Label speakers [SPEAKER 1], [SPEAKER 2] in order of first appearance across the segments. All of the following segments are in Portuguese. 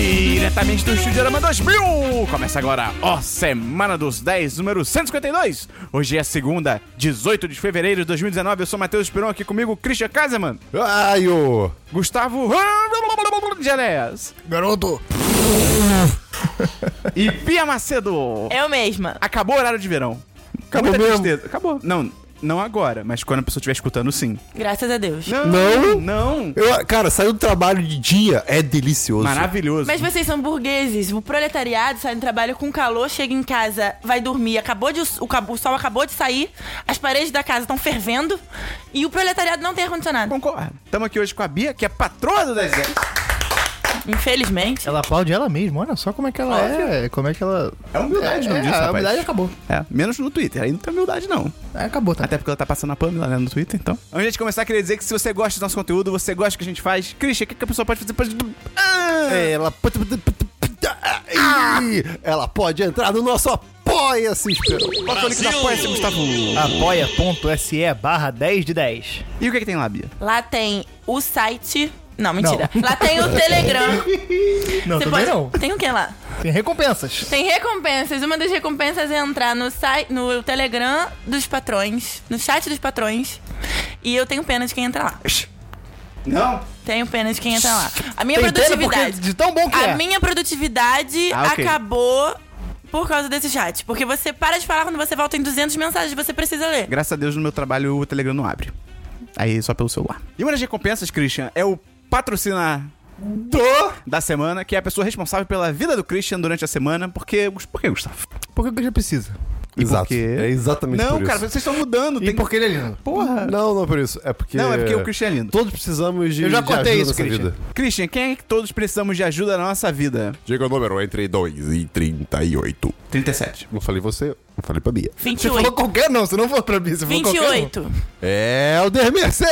[SPEAKER 1] diretamente do Estúdio Arama 2000! Começa agora, ó, Semana dos 10, número 152. Hoje é segunda, 18 de fevereiro de 2019. Eu sou Matheus Esperon, aqui comigo, Christian Kaiserman,
[SPEAKER 2] Ai, ô!
[SPEAKER 1] Gustavo Geleias
[SPEAKER 2] Garoto!
[SPEAKER 1] e Pia Macedo.
[SPEAKER 3] Eu mesma.
[SPEAKER 1] Acabou o horário de verão.
[SPEAKER 2] Acabou
[SPEAKER 1] Muita
[SPEAKER 2] mesmo?
[SPEAKER 1] tristeza. Acabou. Não, não agora, mas quando a pessoa estiver escutando, sim.
[SPEAKER 3] Graças a Deus.
[SPEAKER 1] Não,
[SPEAKER 2] Não?
[SPEAKER 1] não.
[SPEAKER 2] Eu, cara, saiu do trabalho de dia é delicioso.
[SPEAKER 1] Maravilhoso.
[SPEAKER 3] Mas vocês são burgueses, o proletariado sai do trabalho com calor, chega em casa, vai dormir, acabou de, o, cab- o sol acabou de sair, as paredes da casa estão fervendo e o proletariado não tem ar-condicionado.
[SPEAKER 1] Concordo. Estamos aqui hoje com a Bia, que é patroa do 10.
[SPEAKER 3] Infelizmente.
[SPEAKER 4] Ela aplaude ela mesma, olha só como é que ela é, como é que ela...
[SPEAKER 1] É humildade o nome disso,
[SPEAKER 4] a
[SPEAKER 1] rapaz.
[SPEAKER 4] habilidade acabou.
[SPEAKER 1] É, menos no Twitter. Aí não tem humildade, não.
[SPEAKER 4] É, acabou, tá?
[SPEAKER 1] Até porque ela tá passando a Pamela né, no Twitter, então. Antes de começar, queria dizer que se você gosta do nosso conteúdo, você gosta do que a gente faz. Christian, o que, que a pessoa pode fazer? Pode... Ah!
[SPEAKER 2] Ela... Ih, Ela pode entrar no nosso Apoia-se, Esperão.
[SPEAKER 1] Bota o link da Apoia-se, Gustavo. Ah,
[SPEAKER 4] Apoia.se barra 10 de 10.
[SPEAKER 1] E o que, que tem lá, Bia?
[SPEAKER 3] Lá tem o site. Não, mentira. Lá tem o Telegram.
[SPEAKER 4] Não,
[SPEAKER 3] Você
[SPEAKER 4] também
[SPEAKER 3] pode-
[SPEAKER 4] não.
[SPEAKER 3] Tem o que lá?
[SPEAKER 4] Tem recompensas.
[SPEAKER 3] Tem recompensas. Uma das recompensas é entrar no site, no Telegram dos patrões, no chat dos patrões. E eu tenho pena de quem entra lá.
[SPEAKER 1] Não?
[SPEAKER 3] Tenho pena de quem entra lá. A minha
[SPEAKER 4] Tem pena porque
[SPEAKER 3] produtividade.
[SPEAKER 4] de tão bom que
[SPEAKER 3] A
[SPEAKER 4] é.
[SPEAKER 3] minha produtividade
[SPEAKER 1] Ah, ok.
[SPEAKER 3] acabou por causa desse chat. Porque você para de falar quando você volta em 200 mensagens, você precisa ler.
[SPEAKER 1] Graças a Deus, no meu trabalho, o Telegram não abre. Aí, só pelo celular. E uma das recompensas, Christian, é o patrocinar da semana, que é a pessoa responsável pela vida do Christian durante a semana, porque... Por que, Gustavo?
[SPEAKER 4] Porque o que já precisa.
[SPEAKER 1] E por
[SPEAKER 2] Exato.
[SPEAKER 1] quê?
[SPEAKER 2] É exatamente
[SPEAKER 1] Não,
[SPEAKER 2] por
[SPEAKER 1] cara,
[SPEAKER 2] isso.
[SPEAKER 1] vocês estão mudando.
[SPEAKER 4] E
[SPEAKER 1] Tem...
[SPEAKER 4] porque ele é lindo.
[SPEAKER 1] Porra.
[SPEAKER 2] Não, não é por isso. É porque...
[SPEAKER 1] Não, é porque o Christian é lindo.
[SPEAKER 2] Todos precisamos de
[SPEAKER 4] Eu já
[SPEAKER 2] de
[SPEAKER 4] contei
[SPEAKER 2] ajuda
[SPEAKER 4] isso,
[SPEAKER 2] nessa
[SPEAKER 4] Christian.
[SPEAKER 2] vida.
[SPEAKER 1] Christian, quem é que todos precisamos de ajuda na nossa vida?
[SPEAKER 2] Diga o número entre 2 e 38.
[SPEAKER 1] 37.
[SPEAKER 2] Não falei você, não falei pra Bia.
[SPEAKER 4] Você falou
[SPEAKER 3] 28.
[SPEAKER 4] qualquer não, você não falou pra mim, você falou qualquer um?
[SPEAKER 3] 28.
[SPEAKER 2] É o Dermercê!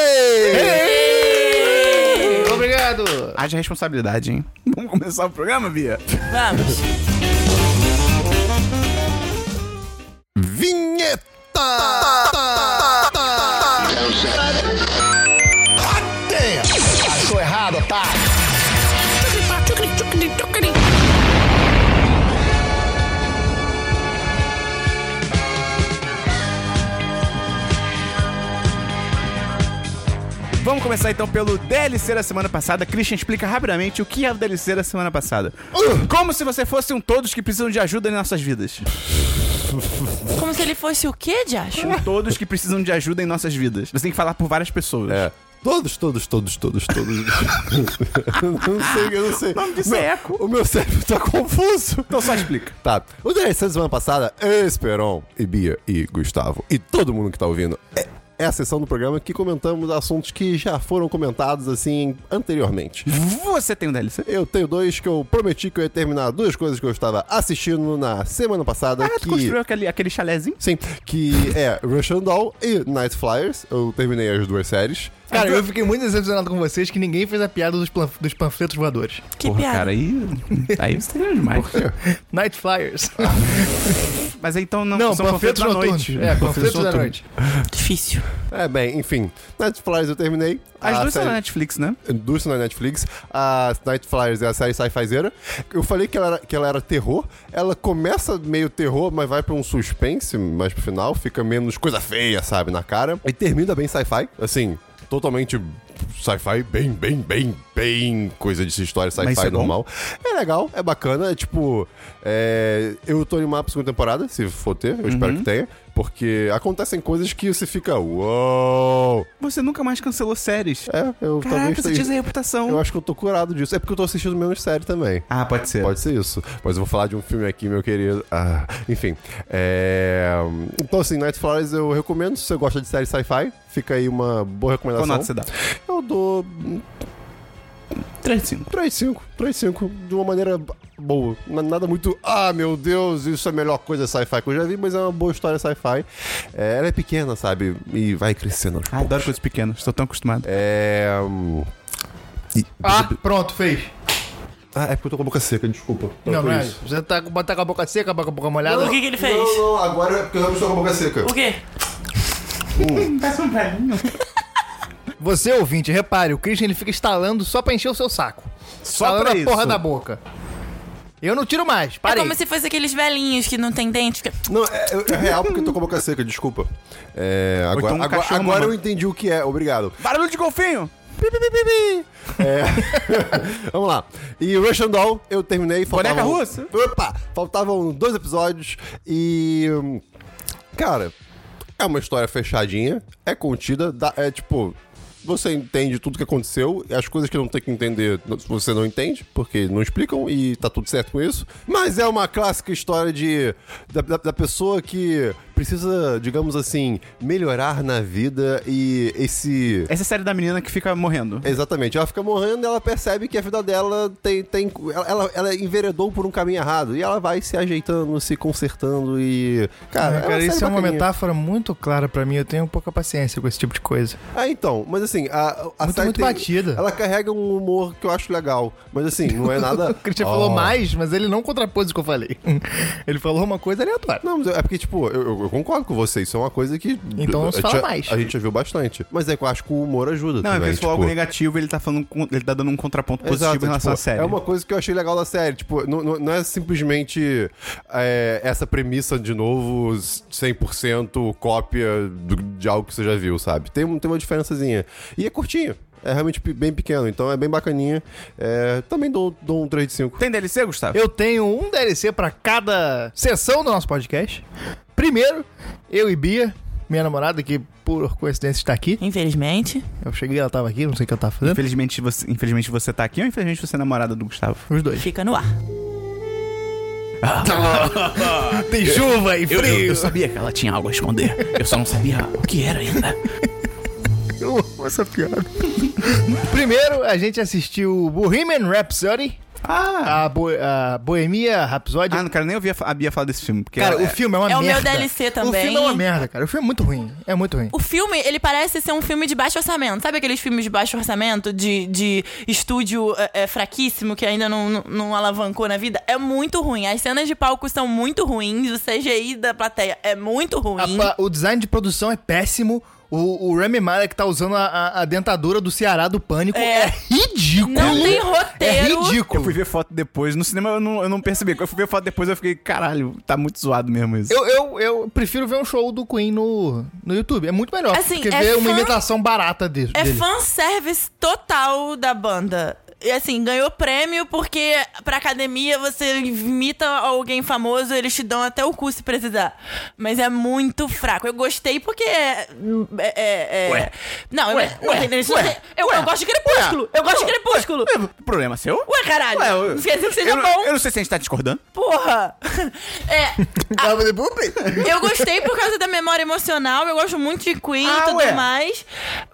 [SPEAKER 4] não. Obrigado.
[SPEAKER 1] Haja responsabilidade, hein? Vamos começar o programa, Bia?
[SPEAKER 3] Vamos.
[SPEAKER 2] Vinheta!
[SPEAKER 1] Vamos começar então pelo DLC da semana passada. Christian explica rapidamente o que é o DLC da semana passada. Como se você fosse um todos que precisam de ajuda em nossas vidas.
[SPEAKER 3] Como se ele fosse o quê, de acho?
[SPEAKER 1] Um todos que precisam de ajuda em nossas vidas. Você tem que falar por várias pessoas.
[SPEAKER 2] É. Todos, todos, todos, todos, todos. eu não sei, eu não sei. O nome
[SPEAKER 1] disso
[SPEAKER 2] meu,
[SPEAKER 1] é eco.
[SPEAKER 2] O meu cérebro tá confuso.
[SPEAKER 1] Então só explica.
[SPEAKER 2] Tá. O DLC da semana passada, Esperon e Bia e Gustavo e todo mundo que tá ouvindo. É, é a sessão do programa que comentamos assuntos que já foram comentados assim anteriormente.
[SPEAKER 1] Você tem um DLC?
[SPEAKER 2] Eu tenho dois que eu prometi que eu ia terminar duas coisas que eu estava assistindo na semana passada.
[SPEAKER 1] Ah, tu
[SPEAKER 2] que...
[SPEAKER 1] construiu aquele, aquele chalézinho?
[SPEAKER 2] Sim, que é Russian Doll e Night Flyers. Eu terminei as duas séries.
[SPEAKER 4] Cara, eu fiquei muito decepcionado com vocês que ninguém fez a piada dos, plan- dos panfletos voadores.
[SPEAKER 3] Que
[SPEAKER 1] Porra,
[SPEAKER 3] piada.
[SPEAKER 1] cara, aí. Aí você tem demais.
[SPEAKER 4] Night Flyers.
[SPEAKER 1] Mas aí, então Ah, não,
[SPEAKER 4] Não,
[SPEAKER 1] são
[SPEAKER 4] panfletos
[SPEAKER 1] panfletos da
[SPEAKER 4] noturnos.
[SPEAKER 1] noite.
[SPEAKER 4] É, panfletos da
[SPEAKER 1] noturnos.
[SPEAKER 4] noite.
[SPEAKER 3] Difícil.
[SPEAKER 2] É, bem, enfim. Night Flyers eu terminei.
[SPEAKER 1] As
[SPEAKER 2] A
[SPEAKER 1] duas são
[SPEAKER 2] série-
[SPEAKER 1] na Netflix, né?
[SPEAKER 2] duas são na Netflix. A Night Flyers é a série sci-fizeira. Eu falei que ela, era, que ela era terror. Ela começa meio terror, mas vai pra um suspense mais pro final. Fica menos coisa feia, sabe, na cara. E termina bem sci-fi. Assim, totalmente sci-fi, bem, bem, bem, bem coisa de história
[SPEAKER 1] Mas isso
[SPEAKER 2] sci-fi
[SPEAKER 1] é bom?
[SPEAKER 2] normal. É legal, é bacana. É tipo, é, eu tô animado pra segunda temporada, se for ter. Eu
[SPEAKER 1] Uhum.
[SPEAKER 2] espero que tenha. Porque acontecem coisas que você fica, uou!
[SPEAKER 1] Você nunca mais cancelou séries.
[SPEAKER 2] É, eu
[SPEAKER 1] Caraca,
[SPEAKER 2] talvez
[SPEAKER 1] você
[SPEAKER 2] tenha-
[SPEAKER 1] diz a reputação.
[SPEAKER 2] eu acho que eu tô curado disso. É porque eu tô assistindo menos série também.
[SPEAKER 1] Ah, pode ser.
[SPEAKER 2] Pode ser isso. Mas eu vou falar de um filme aqui, meu querido. Ah, enfim. É, Então, assim, Night Flyers eu recomendo. Se você gosta de série sci-fi, fica aí uma boa recomendação.
[SPEAKER 1] Qual nota você dá?
[SPEAKER 2] Eu dou um
[SPEAKER 1] 3 de 5.
[SPEAKER 2] 3,5. 3,5. De uma maneira boa. Na- Nada muito. Ah, meu Deus, isso é a melhor coisa sci-fi que eu já vi, mas é uma boa história sci-fi. É, ela é pequena, sabe? E vai crescendo. aos
[SPEAKER 1] Ah,
[SPEAKER 2] poucos.
[SPEAKER 1] adoro coisas pequenas, estou tão acostumado.
[SPEAKER 2] É. hum, e-
[SPEAKER 4] Ah, pronto, fez.
[SPEAKER 2] Ah, é porque eu tô com a boca seca, desculpa.
[SPEAKER 4] Não,
[SPEAKER 2] por
[SPEAKER 4] não é.
[SPEAKER 2] isso.
[SPEAKER 4] Você tá, com- tá com a boca seca, a boca, a boca molhada.
[SPEAKER 3] O que, que ele fez?
[SPEAKER 2] Não, não, agora é porque eu realmente estou com a boca seca.
[SPEAKER 3] O quê?
[SPEAKER 1] Parece um velhinho.
[SPEAKER 4] Você, ouvinte, repare, o Christian ele fica estalando só pra encher o seu saco.
[SPEAKER 1] Só
[SPEAKER 4] Estalando
[SPEAKER 1] pra
[SPEAKER 4] a
[SPEAKER 1] isso.
[SPEAKER 4] porra da boca. Eu não tiro mais.
[SPEAKER 3] É
[SPEAKER 4] Parei.
[SPEAKER 3] como se fosse aqueles velhinhos que não tem dente. fica-
[SPEAKER 2] Não, é, é real porque eu tô com a boca seca, desculpa. É,
[SPEAKER 1] Ou
[SPEAKER 2] agora
[SPEAKER 1] então um
[SPEAKER 2] agora,
[SPEAKER 1] cachorro
[SPEAKER 2] agora eu
[SPEAKER 1] mamando.
[SPEAKER 2] entendi o que é, obrigado.
[SPEAKER 1] Barulho de golfinho! Pi, pi, pi, pi, pi.
[SPEAKER 2] É. Vamos lá. E Russian Doll, eu terminei.
[SPEAKER 1] Boneca
[SPEAKER 2] faltavam-
[SPEAKER 1] russa.
[SPEAKER 2] Opa! Faltavam dois episódios e. hum, Cara, é uma história fechadinha, é contida, dá- é tipo. Você entende tudo que aconteceu, e as coisas que não tem que entender você não entende, porque não explicam e tá tudo certo com isso. Mas é uma clássica história de da, da- da pessoa que precisa, digamos assim, melhorar na vida e esse
[SPEAKER 1] Essa é a série da menina que fica morrendo.
[SPEAKER 2] Exatamente. Ela fica morrendo e ela percebe que a vida dela tem. tem ela, ela, ela enveredou por um caminho errado. E ela vai se ajeitando, se consertando e. Cara,
[SPEAKER 4] Ah,
[SPEAKER 2] uma
[SPEAKER 4] cara, isso
[SPEAKER 2] série
[SPEAKER 4] é uma
[SPEAKER 2] bacaninha.
[SPEAKER 4] metáfora muito clara pra mim. Eu tenho pouca paciência com esse tipo de coisa.
[SPEAKER 2] Ah, então. Mas assim, a, a
[SPEAKER 4] Muito-
[SPEAKER 2] série
[SPEAKER 4] muito batida.
[SPEAKER 2] Ela carrega um humor que eu acho legal. Mas assim, não é nada.
[SPEAKER 4] O Christian falou
[SPEAKER 2] Oh.
[SPEAKER 4] mais, mas ele não contrapôs o que eu falei. ele falou uma coisa aleatória.
[SPEAKER 2] Não, mas é porque, tipo, eu, eu- eu concordo com você. Isso é uma coisa que.
[SPEAKER 4] Então não
[SPEAKER 2] a
[SPEAKER 4] se fala
[SPEAKER 2] gente-
[SPEAKER 4] mais.
[SPEAKER 2] A gente já viu bastante. Mas é que eu acho que o humor ajuda.
[SPEAKER 1] Não, é
[SPEAKER 2] também,
[SPEAKER 1] porque se for algo
[SPEAKER 2] tipo-
[SPEAKER 1] negativo, ele tá falando. com- Ele tá dando um contraponto positivo
[SPEAKER 2] Exato,
[SPEAKER 1] em relação
[SPEAKER 2] tipo,
[SPEAKER 1] à série.
[SPEAKER 2] É uma coisa que eu achei legal da série. Tipo, não, não- não é simplesmente é, essa premissa de novo 100% cópia do- de algo que você já viu, sabe? Tem, um- tem uma diferençazinha. E é curtinho. É realmente pe- bem pequeno, então é bem bacaninha. É, também dou, dou um 3 de 5.
[SPEAKER 1] Tem DLC, Gustavo?
[SPEAKER 4] Eu tenho um DLC pra cada sessão do nosso podcast. Primeiro, eu e Bia, minha namorada, que por coincidência está aqui.
[SPEAKER 3] Infelizmente.
[SPEAKER 4] Eu cheguei, ela tava aqui, não sei o que ela tava fazendo.
[SPEAKER 1] Infelizmente você, infelizmente você tá aqui ou infelizmente você é namorada do Gustavo?
[SPEAKER 4] Os dois.
[SPEAKER 3] Fica no ar.
[SPEAKER 4] Tem Tá chuva e frio.
[SPEAKER 1] sabia que ela tinha algo a esconder. Eu só não sabia o que era ainda.
[SPEAKER 4] Eu amo essa piada. Primeiro, a gente assistiu Bohemian Rhapsody,
[SPEAKER 1] Ah!
[SPEAKER 4] a, Bo a Bohemia Rhapsody.
[SPEAKER 1] Ah, não quero nem ouvir a, Fa- a Bia falar desse filme. Porque
[SPEAKER 4] cara,
[SPEAKER 1] ela-
[SPEAKER 4] o filme é uma
[SPEAKER 3] É o meu
[SPEAKER 4] merda.
[SPEAKER 3] DLC
[SPEAKER 4] O
[SPEAKER 3] também.
[SPEAKER 4] filme é uma merda, cara. O filme é muito ruim. É muito ruim.
[SPEAKER 3] O filme, ele parece ser um filme de baixo orçamento. Sabe aqueles filmes de baixo orçamento, de, de estúdio é, é, fraquíssimo, que ainda não, não- não alavancou na vida? É muito ruim. As cenas de palco são muito ruins, o CGI da plateia é muito
[SPEAKER 4] A
[SPEAKER 3] ruim.
[SPEAKER 4] pa- o design de produção é péssimo. O, o Remy Malek tá usando a, a- a dentadura do Ceará do Pânico. É,
[SPEAKER 3] É.
[SPEAKER 4] ridículo.
[SPEAKER 3] Não tem
[SPEAKER 4] É
[SPEAKER 3] roteiro.
[SPEAKER 1] Eu fui
[SPEAKER 4] ridículo.
[SPEAKER 1] ver foto depois. No cinema eu não, eu não percebi. Quando eu fui ver foto depois eu fiquei, caralho, tá muito zoado mesmo isso.
[SPEAKER 4] Eu, eu, eu prefiro ver um show do Queen no, no YouTube. É muito melhor
[SPEAKER 3] Assim,
[SPEAKER 4] do que
[SPEAKER 3] é
[SPEAKER 4] ver uma
[SPEAKER 3] fã-
[SPEAKER 4] imitação barata de,
[SPEAKER 3] É
[SPEAKER 4] dele.
[SPEAKER 3] fanservice total da banda. E assim, ganhou prêmio porque pra academia você imita alguém famoso, eles te dão até o cu se precisar. Mas é muito fraco. Eu gostei porque é. é, é- é-
[SPEAKER 1] Ué.
[SPEAKER 3] Não, eu-
[SPEAKER 1] Ué,
[SPEAKER 3] não
[SPEAKER 1] ué,
[SPEAKER 3] tem- eles não
[SPEAKER 1] ué,
[SPEAKER 3] têm- eu, eu gosto de crepúsculo! eu gosto de crepúsculo! Ué,
[SPEAKER 1] Problema seu?
[SPEAKER 3] caralho!
[SPEAKER 1] Ué,
[SPEAKER 3] não quer dizer que seja
[SPEAKER 1] eu, não-
[SPEAKER 3] bom,
[SPEAKER 1] Eu não sei se a gente tá discordando.
[SPEAKER 3] porra! É. Eu gostei por causa da memória emocional, eu gosto muito de Queen
[SPEAKER 1] Ah,
[SPEAKER 3] e tudo
[SPEAKER 1] ué.
[SPEAKER 3] mais.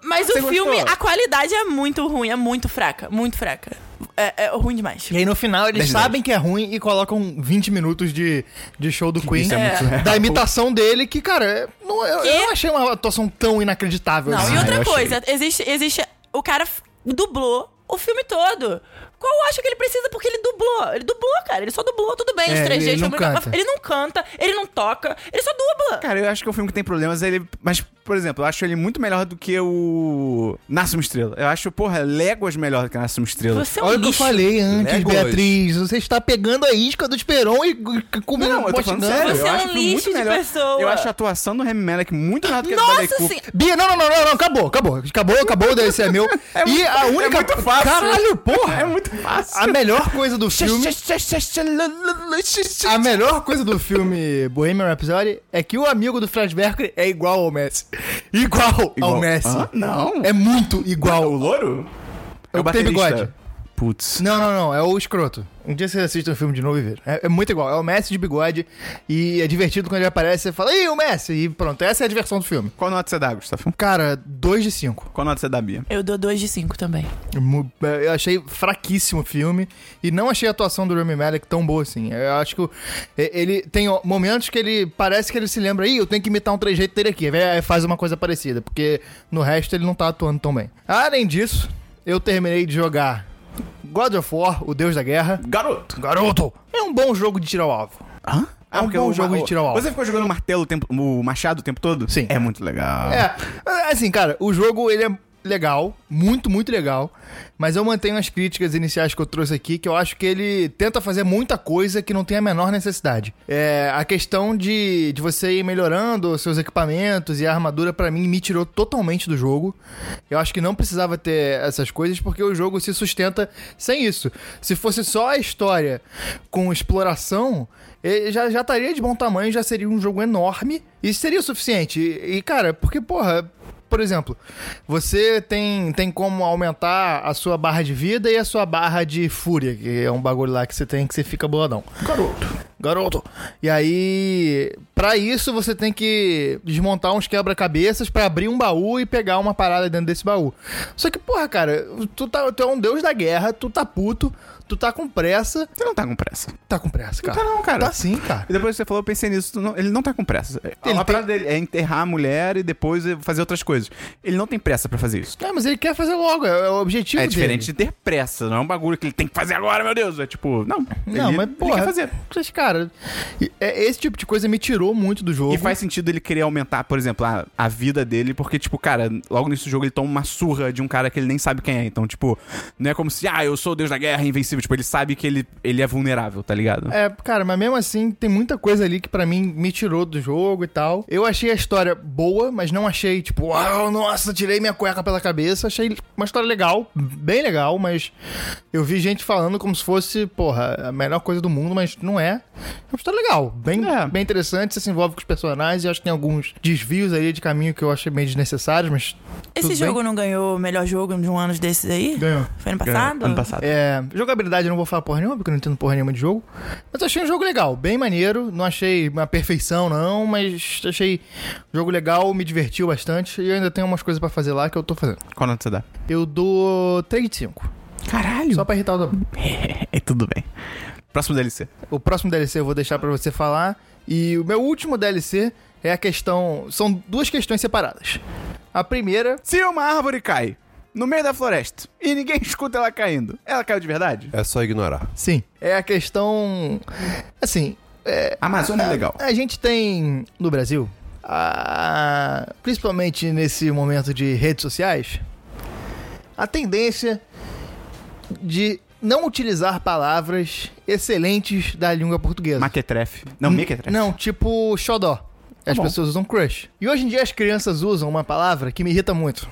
[SPEAKER 3] Mas
[SPEAKER 1] Você
[SPEAKER 3] o filme,
[SPEAKER 1] gostou?
[SPEAKER 3] a qualidade é muito ruim, é muito fraca, muito fraca. É, é ruim demais.
[SPEAKER 4] E aí no final eles
[SPEAKER 1] 10 de
[SPEAKER 4] sabem que é ruim e colocam 20 minutos de, de show do Queen.
[SPEAKER 1] Isso é muito surreal.
[SPEAKER 4] da imitação dele, que, cara, é- não, eu,
[SPEAKER 3] Quê?
[SPEAKER 4] eu não achei uma atuação tão inacreditável.
[SPEAKER 3] Não,
[SPEAKER 4] assim.
[SPEAKER 3] e
[SPEAKER 1] eu
[SPEAKER 3] outra
[SPEAKER 1] achei.
[SPEAKER 3] coisa, existe, existe. O cara f- dublou o filme todo. Qual eu acho que ele precisa? Porque ele dublou. Ele dublou, cara. Ele só dublou, tudo bem,
[SPEAKER 4] É,
[SPEAKER 3] os três
[SPEAKER 4] ele
[SPEAKER 3] jeitos.
[SPEAKER 4] não
[SPEAKER 3] o microfone-
[SPEAKER 4] canta.
[SPEAKER 3] ele não canta, ele não toca, ele só dubla.
[SPEAKER 1] Cara, eu acho que é um filme que tem problemas. Ele... Mas, por exemplo, eu acho ele muito melhor do que o. Nasce uma Estrela. Eu acho, porra, léguas melhor do que Nasce uma Estrela.
[SPEAKER 3] Você é um
[SPEAKER 4] Olha o que eu
[SPEAKER 3] lixo.
[SPEAKER 4] falei antes,
[SPEAKER 2] Legos.
[SPEAKER 4] Beatriz. Você está pegando a isca do Esperon e c- comendo
[SPEAKER 1] Não, eu tô
[SPEAKER 4] Forrest
[SPEAKER 1] falando
[SPEAKER 4] Gump.
[SPEAKER 1] sério.
[SPEAKER 3] Você
[SPEAKER 1] eu
[SPEAKER 3] é um
[SPEAKER 1] acho o filme
[SPEAKER 3] lixo
[SPEAKER 1] muito
[SPEAKER 3] de
[SPEAKER 1] melhor.
[SPEAKER 3] pessoa.
[SPEAKER 1] Eu acho a atuação do Remy Malek muito melhor do que a do Bradley
[SPEAKER 3] Nossa
[SPEAKER 1] Cooper.
[SPEAKER 3] senhora!
[SPEAKER 4] Bia, não, não, não, não, não, acabou, acabou. Acabou, acabou o DLC é meu. e a única.
[SPEAKER 1] É muito fácil.
[SPEAKER 4] Caralho, porra!
[SPEAKER 1] É muito fácil.
[SPEAKER 4] A melhor coisa do filme. A melhor coisa do filme Bohemian Rhapsody é que o amigo do Fred Mercury é igual ao Messi. Igual, ao Messi.
[SPEAKER 1] Hã? Ah, não.
[SPEAKER 4] É muito
[SPEAKER 1] Ah,
[SPEAKER 4] igual.
[SPEAKER 1] o louro?
[SPEAKER 4] É o que tem bigode.
[SPEAKER 1] Putz.
[SPEAKER 4] Não, não, não. É o escroto. Um dia você assiste o filme de novo e vê. É, é muito igual. É o Messi de bigode. E é divertido quando ele aparece. Você fala, ih, o Messi. E pronto, essa é a diversão do filme.
[SPEAKER 1] Qual nota você dá, Gustavo?
[SPEAKER 4] Cara, 2 de 5.
[SPEAKER 1] Qual nota você dá, Bia?
[SPEAKER 3] Eu dou 2 de 5 também.
[SPEAKER 4] é, Eu achei fraquíssimo o filme. E não achei a atuação do Rami Malek tão boa assim. Eu acho que o- e- ele tem ó, momentos que ele parece que ele se lembra, ih, eu tenho que imitar um trejeito dele aqui. Aí faz uma coisa parecida, porque no resto ele não tá atuando tão bem. Além disso, eu terminei de jogar God of War, o Deus da Guerra.
[SPEAKER 1] Garoto.
[SPEAKER 4] Garoto! É um bom jogo de tirar o alvo.
[SPEAKER 1] Hã?
[SPEAKER 4] É um
[SPEAKER 1] porque
[SPEAKER 4] bom
[SPEAKER 1] o
[SPEAKER 4] jogo
[SPEAKER 1] ma-
[SPEAKER 4] de tirar o alvo.
[SPEAKER 1] Você ficou jogando o martelo o tempo, o machado o tempo todo?
[SPEAKER 4] Sim.
[SPEAKER 1] É muito legal.
[SPEAKER 4] É, assim, cara, o jogo ele é legal, muito, muito legal. Mas eu mantenho as críticas iniciais que eu trouxe aqui, que eu acho que ele tenta fazer muita coisa que não tem a menor necessidade. É, a questão de, de você ir melhorando os seus equipamentos e a armadura, pra mim, me tirou totalmente do jogo. Eu acho que não precisava ter essas coisas, porque o jogo se sustenta sem isso. Se fosse só a história com exploração, eh, já, já estaria de bom tamanho, já seria um jogo enorme e seria o suficiente. E, e, cara, porque, porra. Por exemplo, você tem, tem como aumentar a sua barra de vida e a sua barra de fúria, que é um bagulho lá que você tem que você fica boladão. Garoto. Garoto. E aí, pra isso você tem que desmontar uns quebra-cabeças pra abrir um baú e pegar uma parada dentro desse baú. Só que, porra, cara, tu, tá, tu é um deus da guerra, tu tá puto, tu tá com pressa.
[SPEAKER 1] Você não tá com pressa.
[SPEAKER 4] Tá com pressa, cara.
[SPEAKER 1] tá não, cara.
[SPEAKER 4] Tá sim, cara.
[SPEAKER 1] E depois que você falou, eu pensei nisso. tu não- ele não tá com pressa.
[SPEAKER 4] Ele
[SPEAKER 1] a
[SPEAKER 4] tem-
[SPEAKER 1] parada dele é enterrar a mulher e depois é fazer outras coisas. Ele não tem pressa pra fazer isso.
[SPEAKER 4] É, mas ele quer fazer logo, é, é o objetivo
[SPEAKER 1] É
[SPEAKER 4] dele.
[SPEAKER 1] diferente de ter pressa, não é um bagulho que ele tem que fazer agora, meu Deus. É tipo, não.
[SPEAKER 4] Não,
[SPEAKER 1] ele,
[SPEAKER 4] mas
[SPEAKER 1] Ele
[SPEAKER 4] porra,
[SPEAKER 1] quer fazer.
[SPEAKER 4] Mas, cara, é- esse tipo de coisa me tirou muito do jogo.
[SPEAKER 1] E faz sentido ele querer aumentar, por exemplo, a, a vida dele, porque, tipo, cara, logo nesse jogo ele toma uma surra de um cara que ele nem sabe quem é. Então, tipo, não é como se, ah, eu sou o deus da guerra, invencível. Tipo, ele sabe que ele, ele é vulnerável, tá ligado?
[SPEAKER 4] É, cara, mas mesmo assim tem muita coisa ali que pra mim me tirou do jogo e tal. Eu achei a história boa, mas não achei tipo, uau, nossa, tirei minha cueca pela cabeça. Achei uma história legal, bem legal, mas eu vi gente falando como se fosse, porra, a melhor coisa do mundo, mas não é. É uma história legal, bem,
[SPEAKER 1] É.
[SPEAKER 4] bem interessante, você se envolve com os personagens e acho que tem alguns desvios ali de caminho que eu achei meio desnecessários, mas
[SPEAKER 3] Esse
[SPEAKER 4] tudo
[SPEAKER 3] jogo não ganhou o melhor jogo de um ano desses aí?
[SPEAKER 4] ganhou.
[SPEAKER 3] Foi ano passado?
[SPEAKER 1] Ano passado.
[SPEAKER 4] É, jogabilidade eu não vou falar porra nenhuma, porque eu não entendo porra nenhuma de jogo. Mas eu achei um jogo legal, bem maneiro. Não achei uma perfeição, não, mas achei um jogo legal, me divertiu bastante. E eu ainda tenho umas coisas pra fazer lá que eu tô fazendo.
[SPEAKER 1] Qual nota você dá?
[SPEAKER 4] Eu dou 3 de 5.
[SPEAKER 1] Caralho!
[SPEAKER 4] Só pra irritar o Dabu.
[SPEAKER 1] É, tudo bem. Próximo DLC.
[SPEAKER 4] O próximo DLC eu vou deixar pra você falar. E o meu último DLC é a questão. São duas questões separadas. A primeira.
[SPEAKER 1] Se uma árvore cai no meio da floresta e ninguém escuta ela caindo, ela caiu de verdade?
[SPEAKER 2] É só ignorar.
[SPEAKER 4] Sim. É a questão. Assim,
[SPEAKER 1] Amazônia é legal.
[SPEAKER 4] A gente tem no Brasil, a- principalmente nesse momento de redes sociais, a tendência de não utilizar palavras excelentes da língua portuguesa.
[SPEAKER 1] Maquetrefe. Hum? Não, mequetrefe.
[SPEAKER 4] Não, tipo xodó.
[SPEAKER 1] é,
[SPEAKER 4] As
[SPEAKER 1] Tá bom.
[SPEAKER 4] pessoas usam crush. E hoje em dia as crianças usam uma palavra que me irrita muito,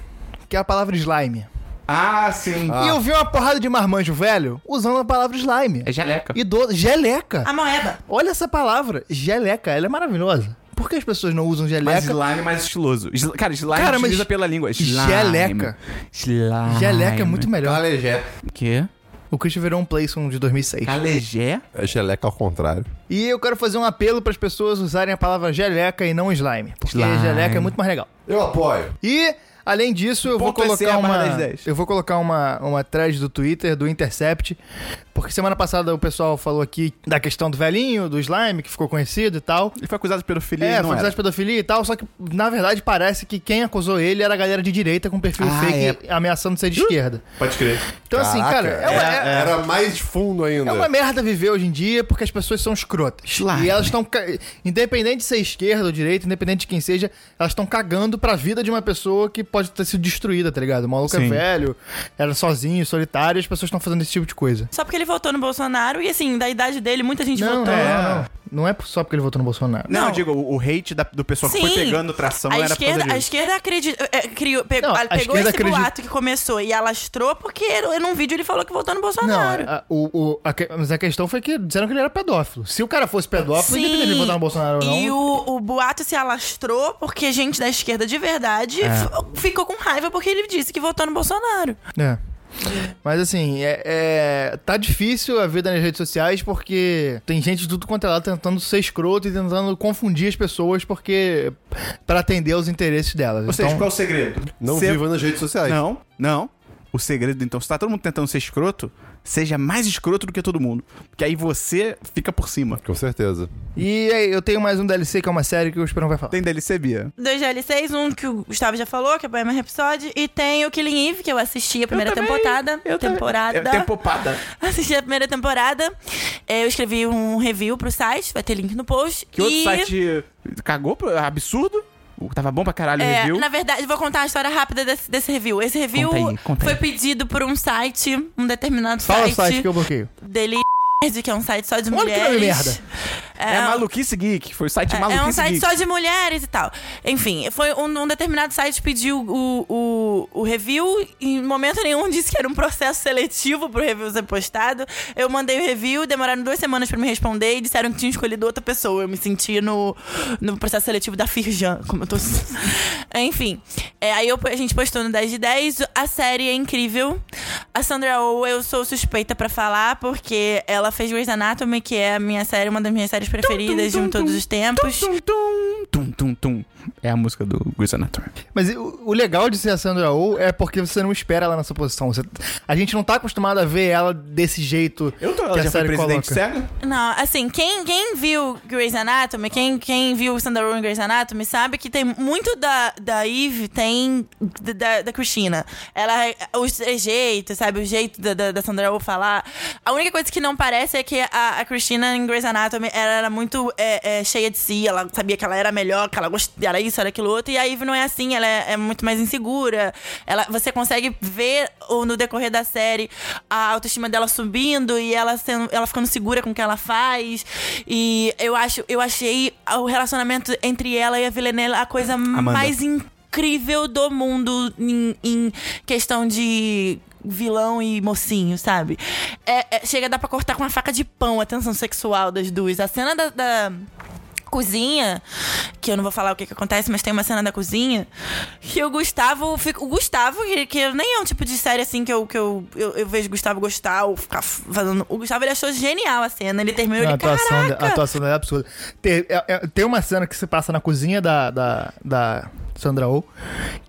[SPEAKER 4] que é a palavra slime.
[SPEAKER 1] Ah, sim.
[SPEAKER 4] E eu vi uma porrada de marmanjo velho usando a palavra slime.
[SPEAKER 1] É jaleca.
[SPEAKER 4] E do... geleca.
[SPEAKER 3] A moeda.
[SPEAKER 4] Olha essa palavra, geleca, ela é maravilhosa. Por que as pessoas não usam
[SPEAKER 1] Mas
[SPEAKER 4] geleca?
[SPEAKER 1] slime é mais estiloso. Sli- Cara, slime
[SPEAKER 4] Cara, mas
[SPEAKER 1] utiliza pela língua. Slime.
[SPEAKER 4] geleca.
[SPEAKER 1] Slime.
[SPEAKER 4] Geleca é muito
[SPEAKER 1] né?
[SPEAKER 4] melhor.
[SPEAKER 2] Calejé.
[SPEAKER 1] Quê?
[SPEAKER 4] O Christian virou um Playson de 2006.
[SPEAKER 1] Calejé?
[SPEAKER 2] É geleca ao contrário.
[SPEAKER 4] E eu quero fazer um apelo para as pessoas usarem a palavra geleca e não slime. Porque
[SPEAKER 1] Slime.
[SPEAKER 4] geleca é muito mais legal.
[SPEAKER 2] Eu apoio.
[SPEAKER 4] E, além disso, eu vou
[SPEAKER 1] Ponto é SE
[SPEAKER 4] colocar
[SPEAKER 1] barra
[SPEAKER 4] uma.
[SPEAKER 1] 10.
[SPEAKER 4] Eu vou colocar uma, uma thread do Twitter, do Intercept. Porque semana passada o pessoal falou aqui da questão do velhinho, do slime, que ficou conhecido e tal.
[SPEAKER 1] Ele foi acusado de pedofilia
[SPEAKER 4] É,
[SPEAKER 1] e não
[SPEAKER 4] foi acusado de pedofilia e tal, só que na verdade parece que quem acusou ele era a galera de direita com perfil
[SPEAKER 1] Ah,
[SPEAKER 4] fake ameaçando ser de esquerda.
[SPEAKER 1] Pode crer.
[SPEAKER 4] Então, assim, cara, é uma, é-
[SPEAKER 2] era mais fundo ainda.
[SPEAKER 4] é uma merda viver hoje em dia porque as pessoas são escrotas.
[SPEAKER 1] Slime.
[SPEAKER 4] E elas estão. ca- Independente de ser esquerda ou direita, independente de quem seja, elas estão cagando pra vida de uma pessoa que pode ter sido destruída, tá ligado? O maluco é
[SPEAKER 1] Sim.
[SPEAKER 4] velho, era sozinho, solitário, e as pessoas estão fazendo esse tipo de coisa.
[SPEAKER 3] Só porque ele votou no Bolsonaro e, assim, da idade dele, muita gente
[SPEAKER 4] Não, não,
[SPEAKER 3] votou.
[SPEAKER 1] é.
[SPEAKER 4] não, não. Não é só porque ele votou no Bolsonaro.
[SPEAKER 1] Não,
[SPEAKER 3] Não.
[SPEAKER 1] eu digo, o, o hate da- do pessoal que foi
[SPEAKER 3] Sim.
[SPEAKER 1] pegando tração
[SPEAKER 3] A
[SPEAKER 1] era por
[SPEAKER 3] esquerda, a
[SPEAKER 1] causa disso.
[SPEAKER 3] esquerda acredi- é, criou, pe-
[SPEAKER 4] Não, a
[SPEAKER 3] pegou
[SPEAKER 4] esquerda
[SPEAKER 3] esse
[SPEAKER 4] acredi-
[SPEAKER 3] boato que começou e alastrou porque num vídeo ele falou que votou no
[SPEAKER 4] Não,
[SPEAKER 3] Bolsonaro.
[SPEAKER 4] a- o, o- a que- mas a questão foi que disseram que ele era pedófilo. Se o cara fosse pedófilo, independente de ele votar no um Bolsonaro ou não.
[SPEAKER 3] E o, o boato se alastrou porque gente da esquerda de
[SPEAKER 1] É.
[SPEAKER 3] verdade f- ficou com raiva porque ele disse que votou no Bolsonaro.
[SPEAKER 4] É. Mas assim, é, é- tá difícil a vida nas redes sociais porque tem gente de tudo quanto é lá tentando ser escroto e tentando confundir as pessoas porque para atender aos interesses delas.
[SPEAKER 1] Ou seja,
[SPEAKER 4] Então,
[SPEAKER 1] qual é o segredo?
[SPEAKER 2] Não
[SPEAKER 1] Ser-
[SPEAKER 2] viva nas redes sociais.
[SPEAKER 1] Não, não. O segredo, então, se tá todo mundo tentando ser escroto, seja mais escroto do que todo mundo. Porque aí você fica por cima.
[SPEAKER 2] Com certeza.
[SPEAKER 4] E aí, eu tenho mais um DLC que é uma série que o Esperão vai falar.
[SPEAKER 1] Tem DLC, Bia?
[SPEAKER 3] Dois GL6, um que o Gustavo já falou, que é Poema Rhapsody, e tem o Killing Eve, que eu assisti a primeira
[SPEAKER 1] também,
[SPEAKER 3] temporada.
[SPEAKER 1] eu também.
[SPEAKER 3] temporada.
[SPEAKER 1] É, Tempopada.
[SPEAKER 3] Assisti a primeira temporada. É, Eu escrevi um review pro site, vai ter link no post.
[SPEAKER 1] Que outro
[SPEAKER 3] e...
[SPEAKER 1] site cagou? pro- Absurdo? O- Tava bom pra caralho o
[SPEAKER 3] É,
[SPEAKER 1] review.
[SPEAKER 3] na verdade, vou contar a história rápida desse, desse review. Esse review
[SPEAKER 1] Conta aí, conta aí.
[SPEAKER 3] foi pedido por um site, um determinado
[SPEAKER 4] Fala o
[SPEAKER 3] site.
[SPEAKER 4] site que eu bloqueio.
[SPEAKER 3] Dele que é um site só de
[SPEAKER 4] Olha que
[SPEAKER 3] mulheres.
[SPEAKER 4] nome merda.
[SPEAKER 1] É, Maluquice Geek. Foi o site
[SPEAKER 3] um É,
[SPEAKER 1] Maluquice
[SPEAKER 3] é um site
[SPEAKER 1] Geek.
[SPEAKER 3] só de mulheres e tal. Enfim, foi um, um determinado site pediu o, o, o review e em momento nenhum disse que era um processo seletivo pro review ser postado. Eu mandei o review, demoraram duas semanas pra me responder e disseram que tinham escolhido outra pessoa. Eu me senti no, no processo seletivo da Firjan, como eu tô... Enfim, é, aí eu- a gente postou no 10 de 10, a série é incrível. A Sandra Oh, eu sou suspeita pra falar, porque ela fez Grey's Anatomy, que é a minha série, uma das minhas séries preferidas de um todos os tempos.
[SPEAKER 1] Tum, tum, tum, tum, tum. É a música do Grey's Anatomy.
[SPEAKER 4] Mas o, o legal de ser a Sandra Oh é porque você não espera ela nessa posição. Você- a gente não tá acostumado a ver ela desse jeito que
[SPEAKER 1] Ela
[SPEAKER 4] a
[SPEAKER 1] já foi
[SPEAKER 4] série
[SPEAKER 1] presidente
[SPEAKER 4] coloca.
[SPEAKER 1] cega?
[SPEAKER 3] Não, assim, quem, quem viu Grey's Anatomy, quem, quem viu Sandra Oh em Grey's Anatomy, sabe que tem muito da, da Eve, tem d- da, da Cristina. Ela, o jeito, sabe, o jeito da, da, da Sandra Oh falar. A única coisa que não parece é que a, a Cristina em Grey's Anatomy, ela era muito é, é, cheia de si, ela sabia que ela era melhor, que ela gostava, era isso, era aquilo outro, e a Eve não é assim, ela é, é muito mais insegura. Ela, você consegue ver ou no decorrer da série a autoestima dela subindo e ela sendo, ela ficando segura com o que ela faz. E eu acho, eu achei o relacionamento entre ela e a Villanelle a coisa mais incrível do mundo em, em questão de vilão e mocinho, sabe? É- é- chega a dar pra cortar com uma faca de pão a tensão sexual das duas. A cena da- da cozinha, que eu não vou falar o que, que acontece, mas tem uma cena da cozinha, que o Gustavo fica. O Gustavo, que, que nem é um tipo de série assim que eu, que eu, eu, eu vejo o Gustavo gostar ou ficar f- fazendo. O Gustavo ele achou genial a cena. Ele terminou
[SPEAKER 4] A
[SPEAKER 3] ele.
[SPEAKER 4] atuação, da-
[SPEAKER 3] Caraca!
[SPEAKER 4] a atuação dela é absurda. Tem, é- é- tem uma cena que se passa na cozinha da, da, da Sandra Oh,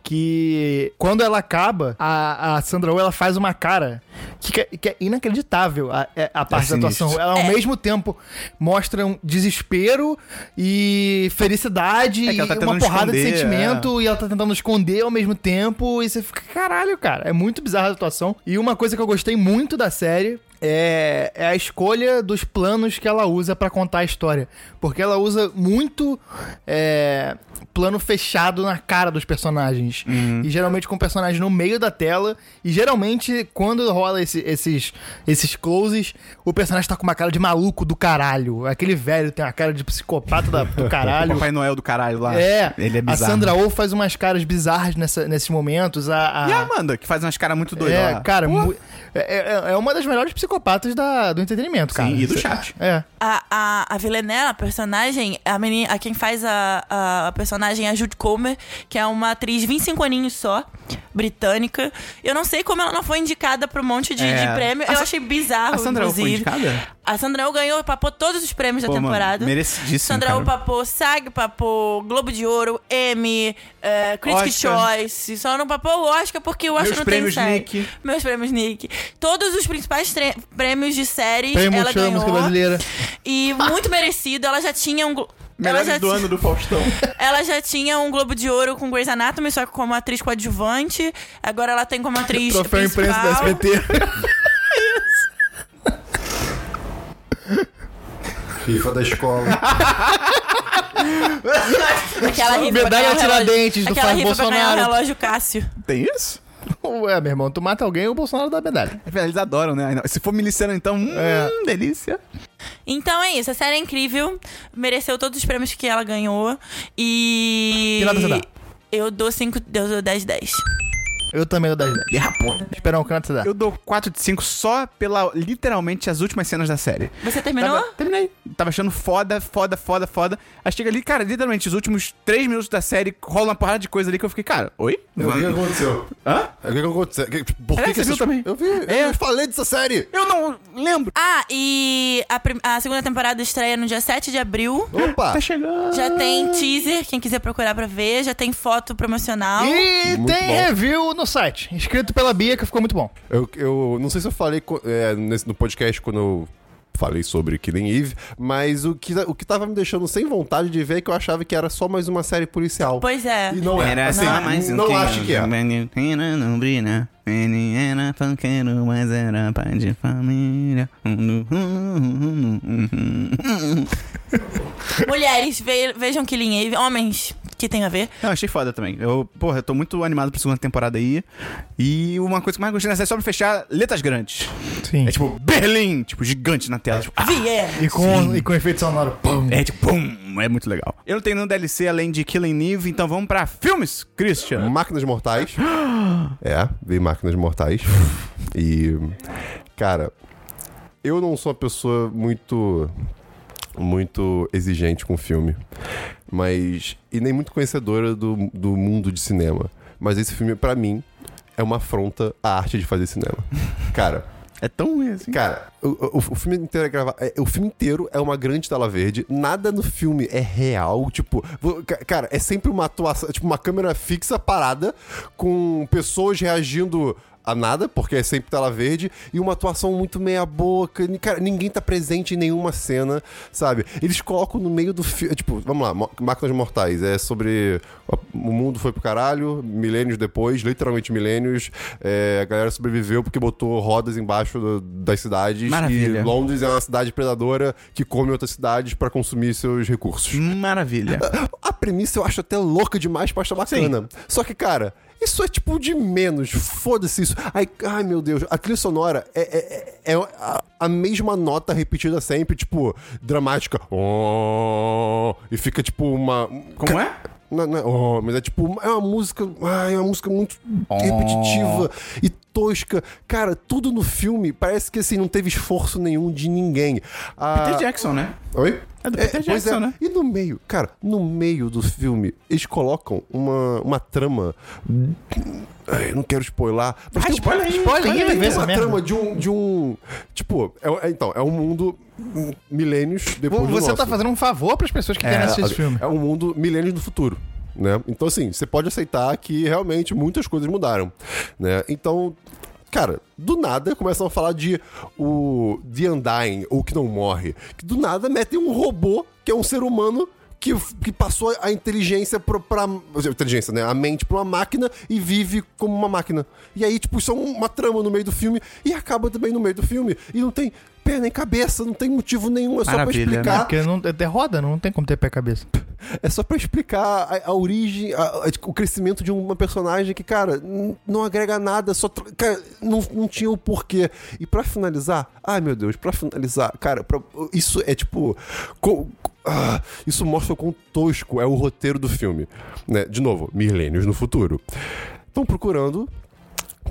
[SPEAKER 4] que quando ela acaba, a, a Sandra Oh ela faz uma cara que, que é- que é inacreditável a, é- a parte da
[SPEAKER 2] sinistro.
[SPEAKER 4] atuação. Ela ao
[SPEAKER 3] É.
[SPEAKER 4] mesmo tempo mostra um desespero e felicidade
[SPEAKER 1] É que ela tá
[SPEAKER 4] e uma
[SPEAKER 1] tentando
[SPEAKER 4] porrada de
[SPEAKER 1] esconder,
[SPEAKER 4] sentimento e ela tá tentando esconder ao mesmo tempo e você fica, caralho, cara, é muito bizarra a atuação. E uma coisa que eu gostei muito da série é, é a escolha dos planos que ela usa pra contar a história, porque ela usa muito é, plano fechado na cara dos personagens e geralmente com o personagem no meio da tela e geralmente quando rola esse- esses esses closes, o personagem tá com uma cara de maluco do caralho, aquele velho tem uma cara de psicopata da- do
[SPEAKER 1] O
[SPEAKER 4] caralho.
[SPEAKER 1] Papai Noel do caralho lá.
[SPEAKER 4] É,
[SPEAKER 1] Ele é
[SPEAKER 4] a
[SPEAKER 1] bizarro.
[SPEAKER 4] Sandra Oh faz umas caras bizarras nessa- nesses momentos. A, a-
[SPEAKER 1] E a Amanda, que faz umas caras muito doidas
[SPEAKER 4] é,
[SPEAKER 1] lá.
[SPEAKER 4] cara,
[SPEAKER 1] Pô,
[SPEAKER 4] mu- é, é- é uma das melhores psicopatas da- do entretenimento, cara.
[SPEAKER 1] Sim, e do chat.
[SPEAKER 4] É.
[SPEAKER 3] A, a, a Villanelle, a personagem, a menina, a quem faz a, a, a personagem é a Jude Comer, que é uma atriz 25 aninhos só, britânica. Eu não sei como ela não foi indicada pra um monte de,
[SPEAKER 1] É.
[SPEAKER 3] de prêmio.
[SPEAKER 1] A
[SPEAKER 3] eu
[SPEAKER 1] Sa-
[SPEAKER 3] achei bizarro,
[SPEAKER 1] a Sandra Oh foi
[SPEAKER 3] inclusive.
[SPEAKER 1] indicada?
[SPEAKER 3] A Sandra Oh ganhou, papou todos os prêmios
[SPEAKER 1] Pô,
[SPEAKER 3] da
[SPEAKER 1] mano,
[SPEAKER 3] temporada.
[SPEAKER 1] merecidíssimo,
[SPEAKER 3] Sandra Oh
[SPEAKER 1] cara.
[SPEAKER 3] papou SAG, papou Globo de Ouro, Emmy, eh, Critic
[SPEAKER 1] Oscar.
[SPEAKER 3] Choice. Só não papou o Oscar porque o Oscar
[SPEAKER 1] Meus
[SPEAKER 3] não tem
[SPEAKER 1] prêmios
[SPEAKER 3] série.
[SPEAKER 1] Nick.
[SPEAKER 3] Meus prêmios Nick. Todos os principais tre- prêmios de série
[SPEAKER 4] Prêmio
[SPEAKER 3] ela
[SPEAKER 4] Multishow da
[SPEAKER 3] ganhou.
[SPEAKER 4] música brasileira.
[SPEAKER 3] E muito merecido. Ela já tinha um... glo- Ela
[SPEAKER 1] Melhores
[SPEAKER 3] já,
[SPEAKER 1] do
[SPEAKER 3] ti-
[SPEAKER 1] ano do Faustão.
[SPEAKER 3] ela já tinha um Globo de Ouro com Grey's Anatomy, só que como atriz coadjuvante. Agora ela tem como atriz
[SPEAKER 4] Troféu imprensa da
[SPEAKER 3] principal.
[SPEAKER 4] SBT.
[SPEAKER 2] FIFA da escola.
[SPEAKER 3] Aquela rifa pra
[SPEAKER 4] Medalha
[SPEAKER 3] ganhar o
[SPEAKER 4] Tiradentes
[SPEAKER 3] relógio-
[SPEAKER 4] do
[SPEAKER 3] Aquela rifa
[SPEAKER 4] Fábio
[SPEAKER 3] pra ganhar o
[SPEAKER 4] Bolsonaro.
[SPEAKER 3] relógio Cássio.
[SPEAKER 1] Tem isso?
[SPEAKER 4] Ué, meu irmão, tu mata alguém o Bolsonaro dá medalha.
[SPEAKER 1] É, Eles adoram, né? Ai, não. Se for miliciano, então, hum,
[SPEAKER 4] É.
[SPEAKER 1] delícia.
[SPEAKER 3] Então é isso, a série é incrível, mereceu todos os prêmios que ela ganhou e.
[SPEAKER 4] Que nota você dá?
[SPEAKER 3] Eu dou 5, eu dou 10 10.
[SPEAKER 4] Eu também dou 10 10.
[SPEAKER 1] Yeah, porra.
[SPEAKER 4] Esperar o um canto você dá.
[SPEAKER 1] Eu dou 4 de 5 só pela, literalmente, as últimas cenas da série.
[SPEAKER 3] Você terminou?
[SPEAKER 1] Tava, terminei. Tava achando foda, foda, foda, foda. Aí chega ali, cara, literalmente, os últimos 3 minutos da série rola uma porrada de coisa ali que eu fiquei, cara, oi?
[SPEAKER 2] O que que aconteceu?
[SPEAKER 1] Hã?
[SPEAKER 2] O que que aconteceu? Que- Por
[SPEAKER 1] Caraca, você
[SPEAKER 2] que
[SPEAKER 1] viu
[SPEAKER 2] que essas-
[SPEAKER 1] também?
[SPEAKER 2] Eu vi.
[SPEAKER 1] É.
[SPEAKER 2] Eu falei dessa série.
[SPEAKER 1] Eu não lembro.
[SPEAKER 3] Ah, e a, prim- a segunda temporada estreia no dia 7 de abril.
[SPEAKER 2] Opa.
[SPEAKER 1] Tá chegando.
[SPEAKER 3] Já tem teaser, quem quiser procurar pra ver, já tem foto promocional.
[SPEAKER 4] E
[SPEAKER 2] Muito
[SPEAKER 4] tem
[SPEAKER 2] bom.
[SPEAKER 4] review no site, escrito pela Bia, que ficou muito bom.
[SPEAKER 2] Eu, eu não sei se eu falei co- é, nesse- no podcast quando eu falei sobre Killing Eve, mas o que, o que tava me deixando sem vontade de ver é que eu achava que era só mais uma série policial.
[SPEAKER 3] Pois é.
[SPEAKER 2] E não é.
[SPEAKER 1] Era
[SPEAKER 2] Assim,
[SPEAKER 1] só mais um
[SPEAKER 2] não
[SPEAKER 1] que
[SPEAKER 2] acho que é.
[SPEAKER 1] Valentina não brilha. Ele era funkeiro, mas era pai de família. Hum, hum, hum, hum, hum.
[SPEAKER 3] Mulheres, ve- vejam Killing Eve. Homens, que tem a ver.
[SPEAKER 1] Não, achei foda também. Eu, porra, eu tô muito animado pra segunda temporada aí. E uma coisa que eu mais gostei nessa série, só pra fechar, letras grandes.
[SPEAKER 4] Sim.
[SPEAKER 1] É tipo, Berlim, tipo, gigante na tela. Tipo, ah,
[SPEAKER 3] Vier.
[SPEAKER 4] E com, e com efeito sonoro. Pum.
[SPEAKER 1] é tipo, pum, é muito legal. Eu não tenho nenhum DLC além de Killing Eve, então vamos pra filmes, Christian.
[SPEAKER 2] Máquinas Mortais. é, vi Máquinas Mortais. E. Cara, eu não sou uma pessoa muito. Muito exigente com filme. Mas. E nem muito conhecedora do, do mundo de cinema. Mas esse filme, pra mim, é uma afronta à arte de fazer cinema. Cara.
[SPEAKER 1] É tão ruim assim.
[SPEAKER 2] Cara, o, o- o filme inteiro é gravado. é- o filme inteiro é uma grande tela verde. Nada no filme é real. Tipo, vo- ca- cara, é sempre uma atuação, tipo, uma câmera fixa parada com pessoas reagindo a nada, porque é sempre tela verde, e uma atuação muito meia boca. Ni- Cara, ninguém tá presente em nenhuma cena, sabe? Eles colocam no meio do filme. Tipo, vamos lá, Mo- Máquinas Mortais. É sobre. ó, O mundo foi pro caralho, milênios depois, literalmente milênios. é, a galera sobreviveu porque botou rodas embaixo do- das cidades.
[SPEAKER 1] Maravilha.
[SPEAKER 2] E Londres é uma cidade predadora que come outras cidades pra consumir seus recursos.
[SPEAKER 1] Maravilha.
[SPEAKER 2] A premissa eu acho até louca demais pra achar bacana. Só que, cara, isso é tipo de menos. Foda-se isso. Ai, ai, meu Deus. A trilha sonora é, é- é- é a, a mesma nota repetida sempre, tipo, dramática. Oh, e fica tipo uma.
[SPEAKER 1] Como é?
[SPEAKER 2] Não, não é oh, mas é tipo, uma- é uma música. Ai, é uma música muito repetitiva e tosca. Cara, tudo no filme parece que assim, não teve esforço nenhum de ninguém. Ah,
[SPEAKER 1] Peter Jackson, né?
[SPEAKER 2] Oi?
[SPEAKER 1] É do Peter
[SPEAKER 2] pois
[SPEAKER 1] Jackson, né?
[SPEAKER 2] E no meio, cara, no meio do filme, eles colocam uma, uma trama. Ai, eu não quero spoiler. Mas
[SPEAKER 1] Ah,
[SPEAKER 2] tem- um
[SPEAKER 1] spoiler aí,
[SPEAKER 4] spoiler aí,
[SPEAKER 2] tem
[SPEAKER 4] vai ver essa
[SPEAKER 2] uma
[SPEAKER 4] merda.
[SPEAKER 2] trama de um. De um tipo, é, é- então, é um mundo hum, milênios depois do
[SPEAKER 4] Você
[SPEAKER 2] nosso.
[SPEAKER 4] tá fazendo um favor pras pessoas que querem assistir esse filme.
[SPEAKER 2] É um mundo milênios do futuro. Né? Então, assim, você pode aceitar que realmente muitas coisas mudaram. Né? Então, cara, do nada começam a falar de o The Undying, ou que não morre. Que do nada metem um robô que é um ser humano. Que, que passou a inteligência pro, pra. ou seja, Inteligência, né? A mente pra uma máquina e vive como uma máquina. E aí, tipo, isso é uma trama no meio do filme e acaba também no meio do filme. E não tem pé nem cabeça, não tem motivo nenhum, é só
[SPEAKER 1] Maravilha,
[SPEAKER 2] pra
[SPEAKER 1] né?
[SPEAKER 2] explicar.
[SPEAKER 4] Porque não, é roda, não tem como ter pé e cabeça.
[SPEAKER 2] É só pra explicar a, a origem, a- a- o crescimento de uma personagem que, cara, n- não agrega nada, só. tra- Cara, não, não tinha o porquê. E pra finalizar, ai meu Deus, pra finalizar, cara, pra- isso é tipo. co- co- ah, isso mostra o quão tosco é o roteiro do filme. né? De novo, milênios no futuro. Estão procurando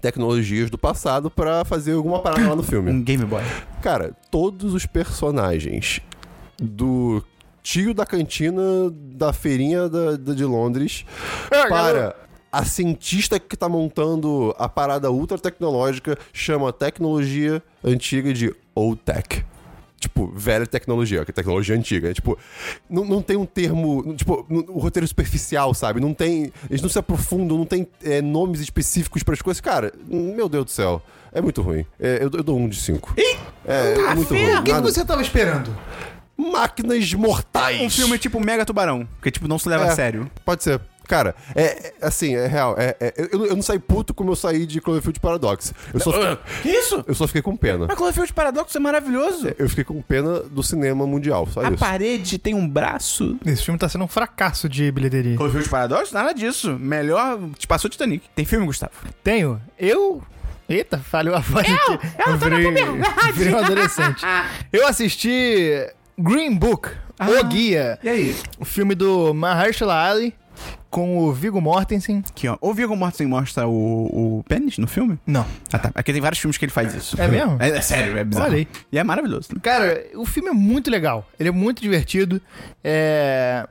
[SPEAKER 2] tecnologias do passado pra fazer alguma parada lá no filme.
[SPEAKER 1] Um Game Boy.
[SPEAKER 2] Cara, todos os personagens do tio da cantina da feirinha da- da- de Londres para a cientista que tá montando a parada ultra tecnológica chama a tecnologia antiga de old tech. Tipo, velha tecnologia, que é tecnologia antiga. né? Tipo, não, não tem um termo. não- Tipo, não- o roteiro superficial, sabe? Não tem. Eles não se aprofundam, não tem é, nomes específicos para as coisas. Cara, meu Deus do céu. É muito ruim. É, eu, eu dou um de cinco. É, é muito ruim. Nada-
[SPEAKER 4] tava esperando?
[SPEAKER 2] Máquinas mortais.
[SPEAKER 1] Um filme tipo Mega Tubarão, que tipo não se leva
[SPEAKER 2] É,
[SPEAKER 1] a sério.
[SPEAKER 2] Pode ser. Cara, é, é- assim, é real. É, é- eu, eu não saí puto como eu saí de Cloverfield Paradox. Eu só, fiquei,
[SPEAKER 1] Que isso?
[SPEAKER 2] eu só fiquei com pena.
[SPEAKER 1] Mas Cloverfield Paradoxo é maravilhoso.
[SPEAKER 2] Eu fiquei com pena do cinema mundial, só
[SPEAKER 1] a
[SPEAKER 2] isso.
[SPEAKER 1] parede tem um braço.
[SPEAKER 4] Esse filme tá sendo um fracasso de bilheteria.
[SPEAKER 1] Cloverfield Paradoxo? Nada disso. Melhor. Te passou Titanic. Tem filme, Gustavo?
[SPEAKER 4] Tenho. Eu. Eita, falhou a voz aqui. Eu virei, virei um adolescente. Eu assisti Green Book, O Guia,
[SPEAKER 1] E aí?
[SPEAKER 4] o filme do Mahershala Ali com o Viggo Mortensen.
[SPEAKER 1] Aqui, ó. O Viggo Mortensen mostra o, o pênis no filme?
[SPEAKER 4] Não.
[SPEAKER 1] Ah, tá. Aqui tem vários filmes que ele faz isso.
[SPEAKER 4] É mesmo?
[SPEAKER 1] É, é sério, é bizarro.
[SPEAKER 4] Olha aí.
[SPEAKER 1] E é maravilhoso. né?
[SPEAKER 4] Cara, o filme é muito legal. Ele é muito divertido. É...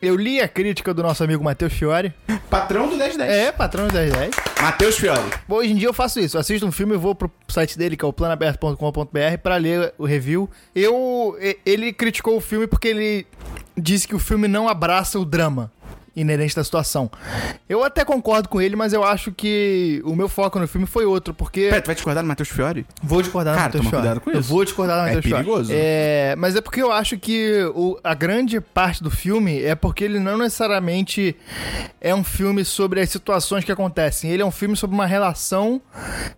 [SPEAKER 4] Eu li a crítica do nosso amigo Matheus Fiore.
[SPEAKER 1] Patrão do 1010.
[SPEAKER 4] É, patrão das 10.
[SPEAKER 1] Matheus Fiore.
[SPEAKER 4] Bom, hoje em dia eu faço isso. Eu assisto um filme e vou pro site dele, que é o planaberto.com.br, pra ler o review. Eu. e- Ele criticou o filme porque ele disse que o filme não abraça o drama inerente da situação. Eu até concordo com ele, mas eu acho que o meu foco no filme foi outro, porque.
[SPEAKER 1] Pera, tu vai discordar do Matheus Fiore?
[SPEAKER 4] Vou discordar
[SPEAKER 1] Cara,
[SPEAKER 4] do Matheus
[SPEAKER 1] toma
[SPEAKER 4] Schwartz.
[SPEAKER 1] cuidado com
[SPEAKER 4] Eu
[SPEAKER 1] isso.
[SPEAKER 4] vou discordar do
[SPEAKER 1] É
[SPEAKER 4] Matheus Schwartz.
[SPEAKER 1] perigoso.
[SPEAKER 4] É, mas é porque eu acho que o- a grande parte do filme é porque ele não necessariamente é um filme sobre as situações que acontecem. Ele é um filme sobre uma relação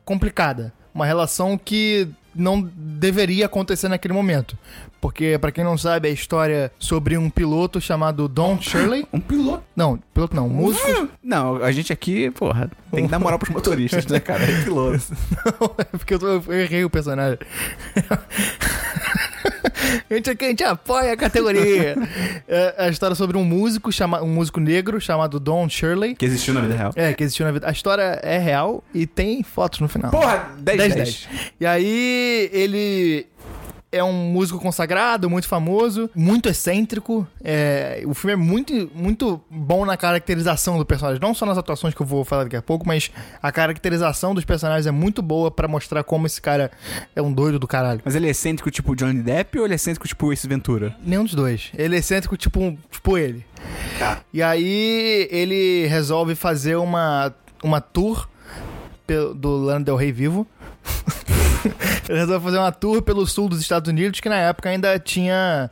[SPEAKER 4] complicada. Uma relação que não deveria acontecer naquele momento. Porque, pra quem não sabe, é a história sobre um piloto chamado Don Shirley.
[SPEAKER 1] Um piloto.
[SPEAKER 4] Não, piloto não, um músico.
[SPEAKER 1] Não, a gente aqui, porra, tem que dar moral pros motoristas, né, cara? É piloto.
[SPEAKER 4] Não, é porque eu, tô- eu errei o personagem. A gente, aqui, a gente apoia a categoria. É a história sobre um músico, chama, um músico negro chamado Don Shirley.
[SPEAKER 1] Que existiu na vida real.
[SPEAKER 4] É, que existiu na vida. A história é real e tem fotos no final.
[SPEAKER 1] Porra, 10 10.
[SPEAKER 4] 10-10. E aí, ele é um músico consagrado, muito famoso, muito excêntrico. É, o filme é muito, muito bom na caracterização do personagem. Não só nas atuações que eu vou falar daqui a pouco, mas a caracterização dos personagens é muito boa pra mostrar como esse cara é um doido do caralho.
[SPEAKER 1] Mas ele é excêntrico tipo Johnny Depp ou ele é excêntrico tipo Ace Ventura?
[SPEAKER 4] Nenhum dos dois. Ele é excêntrico, tipo, um- tipo ele. E aí ele resolve fazer uma, uma tour pe- do Lana Del Rey vivo. ele resolve fazer uma tour pelo sul dos Estados Unidos, que na época ainda tinha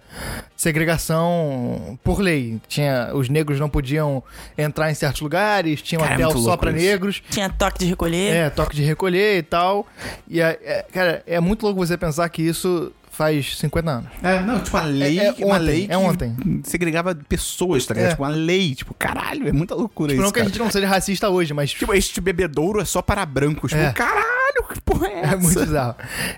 [SPEAKER 4] segregação por lei. Tinha, os negros não podiam entrar em certos lugares, tinha um
[SPEAKER 1] Cara, é
[SPEAKER 4] hotel
[SPEAKER 1] muito
[SPEAKER 4] só
[SPEAKER 1] louco
[SPEAKER 4] pra
[SPEAKER 1] isso.
[SPEAKER 4] negros.
[SPEAKER 3] Tinha toque de recolher.
[SPEAKER 4] É, toque de recolher e tal. E, é- é- cara, é muito louco você pensar que isso faz 50 anos.
[SPEAKER 1] É, não, tipo uma lei,
[SPEAKER 4] É- é
[SPEAKER 1] uma
[SPEAKER 4] ontem,
[SPEAKER 1] lei
[SPEAKER 4] é ontem.
[SPEAKER 1] segregava pessoas, tá ligado?
[SPEAKER 4] É.
[SPEAKER 1] Tipo uma lei, tipo, caralho, é muita loucura
[SPEAKER 4] Tipo,
[SPEAKER 1] isso,
[SPEAKER 4] não que a
[SPEAKER 1] cara.
[SPEAKER 4] gente não seja racista hoje, mas tipo,
[SPEAKER 1] Tipo, este bebedouro é só para brancos.
[SPEAKER 4] É.
[SPEAKER 1] Tipo, caralho, que porra é essa?
[SPEAKER 4] é muito bizarro.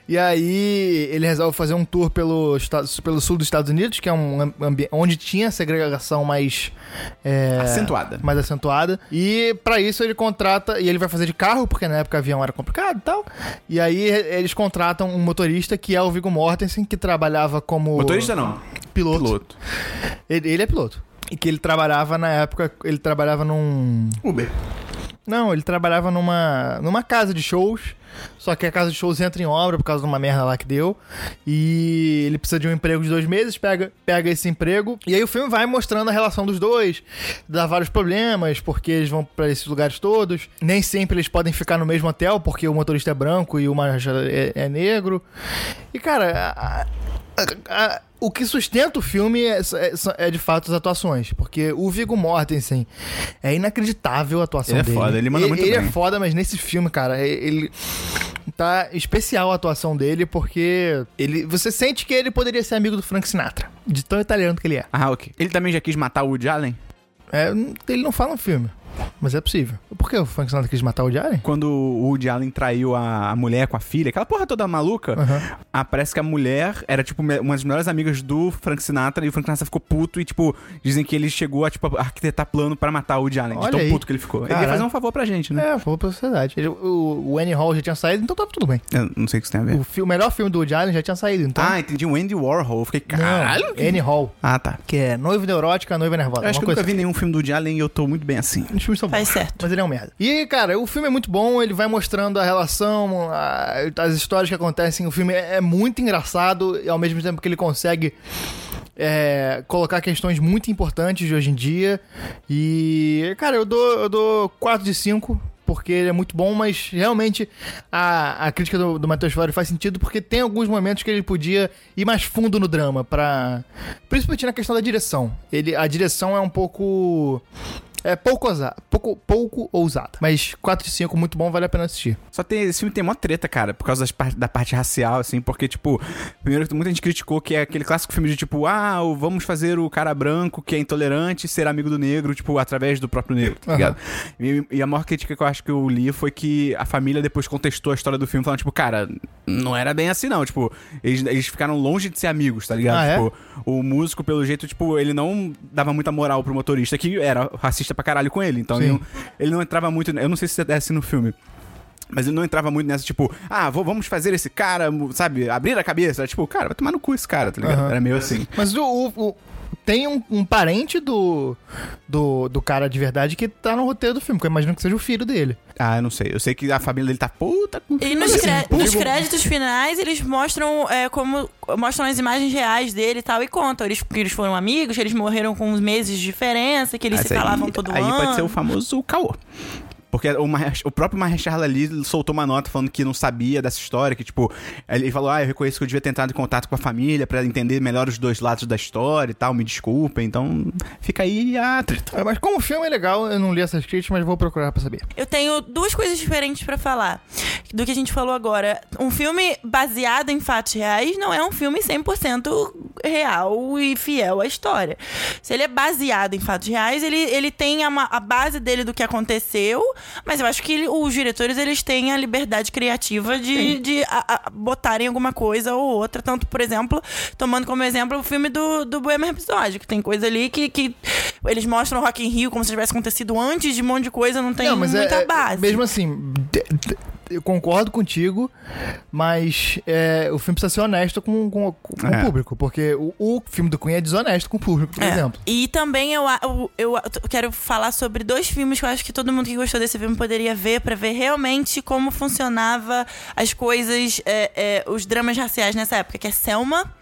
[SPEAKER 4] E aí ele resolve fazer um tour pelo, esta- pelo sul dos Estados Unidos, que é um am- ambiente onde tinha segregação mais é,
[SPEAKER 1] Acentuada.
[SPEAKER 4] mais acentuada. E pra isso ele contrata e ele vai fazer de carro, porque na época avião era complicado e tal. E aí re- eles contratam um motorista que é o Viggo Mortensen, que trabalhava como
[SPEAKER 1] Motorista não,
[SPEAKER 4] piloto.
[SPEAKER 1] piloto.
[SPEAKER 4] Ele, ele é piloto. E que ele trabalhava na época, ele trabalhava num
[SPEAKER 1] Uber.
[SPEAKER 4] Não, ele trabalhava numa, numa casa de shows. Só que a casa de shows entra em obra por causa de uma merda lá que deu. E ele precisa de um emprego de dois meses, pega, pega esse emprego. E aí o filme vai mostrando a relação dos dois, dá vários problemas, porque eles vão pra esses lugares todos. Nem sempre eles podem ficar no mesmo hotel, porque o motorista é branco e o marajá é, é negro. E cara, a- a- a- a- o que sustenta o filme é, é- é, de fato as atuações, porque o Viggo Mortensen é inacreditável a atuação
[SPEAKER 1] Ele é
[SPEAKER 4] dele.
[SPEAKER 1] foda, ele manda muito
[SPEAKER 4] Ele é
[SPEAKER 1] bem.
[SPEAKER 4] foda, mas nesse filme, cara, e- ele tá especial a atuação dele porque ele você sente que ele poderia ser amigo do Frank Sinatra, de tão italiano que ele é.
[SPEAKER 1] Ah, ok. Ele também já quis matar o Woody Allen?
[SPEAKER 4] É, n- ele não fala no filme, mas é possível. Por que o Frank Sinatra quis matar o Woody Allen?
[SPEAKER 1] Quando o Woody Allen traiu a, a mulher com a filha, aquela porra toda maluca,
[SPEAKER 4] Aham.
[SPEAKER 1] ah, parece que a mulher era, tipo, me- uma das melhores amigas do Frank Sinatra e o Frank Sinatra ficou puto e, tipo, dizem que ele chegou a, tipo, arquitetar plano pra matar o Woody Allen, de
[SPEAKER 4] Olha
[SPEAKER 1] tão
[SPEAKER 4] aí.
[SPEAKER 1] puto que ele ficou. Ele ia
[SPEAKER 4] Caralho.
[SPEAKER 1] fazer um favor pra gente, né?
[SPEAKER 4] É, foi pra sociedade. Ele- o, o Annie Hall já tinha saído, então tava tudo bem.
[SPEAKER 1] Eu não sei o que isso tem a ver.
[SPEAKER 4] O, fi- o melhor filme do Woody Allen já tinha saído, então.
[SPEAKER 1] Ah, entendi. O Andy Warhol. Eu fiquei,
[SPEAKER 4] Não,
[SPEAKER 1] caralho. que-
[SPEAKER 4] Annie Hall,
[SPEAKER 1] Ah, tá.
[SPEAKER 4] que é noiva neurótica, noiva nervosa.
[SPEAKER 1] Eu acho que
[SPEAKER 4] uma
[SPEAKER 1] eu
[SPEAKER 4] coisa
[SPEAKER 1] nunca vi nenhum filme do Woody Allen e eu tô muito bem assim.
[SPEAKER 4] Os filmes são bons.
[SPEAKER 3] Faz certo.
[SPEAKER 4] Mas ele é um merda. E, cara, o filme é muito bom, ele vai mostrando a relação, a- as histórias que acontecem. O filme é, é muito engraçado, e ao mesmo tempo que ele consegue é, colocar questões muito importantes de hoje em dia. E, cara, eu dou, eu dou 4 de 5. Porque ele é muito bom, mas realmente a, a crítica do, do Matheus Flávio faz sentido, porque tem alguns momentos que ele podia ir mais fundo no drama, para Principalmente na questão da direção. Ele, a direção é um pouco. É pouco ousada. Pouco, pouco ousada. Mas 4 de 5, muito bom, vale a pena assistir.
[SPEAKER 1] Só tem. Esse filme tem mó treta, cara, por causa das par- da parte racial, assim, porque, tipo, primeiro que muita gente criticou que é aquele clássico filme de tipo, ah, o- vamos fazer o cara branco que é intolerante ser amigo do negro, tipo, através do próprio negro, tá
[SPEAKER 4] Aham.
[SPEAKER 1] ligado? E, e a maior crítica que eu acho que eu li foi que a família depois contestou a história do filme, falando, tipo, cara, não era bem assim, não. Tipo, eles, eles ficaram longe de ser amigos, tá ligado?
[SPEAKER 4] Ah, é?
[SPEAKER 1] tipo, o músico, pelo jeito, tipo, ele não dava muita moral pro motorista, que era racista pra caralho com ele. Então
[SPEAKER 4] Sim.
[SPEAKER 1] ele não, ele não entrava muito. Eu não sei se é assim no filme. Mas ele não entrava muito nessa, tipo, ah, vou- vamos fazer esse cara, mu- sabe, abrir a cabeça. Era tipo, cara, vai tomar no cu esse cara, tá ligado?
[SPEAKER 4] Aham.
[SPEAKER 1] Era meio assim.
[SPEAKER 4] Mas o. o- o- tem um, um parente do, do. do cara de verdade que tá no roteiro do filme, que eu imagino que seja o filho dele.
[SPEAKER 1] Ah, eu não sei. Eu sei que a família dele tá puta com.
[SPEAKER 3] E nos, cré-
[SPEAKER 1] pô,
[SPEAKER 3] nos
[SPEAKER 1] digo-
[SPEAKER 3] créditos finais, eles mostram é, como. mostram as imagens reais dele e tal, e contam. Eles, que eles foram amigos, que eles morreram com uns meses de diferença, que eles
[SPEAKER 1] Mas
[SPEAKER 3] se falavam todo
[SPEAKER 1] aí
[SPEAKER 3] ano.
[SPEAKER 1] pode ser o famoso caô. Porque o, Maher- o próprio Mahershala ali soltou uma nota falando que não sabia dessa história, que tipo, ele falou, ah, eu reconheço que eu devia ter entrado em contato com a família pra entender melhor os dois lados da história e tal, me desculpem, então fica aí a treta.
[SPEAKER 4] É, Mas como o filme é legal, eu não li essas críticas, mas vou procurar pra saber.
[SPEAKER 3] Eu tenho duas coisas diferentes pra falar do que a gente falou agora. Um filme baseado em fatos reais não é um filme 100% real e fiel à história. Se ele é baseado em fatos reais, ele, ele tem a, ma- a base dele do que aconteceu, mas eu acho que ele- os diretores eles têm a liberdade criativa de, de a- a- botarem alguma coisa ou outra. Tanto, por exemplo, tomando como exemplo o filme do, do Bohemian Episódio, que tem coisa ali que, que eles mostram Rock in Rio como se tivesse acontecido antes de um monte de coisa, não é, tem tem muita base.
[SPEAKER 4] é, Mesmo assim, de- de- eu concordo contigo, mas é, o filme precisa ser honesto com, com- com
[SPEAKER 1] É.
[SPEAKER 4] o público, porque o, o filme do Cunha é desonesto com o público, por
[SPEAKER 3] É.
[SPEAKER 4] exemplo.
[SPEAKER 3] E também eu, a- eu, eu a- t- quero falar sobre dois filmes que eu acho que todo mundo que gostou desse filme poderia ver pra ver realmente como funcionava as coisas, é, é, os dramas raciais nessa época, que é Selma,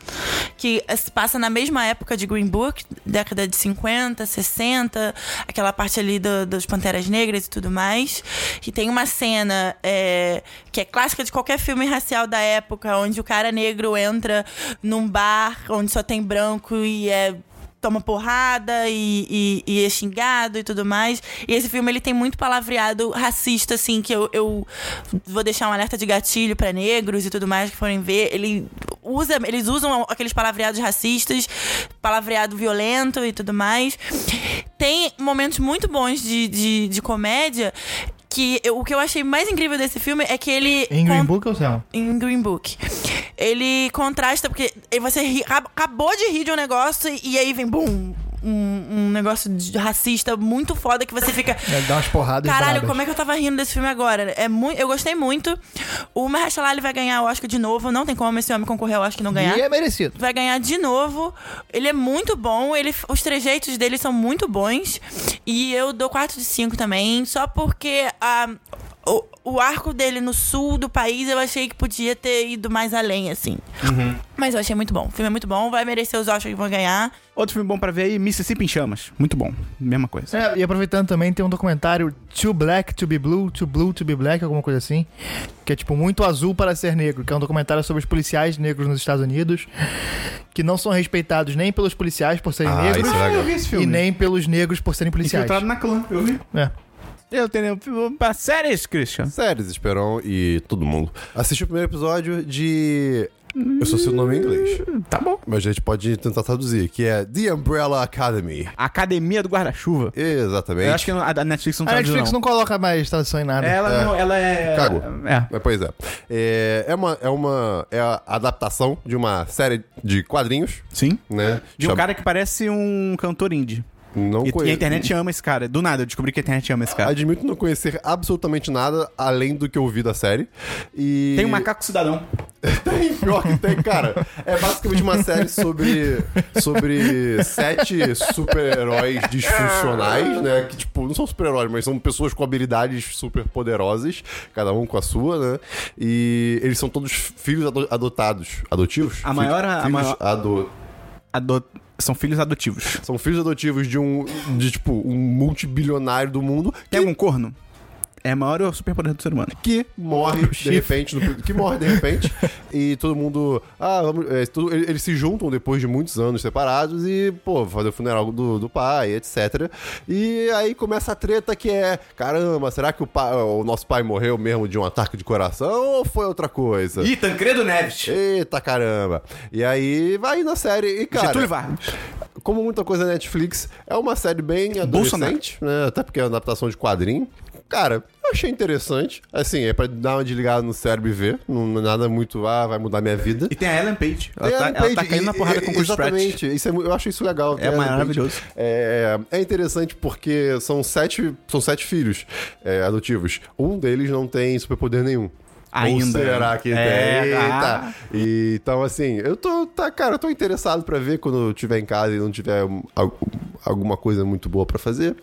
[SPEAKER 3] que eh, se passa na mesma época de Green Book, década de 50, 60, aquela parte ali do- dos Panteras Negras e tudo mais. E tem uma cena é, que é clássica de qualquer filme racial da época, onde o cara negro entra num bar onde só tem branco e é toma porrada e, e, e é xingado e tudo mais. E esse filme ele tem muito palavreado racista, assim, que eu, eu vou deixar um alerta de gatilho pra negros e tudo mais que forem ver. Ele usa, eles usam aqueles palavreados racistas, palavreado violento e tudo mais. Tem momentos muito bons de, de, de comédia. Que eu- o que eu achei mais incrível desse filme é que ele.
[SPEAKER 4] Em Green
[SPEAKER 3] con-
[SPEAKER 4] Book ou Selma?
[SPEAKER 3] em Green Book. Ele contrasta, porque você ri- acab- acabou de rir de um negócio e aí vem, bum, um, um negócio de racista muito foda que você fica.
[SPEAKER 4] É, dá umas porradas
[SPEAKER 3] Caralho,
[SPEAKER 4] brabas.
[SPEAKER 3] como é que eu tava rindo desse filme agora? É muito, eu gostei muito. O Mahershala Ali vai ganhar o Oscar de novo. Não tem como esse homem concorrer ao Oscar e não ganhar
[SPEAKER 4] E é merecido.
[SPEAKER 3] vai ganhar de novo. Ele é muito bom, ele, os trejeitos dele são muito bons. E eu dou 4 de 5 também, só porque a, o, o arco dele no sul do país eu achei que podia ter ido mais além, assim.
[SPEAKER 1] Uhum.
[SPEAKER 3] Mas eu achei muito bom. O filme é muito bom, vai merecer os Oscars que vão ganhar.
[SPEAKER 1] Outro filme bom pra ver aí, Mississippi em Chamas. Muito bom. Mesma coisa.
[SPEAKER 4] É, e aproveitando também, tem um documentário Too Black to Be Blue, Too Blue to Be Black, alguma coisa assim, que é tipo Muito Azul para Ser Negro, que é um documentário sobre os policiais negros nos Estados Unidos, que não são respeitados nem pelos policiais por serem
[SPEAKER 2] Ah,
[SPEAKER 4] negros,
[SPEAKER 2] isso é legal.
[SPEAKER 1] esse um
[SPEAKER 4] e nem pelos negros por serem policiais.
[SPEAKER 1] Infiltrado na clã, eu vi.
[SPEAKER 4] É.
[SPEAKER 1] Eu tenho um pra séries, Christian.
[SPEAKER 2] Séries, Esperon e todo mundo. Assisti o primeiro episódio de. Eu só sei o nome em inglês,
[SPEAKER 1] Tá bom.
[SPEAKER 2] mas a gente pode tentar traduzir, que é The Umbrella Academy.
[SPEAKER 1] Academia do Guarda-Chuva.
[SPEAKER 2] Exatamente.
[SPEAKER 1] Eu acho que a a Netflix não
[SPEAKER 4] A
[SPEAKER 1] traduziu,
[SPEAKER 4] Netflix não coloca mais tradução em nada.
[SPEAKER 1] Ela
[SPEAKER 2] É.
[SPEAKER 1] não, ela é.
[SPEAKER 2] Cagou.
[SPEAKER 1] É.
[SPEAKER 2] Mas, Pois é. É, é uma, é uma é a adaptação de uma série de quadrinhos,
[SPEAKER 1] Sim.
[SPEAKER 2] né?
[SPEAKER 1] De um
[SPEAKER 2] Chama-
[SPEAKER 1] cara que parece um cantor indie.
[SPEAKER 2] não
[SPEAKER 1] E, e a
[SPEAKER 2] conheço-
[SPEAKER 1] internet ama esse cara. Do nada, eu descobri que a internet ama esse cara.
[SPEAKER 2] Admito não conhecer absolutamente nada além do que eu vi da série. E
[SPEAKER 1] Tem um macaco cidadão.
[SPEAKER 2] Tem, pior que tem, cara. É basicamente uma série sobre, sobre sete super-heróis disfuncionais, né? Que, tipo, não são super-heróis, mas são pessoas com habilidades super poderosas, cada um com a sua, né? E eles são todos filhos ado- adotados. Adotivos?
[SPEAKER 1] A maior- a
[SPEAKER 2] Filhos
[SPEAKER 1] maior-
[SPEAKER 2] ado-
[SPEAKER 1] Ado- São filhos adotivos.
[SPEAKER 2] São filhos adotivos de um, de, tipo, um multibilionário do mundo
[SPEAKER 1] Tem
[SPEAKER 2] que,
[SPEAKER 1] algum corno? É o maior superpoder do ser humano.
[SPEAKER 2] que morre de
[SPEAKER 4] chifre.
[SPEAKER 2] repente, no- que morre de repente, e todo mundo. Ah, vamos. é, tudo- ele- eles se juntam depois de muitos anos separados e, pô, fazer o funeral do, do pai, etc. E aí começa a treta que é: caramba, será que o, pai- o nosso pai morreu mesmo de um ataque de coração ou foi outra coisa?
[SPEAKER 1] Ih, Tancredo Neves.
[SPEAKER 2] Eita caramba! E aí vai na série e, cara.
[SPEAKER 1] Getúlio Vargas.
[SPEAKER 2] Como muita coisa na Netflix, é uma série bem
[SPEAKER 1] Bolsonaro.
[SPEAKER 2] adolescente, né? Até porque é uma adaptação de quadrinho. Cara, eu achei interessante. Assim, é pra dar uma desligada no cérebro e ver. Não, não é nada muito, ah, vai mudar minha vida.
[SPEAKER 1] E tem a Ellen Page. Ela,
[SPEAKER 2] Tem
[SPEAKER 1] tá,
[SPEAKER 2] a Ellen
[SPEAKER 1] ela tá
[SPEAKER 2] Page,
[SPEAKER 1] caindo na
[SPEAKER 2] e-
[SPEAKER 1] porrada
[SPEAKER 2] e-
[SPEAKER 1] com o Chris Pratt.
[SPEAKER 2] Exatamente. Isso é mu- eu acho isso legal. tem a Ellen Page.
[SPEAKER 1] maravilhoso.
[SPEAKER 2] É, é interessante porque são sete, são sete filhos é, adotivos. Um deles não tem superpoder nenhum.
[SPEAKER 1] Ainda.
[SPEAKER 2] Ou será que
[SPEAKER 1] É,
[SPEAKER 2] tem?
[SPEAKER 1] ah.
[SPEAKER 2] Eita. E, então, assim, eu tô. Tá, cara, eu tô interessado pra ver quando eu tiver em casa e não tiver um, al- alguma coisa muito boa pra fazer.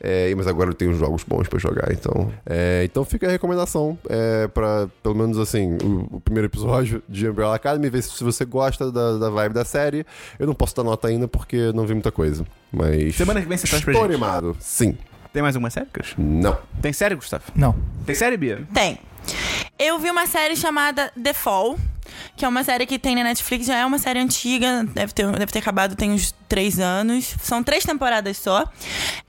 [SPEAKER 2] É, mas agora eu tenho jogos bons pra jogar, então. É, então fica a recomendação é, para pelo menos assim, o, o primeiro episódio de Umbrella Academy, ver se, se você gosta da, da vibe da série. Eu não posso dar nota ainda porque não vi muita coisa. Mas.
[SPEAKER 1] Semana que vem você traz pra
[SPEAKER 2] Estou
[SPEAKER 1] gente.
[SPEAKER 2] animado, sim.
[SPEAKER 1] Tem mais alguma série, Cris?
[SPEAKER 2] Não.
[SPEAKER 1] Tem série, Gustavo?
[SPEAKER 4] Não.
[SPEAKER 1] Tem série, Bia?
[SPEAKER 3] Tem. Eu vi uma série chamada The Fall, que é uma série que tem na Netflix, já é uma série antiga, deve ter, deve ter acabado tem uns três anos. São três temporadas só.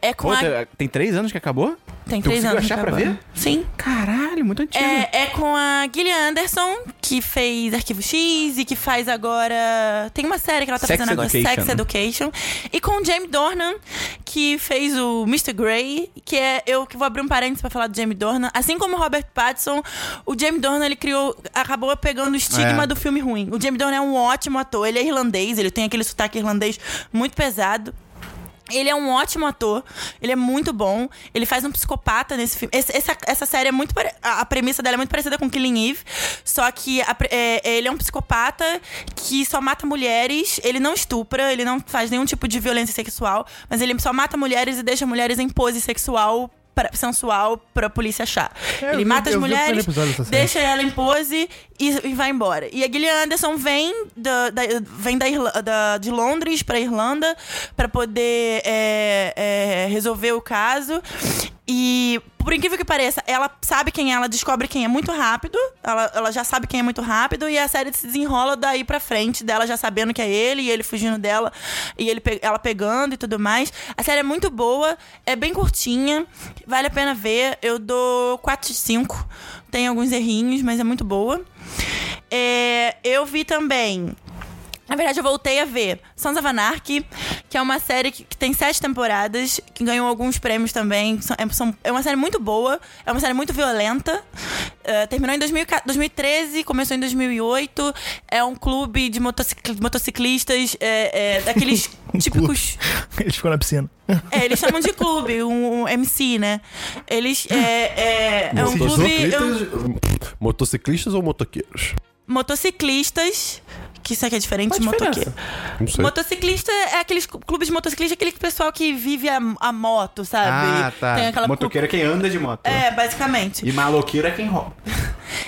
[SPEAKER 3] É com
[SPEAKER 1] Pô,
[SPEAKER 3] a-
[SPEAKER 1] tem, tem três anos que acabou?
[SPEAKER 3] Tem
[SPEAKER 1] tu
[SPEAKER 3] três
[SPEAKER 1] conseguiu
[SPEAKER 3] anos.
[SPEAKER 1] achar pra
[SPEAKER 3] acabou.
[SPEAKER 1] ver?
[SPEAKER 3] Sim.
[SPEAKER 1] Caralho, muito antigo.
[SPEAKER 3] É, é com a Gillian Anderson, que fez Arquivo X e que faz agora. Tem uma série que ela tá
[SPEAKER 1] Sex
[SPEAKER 3] fazendo agora,
[SPEAKER 1] Education.
[SPEAKER 3] Sex Education. E com o Jamie Dornan, que fez o Mr. Grey, que é. Eu que vou abrir um parênteses pra falar do Jamie Dornan. Assim como o Robert Pattinson, o Jamie Dornan ele criou. acabou pegando o estigma
[SPEAKER 1] É.
[SPEAKER 3] do filme ruim. O Jamie Dornan é um ótimo ator, ele é irlandês, ele tem aquele sotaque irlandês muito pesado. Ele é um ótimo ator, ele é muito bom, ele faz um psicopata nesse filme. Esse- essa, essa série é muito. pare- A, a premissa dela é muito parecida com Killing Eve, só que a pre- é, ele é um psicopata que só mata mulheres, ele não estupra, ele não faz nenhum tipo de violência sexual, mas ele só mata mulheres e deixa mulheres em pose sexual. pra- sensual pra polícia achar.
[SPEAKER 4] É, eu
[SPEAKER 3] ele
[SPEAKER 4] vi-
[SPEAKER 3] mata as
[SPEAKER 4] eu vi o primeiro
[SPEAKER 3] mulheres,
[SPEAKER 4] episódio dessa série.
[SPEAKER 3] deixa deixa ela em pose e, e vai embora. E a Gillian Anderson vem, da, da- vem da Irla- da- de Londres pra Irlanda pra poder é, é, resolver o caso. E, por incrível que pareça, ela sabe quem é, ela descobre quem é muito rápido. Ela, ela já sabe quem é muito rápido e a série se desenrola daí pra frente dela já sabendo que é ele e ele fugindo dela e ele, pe- ela pegando e tudo mais. A série é muito boa, é bem curtinha, vale a pena ver. Eu dou 4 de 5. Tem alguns errinhos, mas é muito boa. É, eu vi também. Na verdade, eu voltei a ver Sons of Anarchy, que é uma série que, que tem sete temporadas, que ganhou alguns prêmios também. São- é, são- é uma série muito boa, é uma série muito violenta. Eh, terminou em 2000 2013, começou em 2008. É um clube de motocicl- motociclistas, é, é, daqueles típicos.
[SPEAKER 4] Ele ficou na piscina.
[SPEAKER 3] É, eles chamam de clube, um, um MC, né? Eles. É, é, é um clube. é um-
[SPEAKER 2] Motociclistas, motociclistas ou motoqueiros?
[SPEAKER 3] motociclistas. Que isso aqui é diferente de motoqueiro.
[SPEAKER 2] Não sei.
[SPEAKER 3] Mmotociclista é aqueles cl- clubes de motociclista, aquele pessoal que vive a, a moto, sabe?
[SPEAKER 1] Ah, tá.
[SPEAKER 3] Tem aquela
[SPEAKER 1] Motoqueiro é quem anda de moto.
[SPEAKER 3] É, basicamente.
[SPEAKER 1] E maloqueiro é quem rouba.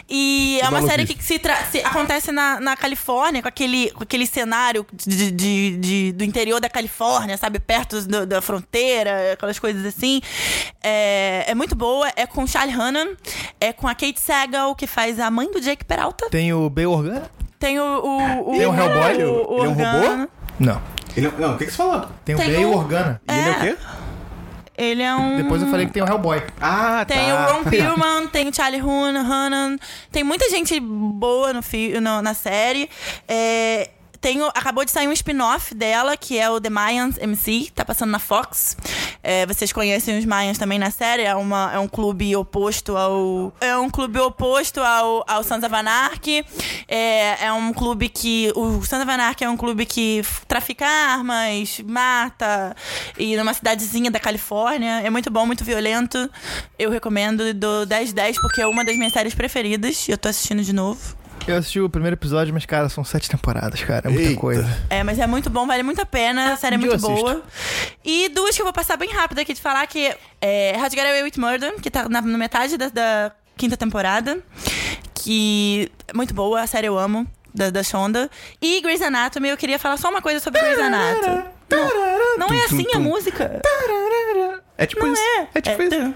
[SPEAKER 3] E é uma
[SPEAKER 2] Maluquice.
[SPEAKER 3] série que se tra- se- acontece na, na Califórnia, com aquele, com aquele cenário de, de- de- do interior da Califórnia, sabe? Perto do- da fronteira, aquelas coisas assim. É, é muito boa. É com Charlie Hannan, é com a Kate Sagal, que faz a mãe do Jake Peralta.
[SPEAKER 4] Tem o B Organa?
[SPEAKER 3] Tem o. o, o
[SPEAKER 4] Tem o Hellboy?
[SPEAKER 1] Ele é um robô?
[SPEAKER 3] Organa.
[SPEAKER 4] Não.
[SPEAKER 1] Ele, é um, não, o que, que você falou?
[SPEAKER 4] Tem o
[SPEAKER 3] Tem
[SPEAKER 4] Bay
[SPEAKER 3] um-
[SPEAKER 4] Organa.
[SPEAKER 1] E ele é o
[SPEAKER 3] É.
[SPEAKER 1] quê?
[SPEAKER 3] Ele é um.
[SPEAKER 4] Depois eu falei que tem o Hellboy.
[SPEAKER 1] Ah,
[SPEAKER 3] Tem
[SPEAKER 1] tá.
[SPEAKER 3] o Ron Perlman, tem o Charlie Hun- Hunnam, tem muita gente boa no fi, no- na série. É, tem o- acabou de sair um spin-off dela, que é o The Mayans MC, tá passando na Fox. É, vocês conhecem os Mayans também na série, é, uma, é um clube oposto ao. É um clube oposto ao, ao Sons of Anarchy. É, é um clube que. O Sons of Anarchy é um clube que f- trafica armas, mata, e numa cidadezinha da Califórnia. É muito bom, muito violento. Eu recomendo e dou 10-10, porque é uma das minhas séries preferidas. E eu tô assistindo de novo.
[SPEAKER 4] Eu assisti o primeiro episódio, mas, cara, são sete temporadas, cara. É muita
[SPEAKER 2] Eita.
[SPEAKER 4] coisa.
[SPEAKER 3] É, mas é muito bom, vale muito a pena. A série é
[SPEAKER 4] Um dia
[SPEAKER 3] muito
[SPEAKER 4] eu assisto.
[SPEAKER 3] boa. E duas que eu vou passar bem rápido aqui de falar, que é How to Get Away with Murder, que tá na, na metade da, da quinta temporada. Que é muito boa, a série eu amo, da, da Shonda. E Grey's Anatomy, eu queria falar só uma coisa sobre Grey's Anatomy. Não, não é assim a música.
[SPEAKER 1] É tipo
[SPEAKER 3] Não
[SPEAKER 1] isso.
[SPEAKER 3] é.
[SPEAKER 1] É tipo isso.
[SPEAKER 3] tan,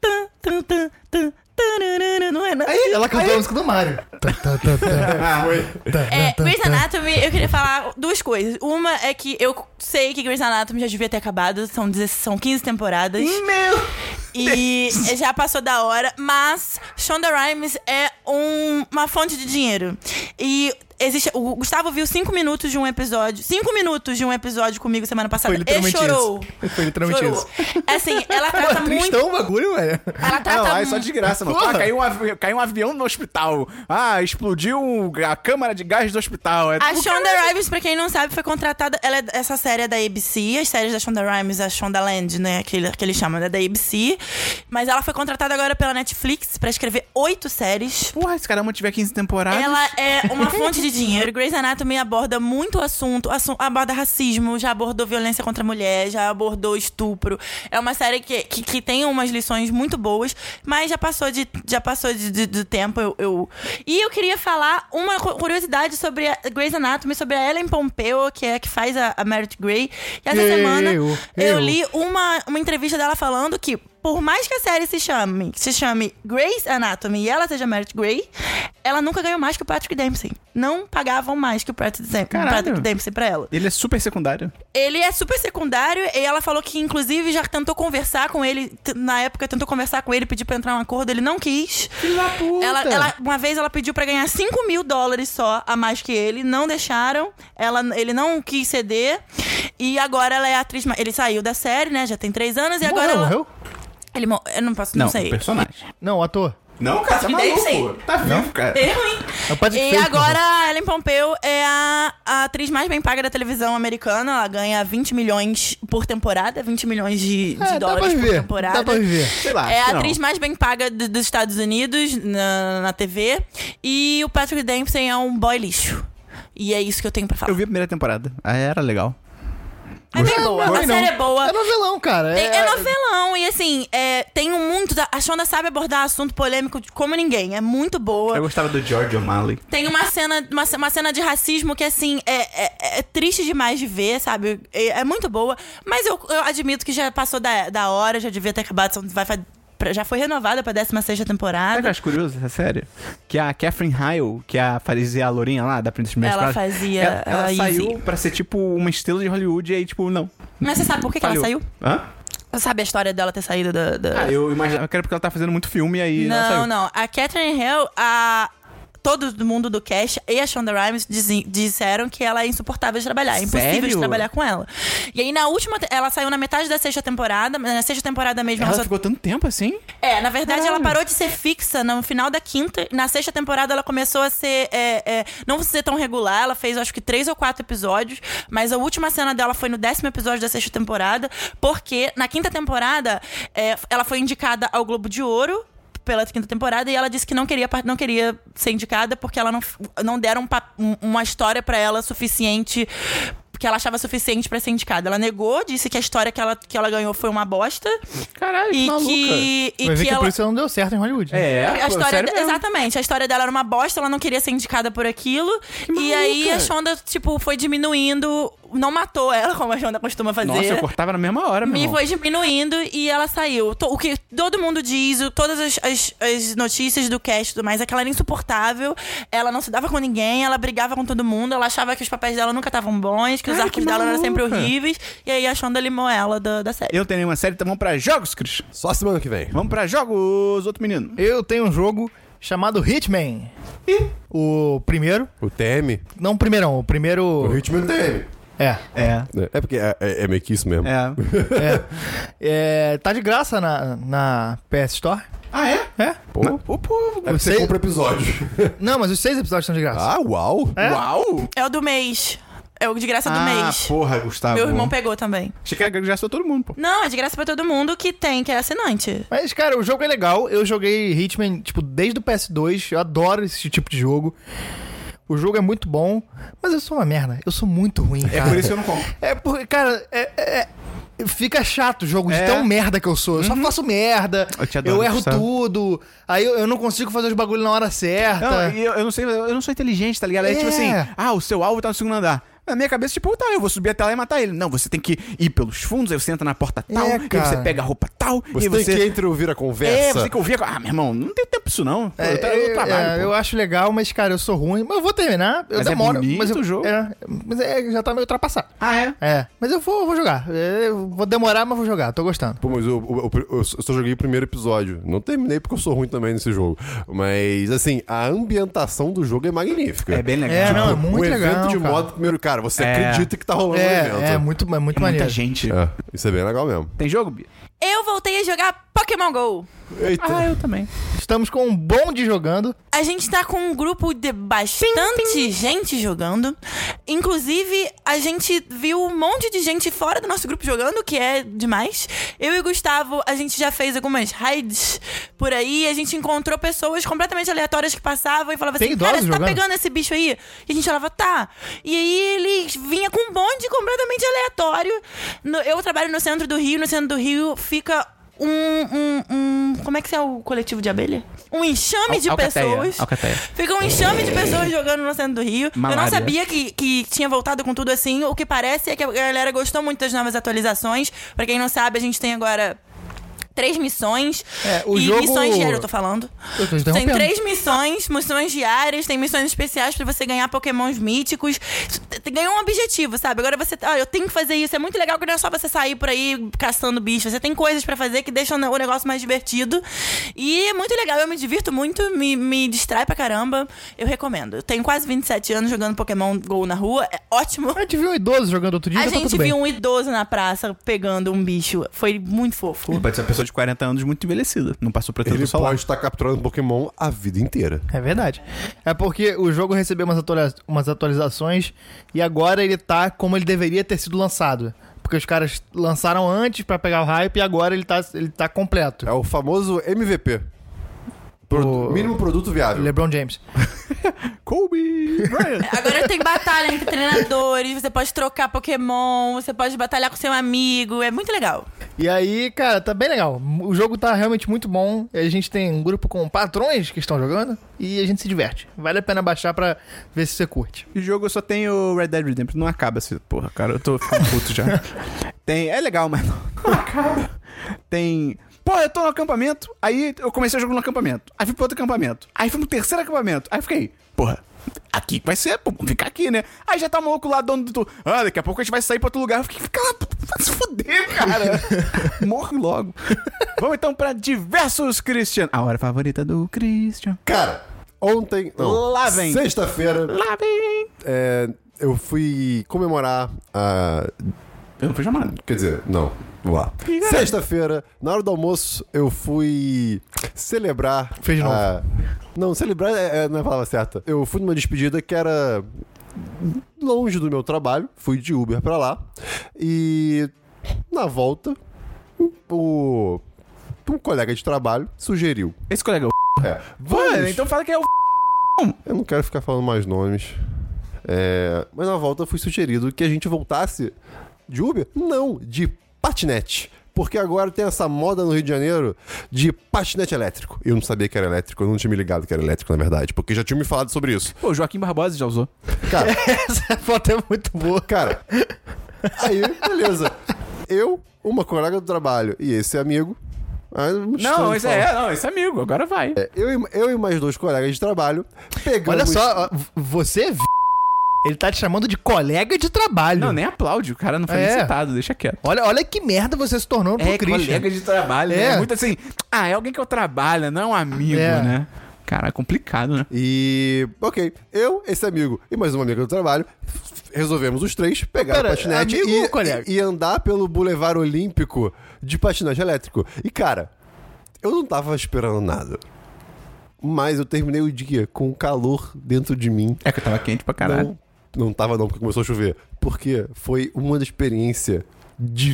[SPEAKER 3] tan, tan, tan, tan, tararara, Não é nada.
[SPEAKER 4] Aí, ela cantou a música do Mario. Tá, tá, tá, tá.
[SPEAKER 1] Ah,
[SPEAKER 4] Tá,
[SPEAKER 3] É,
[SPEAKER 4] tá, tá,
[SPEAKER 3] Grey's
[SPEAKER 4] tá.
[SPEAKER 3] Anatomy, eu queria falar duas coisas. Uma é que eu sei que Grey's Anatomy já devia ter acabado, são, 16 são 15 temporadas.
[SPEAKER 4] Hum.
[SPEAKER 3] Meu! E já passou da hora, mas Shonda Rhimes é um- uma fonte de dinheiro. E existe. O Gustavo viu cinco minutos de um episódio. Cinco minutos de um episódio comigo semana passada.
[SPEAKER 4] Foi
[SPEAKER 3] e
[SPEAKER 4] literalmente
[SPEAKER 3] chorou.
[SPEAKER 4] isso. Foi literalmente é
[SPEAKER 3] chorou. Assim, ela
[SPEAKER 4] Pô,
[SPEAKER 3] trata muito. Tá
[SPEAKER 4] tristão o bagulho, velho.
[SPEAKER 3] Ela trata
[SPEAKER 1] Não,
[SPEAKER 4] é
[SPEAKER 1] aí
[SPEAKER 3] mu-
[SPEAKER 1] Ah, é só desgraça, mano.
[SPEAKER 4] Porra.
[SPEAKER 1] Ah, caiu um, avi- caiu um avião no hospital. Ah, explodiu um- a câmara de gás do hospital. É
[SPEAKER 3] A
[SPEAKER 1] tudo-
[SPEAKER 3] Shonda Rhimes, pra quem não sabe, foi contratada. Ela é- essa série é da ABC, as séries da Shonda Rhimes, a Shonda Land, né? Que, ele- que eles chamam, é da ABC. série. Mas ela foi contratada agora pela Netflix pra escrever oito séries.
[SPEAKER 1] Porra, se caramba tiver 15 temporadas.
[SPEAKER 3] Ela é uma fonte de dinheiro. Grey's Anatomy aborda muito assunto, assu- aborda racismo, já abordou violência contra a mulher, já abordou estupro. É uma série que, que, que tem umas lições muito boas, mas já passou de, já passou de, de- do tempo. Eu, eu- E eu queria falar uma cu- curiosidade sobre a Grey's Anatomy, sobre a Ellen Pompeo, que é a que faz a, a Merit Grey. E essa
[SPEAKER 4] Eu,
[SPEAKER 3] semana
[SPEAKER 4] eu.
[SPEAKER 3] eu li uma, uma entrevista dela falando que por mais que a série se chame, se chame Grey's Anatomy e ela seja Merit Grey, ela nunca ganhou mais que o Patrick Dempsey. Não pagavam mais que o Patrick Dempsey,
[SPEAKER 1] Caralho.
[SPEAKER 3] Patrick Dempsey pra ela.
[SPEAKER 1] Ele é super secundário.
[SPEAKER 3] Ele é super secundário e ela falou que, inclusive, já tentou conversar com ele. t- Na época, tentou conversar com ele, pedir pra entrar num acordo, ele não quis.
[SPEAKER 1] Filho da Tá puta.
[SPEAKER 3] Ela, ela- uma vez ela pediu pra ganhar 5 mil dólares só a mais que ele, não deixaram, ela, ele não quis ceder. E agora ela é a atriz. ma- Ele saiu da série, né? Já tem três anos, e agora.
[SPEAKER 4] morreu,
[SPEAKER 3] ela-
[SPEAKER 4] morreu?
[SPEAKER 3] Ele mo- Eu não posso, não,
[SPEAKER 1] Não,
[SPEAKER 3] sei.
[SPEAKER 1] personagem.
[SPEAKER 4] Não, ator.
[SPEAKER 1] Não, cara,
[SPEAKER 3] tá maluco.
[SPEAKER 1] Tá vivo, cara.
[SPEAKER 3] Eu, hein?
[SPEAKER 4] É o Patrick
[SPEAKER 3] E
[SPEAKER 4] Bateman.
[SPEAKER 3] agora a Ellen Pompeu é a, a atriz mais bem paga da televisão americana. Ela ganha 20 milhões por temporada, 20 milhões de, de
[SPEAKER 4] É, dá pra
[SPEAKER 3] dólares por
[SPEAKER 4] viver.
[SPEAKER 3] temporada.
[SPEAKER 4] Dá pra viver.
[SPEAKER 1] Sei lá.
[SPEAKER 3] É a
[SPEAKER 1] não.
[SPEAKER 3] atriz mais bem paga do- dos Estados Unidos na, na TV. E o Patrick Dempsey é um boy lixo. E é isso que eu tenho pra falar.
[SPEAKER 1] Eu vi a primeira temporada. Ah, Era legal.
[SPEAKER 3] A série é boa.
[SPEAKER 4] Não,
[SPEAKER 3] A
[SPEAKER 4] não.
[SPEAKER 3] série é boa.
[SPEAKER 4] É novelão, cara.
[SPEAKER 3] Tem- é novelão, e assim, é, tem um muito. da- A Shonda sabe abordar assunto polêmico como ninguém. É muito boa.
[SPEAKER 1] Eu gostava do George O'Malley.
[SPEAKER 3] Tem uma cena, uma, ce- uma cena de racismo que, assim, é, é- é triste demais de ver, sabe? É, é muito boa. Mas eu, eu admito que já passou da, da hora, já devia ter acabado. são- Vai, fa- pra- já foi renovada pra 16
[SPEAKER 1] Sabe o que eu
[SPEAKER 3] temporada.
[SPEAKER 1] acho curioso dessa série? Que a Catherine Hale, que é a fazia a lourinha lá da Princesa Meia
[SPEAKER 3] Ela
[SPEAKER 1] Espada,
[SPEAKER 3] fazia
[SPEAKER 1] Ela, ela
[SPEAKER 3] a Izzy.
[SPEAKER 1] saiu pra ser tipo uma estrela de Hollywood e aí, tipo, não.
[SPEAKER 3] Mas você sabe por que, que ela
[SPEAKER 1] falhou.
[SPEAKER 3] saiu?
[SPEAKER 1] Hã?
[SPEAKER 3] Você sabe a história dela ter saído da. da-
[SPEAKER 1] Ah, eu imaginava que era porque ela tá fazendo muito filme e aí ela
[SPEAKER 3] não,
[SPEAKER 1] saiu.
[SPEAKER 3] não. A Catherine Hale, a. Todo mundo do cast e a Shonda Rhimes dizi- disseram que ela é insuportável de trabalhar. É impossível de
[SPEAKER 1] Sério?
[SPEAKER 3] trabalhar com ela. E aí, na última... te- Ela saiu na metade da sexta temporada. mas Na sexta temporada mesmo,
[SPEAKER 1] Ela
[SPEAKER 3] só-
[SPEAKER 1] ficou tanto tempo assim?
[SPEAKER 3] É, na verdade
[SPEAKER 1] Caralho.
[SPEAKER 3] ela parou de ser fixa no final da quinta. e Na sexta temporada ela começou a ser. é, é, não ser tão regular. Ela fez acho que três ou quatro episódios. Mas a última cena dela foi no décimo episódio da sexta temporada. Porque na quinta temporada é, ela foi indicada ao Globo de Ouro. Pela quinta temporada, e ela disse que não queria, par- não queria ser indicada porque ela não, f- não deram um pa- um- uma história pra ela suficiente que ela achava suficiente pra ser indicada. Ela negou, disse que a história que ela, que ela ganhou foi uma bosta.
[SPEAKER 1] Caralho,
[SPEAKER 3] E
[SPEAKER 1] maluca.
[SPEAKER 3] que, e
[SPEAKER 4] Vai ver
[SPEAKER 3] que
[SPEAKER 4] que
[SPEAKER 3] ela.
[SPEAKER 4] por isso ela não deu certo em Hollywood. né?
[SPEAKER 1] É,
[SPEAKER 3] A
[SPEAKER 1] pô,
[SPEAKER 3] história
[SPEAKER 1] sério
[SPEAKER 3] de-
[SPEAKER 1] mesmo.
[SPEAKER 3] exatamente, a história dela era uma bosta, ela não queria ser indicada por aquilo. E aí a Shonda, tipo, foi diminuindo, não matou ela, como a Shonda costuma fazer.
[SPEAKER 1] Nossa, eu cortava na mesma hora, meu
[SPEAKER 3] E
[SPEAKER 1] irmão.
[SPEAKER 3] foi diminuindo e ela saiu. To- O que todo mundo diz, o- todas as, as- as notícias do cast e tudo mais, é que ela era insuportável, ela não se dava com ninguém, ela brigava com todo mundo, ela achava que os papéis dela nunca estavam bons, que os
[SPEAKER 1] Cara,
[SPEAKER 3] arcos
[SPEAKER 1] que
[SPEAKER 3] dela eram sempre
[SPEAKER 1] maluca.
[SPEAKER 3] horríveis. E aí a Shonda limou ela da, da série.
[SPEAKER 1] Eu não tenho nenhuma série, então vamos pra jogos, Cris.
[SPEAKER 2] Só semana que vem.
[SPEAKER 1] Vamos pra jogos, outro menino.
[SPEAKER 4] Eu tenho um jogo chamado Hitman. O primeiro.
[SPEAKER 2] O TM.
[SPEAKER 4] Não o primeirão, o primeiro.
[SPEAKER 2] O ritmo do TM.
[SPEAKER 4] É.
[SPEAKER 1] É.
[SPEAKER 2] É porque é, é- é meio que isso mesmo.
[SPEAKER 1] É.
[SPEAKER 4] É, Tá de graça na, na PS Store.
[SPEAKER 1] ah, é?
[SPEAKER 4] É?
[SPEAKER 2] Pô,
[SPEAKER 1] Ô, pô.
[SPEAKER 2] é porque você
[SPEAKER 4] sei-
[SPEAKER 2] compra episódio.
[SPEAKER 4] Não, mas os seis episódios estão de graça.
[SPEAKER 2] Ah, uau.
[SPEAKER 4] É?
[SPEAKER 1] Uau!
[SPEAKER 3] É o do mês. É o de graça do
[SPEAKER 1] Ah,
[SPEAKER 3] mês.
[SPEAKER 1] porra, Gustavo.
[SPEAKER 3] Meu irmão pegou também.
[SPEAKER 1] Achei que era- já sou todo mundo, pô.
[SPEAKER 3] Não, é de graça pra todo mundo que tem, que é assinante.
[SPEAKER 4] Mas, cara, o jogo é legal. Eu joguei Hitman, tipo, desde o PS2. Eu adoro esse tipo de jogo. O jogo é muito bom, mas eu sou uma merda. Eu sou muito ruim, cara.
[SPEAKER 1] É por isso que eu não compro.
[SPEAKER 4] É porque, cara, é- é- é- Fica chato o jogo de
[SPEAKER 1] É. Uhum.
[SPEAKER 4] tão merda que eu sou. Eu só faço merda.
[SPEAKER 1] Eu te adoro,
[SPEAKER 4] eu erro
[SPEAKER 1] Gustavo.
[SPEAKER 4] tudo. Aí eu, eu não consigo fazer os bagulho na hora certa.
[SPEAKER 1] Não, e eu, eu não sei, eu não sou inteligente, tá ligado? É,
[SPEAKER 4] Tá. É.
[SPEAKER 1] tipo assim, ah, o seu alvo tá no segundo andar. Na minha cabeça, tipo, tá, eu vou subir até lá e matar ele. Não, você tem que ir pelos fundos, aí você entra na porta tal,
[SPEAKER 4] É,
[SPEAKER 1] aí você
[SPEAKER 4] cara.
[SPEAKER 1] pega a roupa tal,
[SPEAKER 2] Você,
[SPEAKER 1] e você.
[SPEAKER 2] tem que entre ouvir a
[SPEAKER 1] É,
[SPEAKER 2] conversa.
[SPEAKER 1] você tem que ouvir. agora. Ah, meu irmão, não tem tempo pra isso não. Pô,
[SPEAKER 4] É,
[SPEAKER 1] eu, tra- eu trabalho.
[SPEAKER 4] é,
[SPEAKER 1] pô.
[SPEAKER 4] eu acho legal, mas, cara, eu sou ruim. Mas eu vou terminar. Eu
[SPEAKER 1] Mas é
[SPEAKER 4] demoro.
[SPEAKER 1] bonito
[SPEAKER 4] mas eu,
[SPEAKER 1] o jogo.
[SPEAKER 4] É, mas é, já tá meio ultrapassado.
[SPEAKER 1] Ah, é?
[SPEAKER 4] É, mas eu vou, vou jogar. É, eu vou demorar, mas vou jogar. Tô gostando.
[SPEAKER 2] Pô, mas eu, eu- eu- eu só joguei o primeiro episódio. Não terminei porque eu sou ruim também nesse jogo. Mas, assim, a ambientação do jogo é magnífica.
[SPEAKER 1] É bem legal.
[SPEAKER 4] É, não, é
[SPEAKER 1] Tipo,
[SPEAKER 4] muito
[SPEAKER 2] o evento
[SPEAKER 4] legal.
[SPEAKER 2] de
[SPEAKER 4] cara.
[SPEAKER 2] modo primeiro, cara, você
[SPEAKER 1] É.
[SPEAKER 2] acredita que tá rolando um evento.
[SPEAKER 4] É, é muito, é muito
[SPEAKER 1] é
[SPEAKER 4] maneiro.
[SPEAKER 1] muita gente.
[SPEAKER 2] É, isso é bem legal mesmo.
[SPEAKER 1] Tem jogo, Bia?
[SPEAKER 3] Eu voltei a jogar Pokémon GO.
[SPEAKER 2] Eita.
[SPEAKER 1] Ah, eu também.
[SPEAKER 4] Estamos com um bonde jogando.
[SPEAKER 3] A gente tá com um grupo de bastante gente jogando. Inclusive, a gente viu um monte de gente fora do nosso grupo jogando, que é demais. Eu e o Gustavo, a gente já fez algumas raids por aí, a gente encontrou pessoas completamente aleatórias que passavam e falavam
[SPEAKER 4] Tem
[SPEAKER 3] assim, cara,
[SPEAKER 4] idosos
[SPEAKER 3] você tá
[SPEAKER 4] jogando?
[SPEAKER 3] pegando esse bicho aí? E a gente falava, tá. E aí ele vinha com um bonde completamente aleatório. No- eu trabalho no centro do Rio, no centro do Rio fica um, um, um- Como é que é o coletivo de abelha? Um enxame de
[SPEAKER 1] Alcateia,
[SPEAKER 3] pessoas.
[SPEAKER 1] alcateia.
[SPEAKER 3] Fica um enxame de pessoas jogando no centro do Rio. Eu
[SPEAKER 1] Malária.
[SPEAKER 3] não sabia que, que tinha voltado com tudo assim. O que parece é que a galera gostou muito das novas atualizações. Pra quem não sabe, a gente tem agora três missões.
[SPEAKER 4] É, o
[SPEAKER 3] e
[SPEAKER 4] jogo-
[SPEAKER 3] missões diárias, eu tô falando.
[SPEAKER 4] Eu tô
[SPEAKER 3] Tem
[SPEAKER 4] interrompendo.
[SPEAKER 3] três missões, missões diárias, tem missões especiais pra você ganhar pokémons míticos. T- Ganhou um objetivo, sabe? Agora você. Ah, eu tenho que fazer isso. É muito legal que não é só você sair por aí caçando bicho. Você tem coisas pra fazer que deixam o negócio mais divertido. E é muito legal. Eu me divirto muito, me, me distrai pra caramba. Eu recomendo. Eu tenho quase 27 anos jogando Pokémon GO na rua. É ótimo.
[SPEAKER 4] A gente viu um idoso jogando outro dia,
[SPEAKER 3] A
[SPEAKER 4] então tá
[SPEAKER 3] gente
[SPEAKER 4] tudo bem.
[SPEAKER 3] viu um idoso na praça pegando um bicho. Foi muito fofo.
[SPEAKER 1] Ele pode ser uma pessoa de 40 anos muito envelhecida. Não passou protetor
[SPEAKER 2] Ele
[SPEAKER 1] solar.
[SPEAKER 2] pode estar capturando Pokémon a vida inteira.
[SPEAKER 4] É verdade. É porque o jogo recebeu umas, atua- umas atualizações e agora ele tá como ele deveria ter sido lançado. Porque os caras lançaram antes pra pegar o hype e agora ele tá, ele tá completo.
[SPEAKER 2] É o famoso MVP. Pro-
[SPEAKER 4] O-
[SPEAKER 2] Mínimo produto viável.
[SPEAKER 4] LeBron James.
[SPEAKER 1] Kobe Bryant.
[SPEAKER 3] Agora tem batalha entre treinadores, você pode trocar Pokémon, você pode batalhar com seu amigo, é muito legal.
[SPEAKER 4] E aí, cara, tá bem legal. O jogo tá realmente muito bom. A gente tem um grupo com patrões que estão jogando e a gente se diverte. Vale a pena baixar pra ver se você curte.
[SPEAKER 1] O jogo eu só tenho Red Dead Redemption. Não acaba essa porra, cara. Eu tô ficando puto já. Tem... É legal, mas não não acaba. Tem... Pô, eu tô no acampamento, aí eu comecei o jogo no acampamento. Aí fui pro outro acampamento. Aí fui pro terceiro acampamento. Aí fiquei, porra, aqui que vai ser, pô, vamos ficar aqui, né? Aí já tá o maluco lá, dono do. tu- Ah, daqui a pouco a gente vai sair pra outro lugar. Eu fiquei, fica lá, vai se fuder, cara. Morre logo. vamos então pra diversos Christian. A hora favorita do Christian.
[SPEAKER 2] Cara, ontem. Não,
[SPEAKER 1] Lá vem.
[SPEAKER 2] Sexta-feira,
[SPEAKER 1] Lá vem.
[SPEAKER 2] é, eu fui comemorar a.
[SPEAKER 1] Eu não fui chamado.
[SPEAKER 2] Quer dizer, não. Vamos lá. Sexta-feira, na hora do almoço, eu fui celebrar.
[SPEAKER 4] Fez de novo.
[SPEAKER 2] a- Não, celebrar é, é- não é a palavra certa. Eu fui numa despedida que era longe do meu trabalho, fui de Uber pra lá. E na volta, o. Um colega de trabalho sugeriu.
[SPEAKER 1] Esse colega é o.
[SPEAKER 2] É,
[SPEAKER 1] Mano,
[SPEAKER 2] vamos-
[SPEAKER 1] então fala que é o.
[SPEAKER 2] eu não quero ficar falando mais nomes. É, mas na volta foi sugerido que a gente voltasse de Uber? Não, de patinete. Porque agora tem essa moda no Rio de Janeiro de patinete elétrico. Eu não sabia que era elétrico, eu não tinha me ligado que era elétrico, na verdade, porque já tinha me falado sobre isso.
[SPEAKER 1] Pô, o Joaquim Barbosa já usou.
[SPEAKER 2] Cara,
[SPEAKER 4] Essa foto é muito boa.
[SPEAKER 2] cara. Aí, beleza. Eu, uma colega do trabalho e esse amigo. ah, muito estranho
[SPEAKER 1] Não, esse
[SPEAKER 2] falar.
[SPEAKER 1] é, não, esse é amigo, agora vai.
[SPEAKER 2] Eu e, eu e mais dois colegas de trabalho pegamos.
[SPEAKER 4] Olha só, ó, v- você. v- Ele tá te chamando de colega de trabalho.
[SPEAKER 1] Não, nem aplaude, o cara não foi
[SPEAKER 4] É. Um
[SPEAKER 1] nem citado, deixa quieto. É,
[SPEAKER 4] Olha, olha que merda você se tornou
[SPEAKER 2] É,
[SPEAKER 4] pro Christian.
[SPEAKER 1] de trabalho,
[SPEAKER 4] né?
[SPEAKER 1] Muito assim, ah, é alguém que eu trabalho, não é um amigo,
[SPEAKER 4] É.
[SPEAKER 1] né? Cara, é complicado, né?
[SPEAKER 2] E, ok, eu, esse amigo e mais uma amiga do trabalho, resolvemos os três pegar
[SPEAKER 4] Pera,
[SPEAKER 2] a patinete
[SPEAKER 4] amigo
[SPEAKER 2] e,
[SPEAKER 4] ou colega?
[SPEAKER 2] e andar pelo Boulevard Olímpico de patinete elétrico. E, cara, eu não tava esperando nada. Mas eu terminei o dia com calor dentro de mim.
[SPEAKER 1] É que eu tava quente pra caralho.
[SPEAKER 2] Não, não tava não, porque começou a chover. Porque foi uma experiência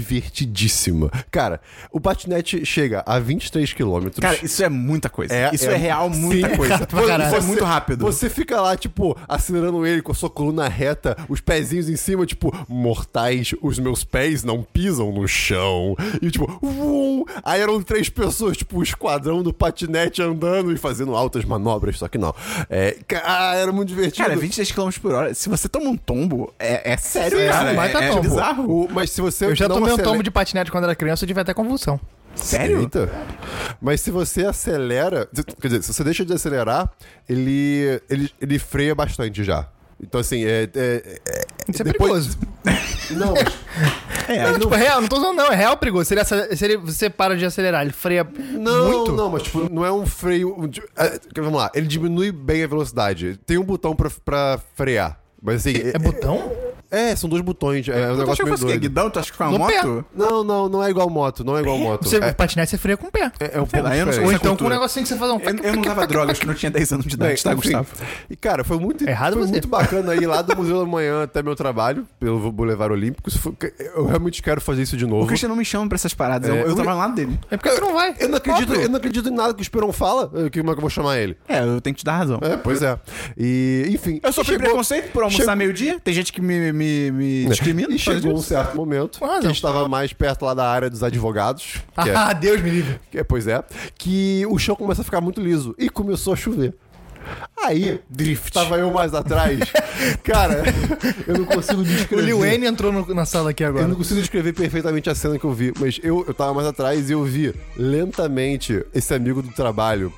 [SPEAKER 2] divertidíssima. Cara, o patinete chega a 23 quilômetros.
[SPEAKER 1] Cara, isso é muita coisa. isso é, real, muita
[SPEAKER 2] Sim,
[SPEAKER 1] coisa.
[SPEAKER 2] cara,
[SPEAKER 1] Isso é
[SPEAKER 2] você-
[SPEAKER 1] muito rápido.
[SPEAKER 2] Você fica lá, tipo, acelerando ele com a sua coluna reta, os pezinhos em cima, tipo, mortais, os meus pés não pisam no chão. E tipo, uum, aí eram três pessoas, tipo, o esquadrão do patinete andando e fazendo altas manobras, só que não. É, ca- ah, era muito divertido.
[SPEAKER 1] Cara, é 26 km por hora, se você toma um tombo, é, é sério,
[SPEAKER 2] Sim,
[SPEAKER 1] cara.
[SPEAKER 4] um
[SPEAKER 1] É,
[SPEAKER 4] baita
[SPEAKER 1] é
[SPEAKER 4] tombo.
[SPEAKER 1] bizarro.
[SPEAKER 2] O- mas se você é-
[SPEAKER 4] Eu já
[SPEAKER 2] não
[SPEAKER 4] tomei um tombo
[SPEAKER 2] acelera-
[SPEAKER 4] de patinete quando era criança, eu tive até convulsão.
[SPEAKER 1] Sério?
[SPEAKER 2] Eita. Mas se você acelera, quer dizer, se você deixa de acelerar, ele ele, ele freia bastante já. Então assim, é, é- é-
[SPEAKER 4] Isso é
[SPEAKER 2] depois-
[SPEAKER 4] perigoso.
[SPEAKER 2] Não, mas
[SPEAKER 4] não, tipo, é real, não tô usando não, é real perigoso. Se ele, ace- se ele- você para de acelerar, ele freia
[SPEAKER 2] Não,
[SPEAKER 4] muito.
[SPEAKER 2] não, mas tipo, não é um freio. um di- é, vamos lá, ele diminui bem a velocidade. Tem um botão pra, pra frear. Mas assim.
[SPEAKER 4] É Então botão?
[SPEAKER 2] É, É, são dois botões. É, um
[SPEAKER 1] tu achou
[SPEAKER 2] negócio
[SPEAKER 1] que
[SPEAKER 2] meio
[SPEAKER 1] fosse o quê?
[SPEAKER 2] doido.
[SPEAKER 1] Guidão? Tu acha que foi uma
[SPEAKER 4] No pé.
[SPEAKER 1] moto?
[SPEAKER 2] Não, não, não é igual moto, não é igual moto.
[SPEAKER 4] Você
[SPEAKER 2] é,
[SPEAKER 4] patinar, você freia com o pé.
[SPEAKER 2] é- é
[SPEAKER 1] Sei
[SPEAKER 2] um pouco
[SPEAKER 1] lá, eu não sei
[SPEAKER 2] diferente.
[SPEAKER 4] Ou
[SPEAKER 1] essa
[SPEAKER 4] então com um
[SPEAKER 1] cultura.
[SPEAKER 4] negocinho que você faz um...
[SPEAKER 1] Eu, eu não usava drogas quando eu tinha 10 anos de
[SPEAKER 2] Bem,
[SPEAKER 1] idade, tá,
[SPEAKER 2] enfim.
[SPEAKER 1] Gustavo?
[SPEAKER 2] E, cara, foi muito,
[SPEAKER 4] É Errado
[SPEAKER 2] foi
[SPEAKER 4] você.
[SPEAKER 2] muito bacana ir lá do Museu da Manhã até meu trabalho, pelo Boulevard Olímpico. Isso foi- Eu realmente quero fazer isso de
[SPEAKER 1] O
[SPEAKER 2] novo.
[SPEAKER 1] Christian não me chama pra essas paradas.
[SPEAKER 2] É,
[SPEAKER 1] eu, eu
[SPEAKER 2] o-
[SPEAKER 1] trabalho lá dele.
[SPEAKER 4] É porque tu não vai.
[SPEAKER 2] Eu não, acredito,
[SPEAKER 4] Óbvio.
[SPEAKER 2] eu não acredito em nada que o Esperon fala. eh, que- Como é que eu vou chamar ele?
[SPEAKER 1] É, eu tenho que te dar razão.
[SPEAKER 2] É, pois é. E, enfim.
[SPEAKER 1] Eu sofri
[SPEAKER 2] chegou-
[SPEAKER 1] preconceito por almoçar
[SPEAKER 2] chegou-
[SPEAKER 1] meio-dia. Tem gente que me, me, me discrimina.
[SPEAKER 2] E
[SPEAKER 1] por causa
[SPEAKER 2] chegou um
[SPEAKER 1] disso.
[SPEAKER 2] certo momento
[SPEAKER 4] Com
[SPEAKER 2] que
[SPEAKER 4] razão.
[SPEAKER 2] eu estava mais perto lá da área dos advogados. Que é,
[SPEAKER 4] Ah, Deus me livre.
[SPEAKER 2] que é- pois é. Que o chão começou a ficar muito liso. E começou a chover. Aí, drift. Tava eu mais atrás. Cara, eu não consigo
[SPEAKER 4] O
[SPEAKER 2] descrever.
[SPEAKER 4] Lil Wayne entrou no- na sala aqui agora.
[SPEAKER 2] Eu não consigo descrever perfeitamente a cena que eu vi, mas eu, eu tava mais atrás e eu vi lentamente esse amigo do trabalho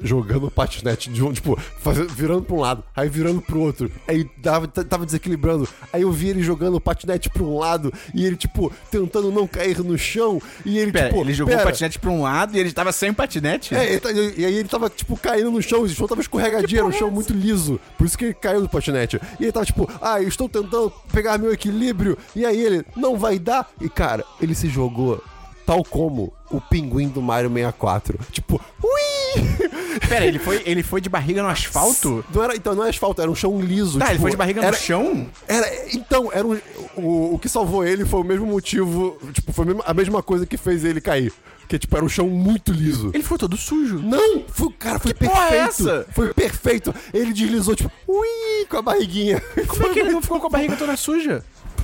[SPEAKER 2] jogando o patinete de um, tipo, fazendo- virando pra um lado, aí virando pro outro, aí dava- t- tava desequilibrando. Aí eu vi ele jogando o patinete pra um lado e ele, tipo, tentando não cair no chão. E ele,
[SPEAKER 1] um Pera,
[SPEAKER 2] tipo.
[SPEAKER 1] ele jogou o
[SPEAKER 2] pera.
[SPEAKER 1] patinete pra um lado e ele tava sem patinete?
[SPEAKER 2] É, ele tá- e e aí ele tava, tipo, caindo no chão, o chão tava escorregadio, era um
[SPEAKER 1] é
[SPEAKER 2] chão muito liso. Por isso que ele caiu do patinete. E ele tava, tipo, ah, eu estou tentando pegar meu equilíbrio. E aí ele, não vai dar. E, cara, ele se jogou tal como o pinguim do Mario 64. Tipo, ui!
[SPEAKER 1] Pera, ele foi, ele foi de barriga no asfalto?
[SPEAKER 2] Não era, então, não era asfalto, era um chão liso.
[SPEAKER 1] Tá, ele
[SPEAKER 2] tipo,
[SPEAKER 1] foi de barriga no
[SPEAKER 2] era-
[SPEAKER 1] chão?
[SPEAKER 2] era, então, era um, o, o que salvou ele foi o mesmo motivo, tipo, foi a mesma- a mesma coisa que fez ele cair. Porque, tipo, era um chão muito liso.
[SPEAKER 1] Ele ficou todo sujo.
[SPEAKER 2] Não! Foi, cara, foi
[SPEAKER 1] Que
[SPEAKER 2] perfeito!
[SPEAKER 1] porra é essa?
[SPEAKER 2] Foi perfeito! Ele deslizou, tipo, ui, com a barriguinha.
[SPEAKER 1] Como é que ele não ficou com a barriga toda suja?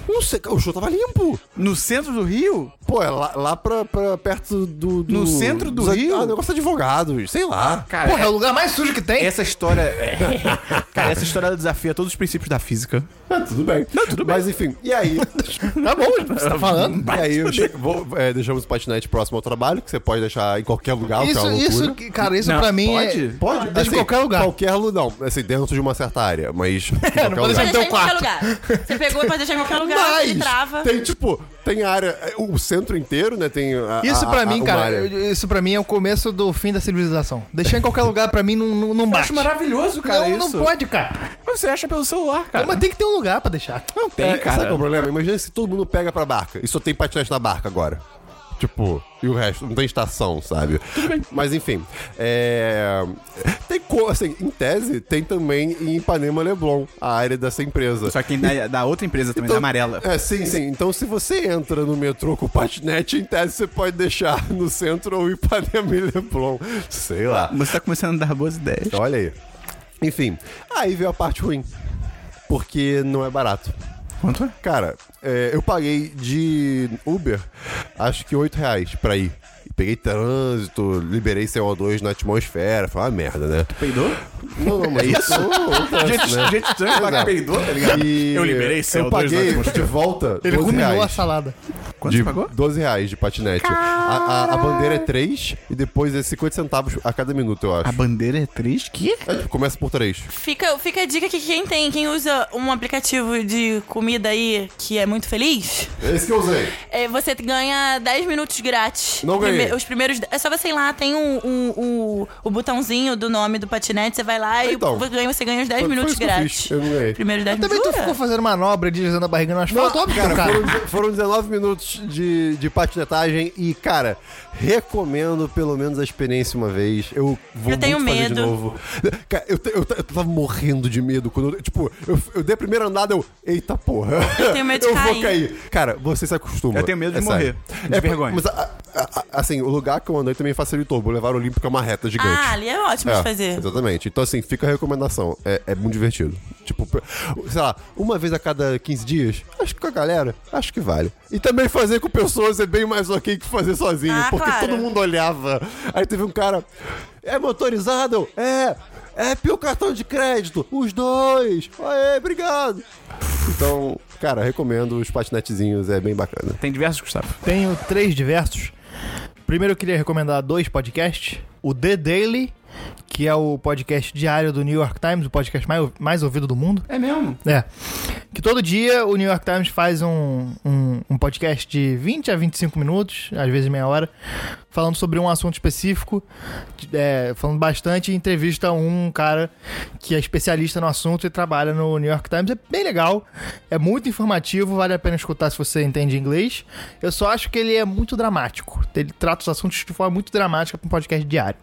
[SPEAKER 2] Não sei, o show tava limpo!
[SPEAKER 1] No centro do Rio?
[SPEAKER 2] Pô, é lá, lá pra, pra perto do, do- Ah,
[SPEAKER 1] No centro do
[SPEAKER 2] dos-
[SPEAKER 1] Rio?
[SPEAKER 2] Ah, negócio de advogados, sei lá.
[SPEAKER 1] Cara,
[SPEAKER 4] Porra, é o lugar mais sujo que tem.
[SPEAKER 1] essa história. é. Cara, essa história desafia todos os princípios da física.
[SPEAKER 2] Ah, tudo bem. Não, tudo bem. Mas enfim, e aí?
[SPEAKER 4] Tá bom, você
[SPEAKER 2] É
[SPEAKER 4] tá falando.
[SPEAKER 2] e aí, eu che- vou- é, deixamos o patinete próximo ao trabalho, que você pode deixar em qualquer lugar, o que é
[SPEAKER 4] Isso,
[SPEAKER 2] uma
[SPEAKER 4] isso,
[SPEAKER 2] loucura.
[SPEAKER 4] que- cara, isso
[SPEAKER 1] Não,
[SPEAKER 4] pra mim
[SPEAKER 1] pode?
[SPEAKER 4] é...
[SPEAKER 2] Pode? Assim,
[SPEAKER 4] Deixa em qualquer lugar.
[SPEAKER 2] Qualquer lugar, É, não. Assim, dentro de uma certa área, mas. em qualquer
[SPEAKER 4] não pode
[SPEAKER 2] lugar.
[SPEAKER 3] Pode
[SPEAKER 4] deixar Teu
[SPEAKER 3] deixar em qualquer
[SPEAKER 4] quarto.
[SPEAKER 3] lugar. Você pegou, pode deixar em qualquer um lugar e trava.
[SPEAKER 2] tem tipo, tem a área, é, o centro inteiro, né? Tem a,
[SPEAKER 4] Isso
[SPEAKER 2] a-
[SPEAKER 4] pra
[SPEAKER 2] a-
[SPEAKER 4] mim,
[SPEAKER 2] uma
[SPEAKER 4] cara,
[SPEAKER 2] área.
[SPEAKER 4] eu- isso pra mim é o começo do fim da civilização. Deixar em qualquer lugar pra mim não, não, não bate.
[SPEAKER 1] maravilhoso,
[SPEAKER 4] não, não pode, cara.
[SPEAKER 1] Você acha pelo celular, cara.
[SPEAKER 4] Mas tem que ter um lugar pra deixar.
[SPEAKER 1] Não tem,
[SPEAKER 2] É, Sabe qual é o problema? Imagina se todo mundo pega pra barca e só tem patinete na barca agora. Tipo, e o resto? Não tem estação, sabe? Tudo bem. Mas enfim. É... Tem co... assim, em tese, tem também em Ipanema Leblon, a área dessa empresa.
[SPEAKER 1] Só que tem da, da outra empresa também, da amarela.
[SPEAKER 2] É, sim, sim. Então, se você entra no metrô com patinete, em tese você pode deixar no centro ou Ipanema e Leblon. Sei lá.
[SPEAKER 1] Você tá começando a dar boas ideias.
[SPEAKER 2] Então, Olha aí. Enfim, aí veio a parte ruim. Porque não é barato.
[SPEAKER 1] Quanto é?
[SPEAKER 2] Cara, é, eu paguei de Uber, acho que 8 reais pra ir. Peguei trânsito, liberei CO2 na atmosfera, foi uma merda, né?
[SPEAKER 1] Peidou? Né?
[SPEAKER 2] Não, não, mas isso.
[SPEAKER 1] É Gente, gente estranha que paga
[SPEAKER 2] Exato.
[SPEAKER 1] peidou, tá ligado?
[SPEAKER 2] E
[SPEAKER 1] Eu liberei CO2
[SPEAKER 2] Eu paguei
[SPEAKER 1] na
[SPEAKER 2] de volta. 12
[SPEAKER 4] Ele ruminou a
[SPEAKER 2] reais.
[SPEAKER 4] salada.
[SPEAKER 1] Quanto
[SPEAKER 2] De
[SPEAKER 1] você pagou?
[SPEAKER 2] 12 reais de patinete. A, a- a bandeira é 3 e depois é 50 centavos a cada minuto, eu
[SPEAKER 1] A
[SPEAKER 2] acho.
[SPEAKER 1] bandeira é triste? Que?
[SPEAKER 2] É, tipo, começa por 3.
[SPEAKER 3] Fica, fica a dica que quem tem, quem usa um aplicativo de comida aí que é muito feliz,
[SPEAKER 2] Esse que eu usei.
[SPEAKER 3] é, você ganha 10 minutos grátis.
[SPEAKER 2] Não ganhei.
[SPEAKER 3] Prime- os primeiros. É só você ir lá, tem o um, um- o botãozinho do nome do patinete, você vai lá e
[SPEAKER 2] Então.
[SPEAKER 3] você ganha, você ganha os 10
[SPEAKER 2] Foi- foi
[SPEAKER 3] minutos
[SPEAKER 2] isso que eu
[SPEAKER 3] grátis.
[SPEAKER 2] fiz, eu não ganhei.
[SPEAKER 3] Primeiros 10
[SPEAKER 4] Também tu
[SPEAKER 3] minutos.
[SPEAKER 4] ficou fazendo manobra, deslizando a barriga no asfalto,
[SPEAKER 2] Não,
[SPEAKER 4] óbvio que
[SPEAKER 2] cara,
[SPEAKER 4] É não, cara.
[SPEAKER 2] Foram, de- foram 19 minutos de, de patinetagem e, cara, recomendo pelo menos a experiência uma vez. Eu vou
[SPEAKER 3] Eu tenho
[SPEAKER 2] muito fazer de
[SPEAKER 3] medo.
[SPEAKER 2] novo. Cara, eu, te- eu, ta- eu tava morrendo de medo quando. eu- Tipo, eu, eu dei a primeira andada, eu. Eita porra! Eu
[SPEAKER 3] tenho medo de
[SPEAKER 2] Eu vou
[SPEAKER 3] cair.
[SPEAKER 2] cair. Cara, você se acostuma.
[SPEAKER 1] Eu tenho medo de
[SPEAKER 2] sério.
[SPEAKER 1] morrer, de
[SPEAKER 2] É,
[SPEAKER 1] vergonha.
[SPEAKER 2] Mas, a- a- a- assim, o lugar que eu andei também facilitou. Vou levar o Olímpico é uma reta gigante.
[SPEAKER 3] Ah, ali é ótimo de fazer.
[SPEAKER 2] Exatamente. Então, assim, fica a recomendação. É, é muito divertido. Tipo, p- sei lá, uma vez a cada 15 dias, acho que com a galera, acho que vale. E também fazer com pessoas é bem mais ok que fazer sozinho,
[SPEAKER 3] Ah,
[SPEAKER 2] porque
[SPEAKER 3] claro.
[SPEAKER 2] todo mundo olhava. Aí teve um cara, é motorizado? É! É pelo cartão de crédito, os dois! Aê, obrigado! Então, cara, recomendo os patinetezinhos, é bem bacana.
[SPEAKER 1] Tem diversos, Gustavo.
[SPEAKER 4] Tenho três diversos. Primeiro eu queria recomendar dois podcasts. O The Daily, que é o podcast diário do New York Times, o podcast mais, mais ouvido do mundo.
[SPEAKER 1] É mesmo?
[SPEAKER 4] É. que todo dia o New York Times faz um, um, um podcast de 20 a 25 minutos, às vezes meia hora, falando sobre um assunto específico, é, falando bastante, e entrevista um cara que é especialista no assunto e trabalha no New York Times. É bem legal, é muito informativo, vale a pena escutar se você entende inglês. Eu só acho que ele é muito dramático. Ele trata os assuntos de forma muito dramática para um podcast diário.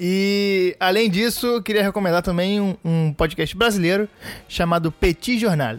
[SPEAKER 4] E, além disso, eu queria recomendar também um, um podcast brasileiro chamado Petit Jornal,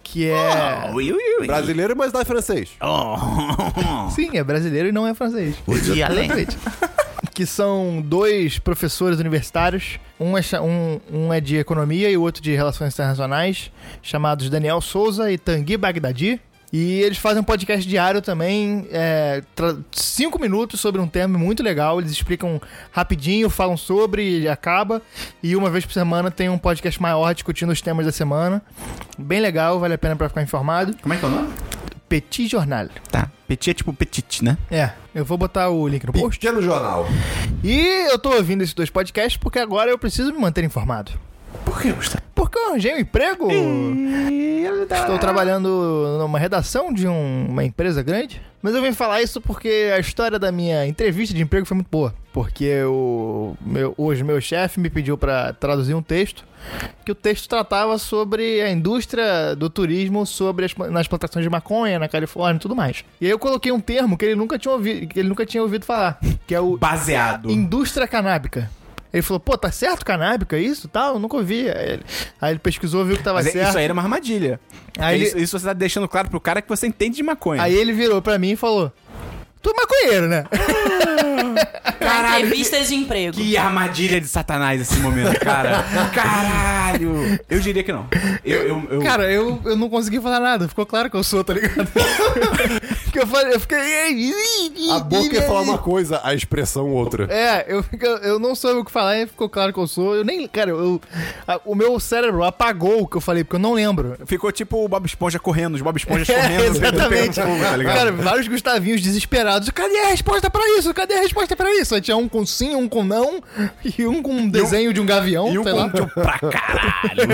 [SPEAKER 4] que é...
[SPEAKER 1] Ah, Ui, ui, ui.
[SPEAKER 2] Brasileiro, mas dá francês.
[SPEAKER 1] Oh.
[SPEAKER 4] Sim, é brasileiro e não é francês.
[SPEAKER 3] E além.
[SPEAKER 4] Exatamente. que são dois professores universitários. Um é, cha- um, um é de economia e o outro de relações internacionais, chamados Daniel Souza e Tanguy Bagdadi. E eles fazem um podcast diário também, é, tra- cinco minutos sobre um tema muito legal. Eles explicam rapidinho, falam sobre e acaba. E uma vez por semana tem um podcast maior discutindo os temas da semana. Bem legal, vale a pena pra ficar informado.
[SPEAKER 1] Como é que é o nome?
[SPEAKER 4] Petit Jornal.
[SPEAKER 1] Tá. Petit é tipo petit, né?
[SPEAKER 4] É, eu vou botar o link no post.
[SPEAKER 2] Pequeno jornal.
[SPEAKER 4] E eu tô ouvindo esses dois podcasts porque agora eu preciso me manter informado.
[SPEAKER 1] Por que, Gustavo?
[SPEAKER 4] Porque eu arranjei um emprego. Estou trabalhando numa redação de um- uma empresa grande. Mas eu vim falar isso porque a história da minha entrevista de emprego foi muito boa. Porque eu, meu, hoje meu chefe me pediu para traduzir um texto. Que o texto tratava sobre a indústria do turismo, sobre as, pla- nas plantações de maconha na Califórnia e tudo mais. E aí eu coloquei um termo que ele nunca tinha ouvido, que ele nunca tinha ouvido falar, que é o
[SPEAKER 1] Baseado.
[SPEAKER 4] Indústria canábica. Ele falou, pô, tá certo canábica isso? Tal, eu nunca ouvi. Aí ele, aí ele pesquisou, viu que tava
[SPEAKER 1] Mas é-
[SPEAKER 4] certo.
[SPEAKER 1] isso aí
[SPEAKER 4] Aí...
[SPEAKER 1] era uma armadilha.
[SPEAKER 4] Aí
[SPEAKER 1] isso, isso você tá deixando claro pro cara que você entende de maconha.
[SPEAKER 4] ele virou pra mim e falou, tu é maconheiro, né?
[SPEAKER 3] Na
[SPEAKER 1] Caralho,
[SPEAKER 3] entrevista de emprego.
[SPEAKER 1] Que armadilha de satanás esse momento, cara. Caralho. Eu diria que não. Eu, eu, eu-
[SPEAKER 4] Cara, eu, eu não consegui falar nada. Ficou claro que eu sou, tá ligado? Porque eu falei, eu fiquei...
[SPEAKER 2] A boca ia falar uma coisa, a expressão outra.
[SPEAKER 4] É, eu, fico- eu não soube o que falar, e ficou claro que eu sou. Eu nem... Cara, eu, a- o meu cérebro apagou o que eu falei, porque eu não lembro.
[SPEAKER 1] Ficou tipo o Bob Esponja correndo, os Bob Esponjas
[SPEAKER 4] É,
[SPEAKER 1] correndo.
[SPEAKER 4] exatamente.
[SPEAKER 1] pegando fogo, tá ligado?
[SPEAKER 4] Cara, vários Gustavinhos desesperados. Cadê a resposta pra isso? Cadê a resposta pra isso? Aí tinha um com sim, um com não, e um com um desenho de um gavião,
[SPEAKER 1] e um
[SPEAKER 4] sei lá.
[SPEAKER 1] conto pra caralho.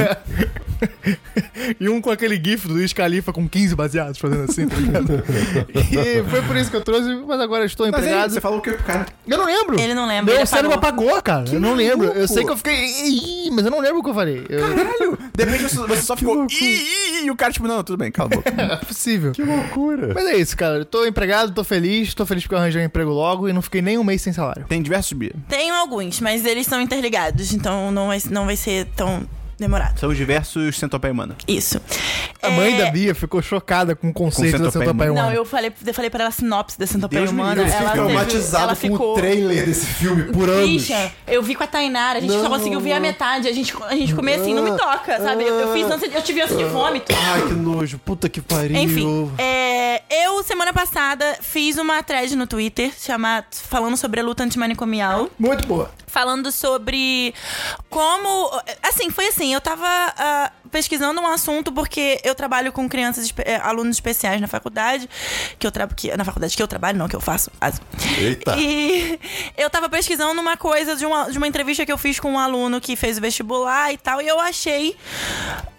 [SPEAKER 4] E um com aquele gif do Luiz Califa com 15 baseados fazendo assim, tá ligado? e foi por isso que eu trouxe, mas agora eu estou
[SPEAKER 1] Mas é aí,
[SPEAKER 4] empregado.
[SPEAKER 1] você falou o que pro cara?
[SPEAKER 4] Eu não lembro.
[SPEAKER 3] Ele não lembra,
[SPEAKER 4] Meu
[SPEAKER 3] ele
[SPEAKER 4] cérebro apagou, cara. eu não lembro. Eu
[SPEAKER 1] louco.
[SPEAKER 4] sei que eu fiquei. "Ih, ih", Mas eu não lembro o que eu falei. Eu-
[SPEAKER 1] Caralho. De repente você, você só ficou...
[SPEAKER 2] loucura.
[SPEAKER 1] "Ih, ih", E o cara tipo, não, tudo bem, cala a boca.
[SPEAKER 4] É possível.
[SPEAKER 2] Que loucura.
[SPEAKER 4] Mas é isso, cara. Eu tô empregado, tô feliz, tô feliz porque eu arranjei um emprego logo e não fiquei nem um mês sem salário.
[SPEAKER 1] Tem diversos bi.
[SPEAKER 3] Tem alguns, mas eles são interligados, então não vai, não vai ser tão demorado.
[SPEAKER 1] São os diversos centopeia humana.
[SPEAKER 3] Isso.
[SPEAKER 4] A mãe
[SPEAKER 3] É,
[SPEAKER 4] da Bia é ficou chocada com o conceito
[SPEAKER 1] Com
[SPEAKER 4] da
[SPEAKER 1] centopeia
[SPEAKER 4] Centopeia
[SPEAKER 3] Não,
[SPEAKER 4] Humana.
[SPEAKER 3] eu falei, eu falei pra ela a sinopse da Centopeia
[SPEAKER 1] Deus me
[SPEAKER 3] Humana.
[SPEAKER 1] livre, eu
[SPEAKER 3] Ela,
[SPEAKER 1] fiquei
[SPEAKER 3] teve, ela
[SPEAKER 2] Traumatizado com o
[SPEAKER 3] ficou...
[SPEAKER 2] trailer desse filme por anos.
[SPEAKER 3] Christian, eu vi com a Tainara, a gente só
[SPEAKER 2] Não.
[SPEAKER 3] conseguiu ver a metade. A gente, a gente comeu assim, não me toca, sabe? Eu, eu fiz ânsia- eu tive ânsia de vômito.
[SPEAKER 2] Ai, que nojo. Puta que pariu.
[SPEAKER 3] Enfim, é, eu, semana passada, fiz uma thread no Twitter chama, falando sobre a luta antimanicomial.
[SPEAKER 4] Muito boa.
[SPEAKER 3] falando sobre como. Assim, foi assim, eu tava ah, pesquisando um assunto porque eu trabalho com crianças, espe- eh, alunos especiais na faculdade, que eu trabalho. Na faculdade que eu trabalho, não, que eu faço. as-
[SPEAKER 2] Eita.
[SPEAKER 3] E eu tava pesquisando uma coisa de uma, de uma entrevista que eu fiz com um aluno que fez o vestibular e tal, e eu achei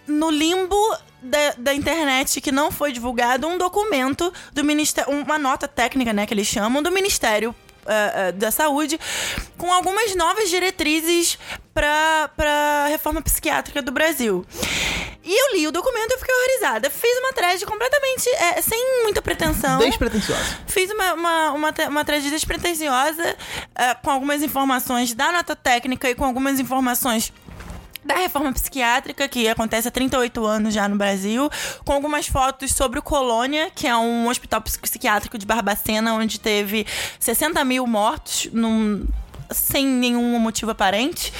[SPEAKER 3] no limbo. Da, da internet que não foi divulgado um documento do ministério, uma nota técnica, né, que eles chamam, do Ministério eh, eh, da Saúde, com algumas novas diretrizes para a reforma psiquiátrica do Brasil. E eu li o documento e fiquei horrorizada. Fiz uma thread completamente eh, sem muita pretensão.
[SPEAKER 4] Despretensiosa.
[SPEAKER 3] Fiz uma, uma, uma, te- uma thread despretensiosa eh, com algumas informações da nota técnica e com algumas informações da reforma psiquiátrica, que acontece há 38 anos já no Brasil, com algumas fotos sobre o Colônia, que é um hospital psiqui- psiquiátrico de Barbacena, onde teve 60 mil mortos num- sem nenhum motivo aparente.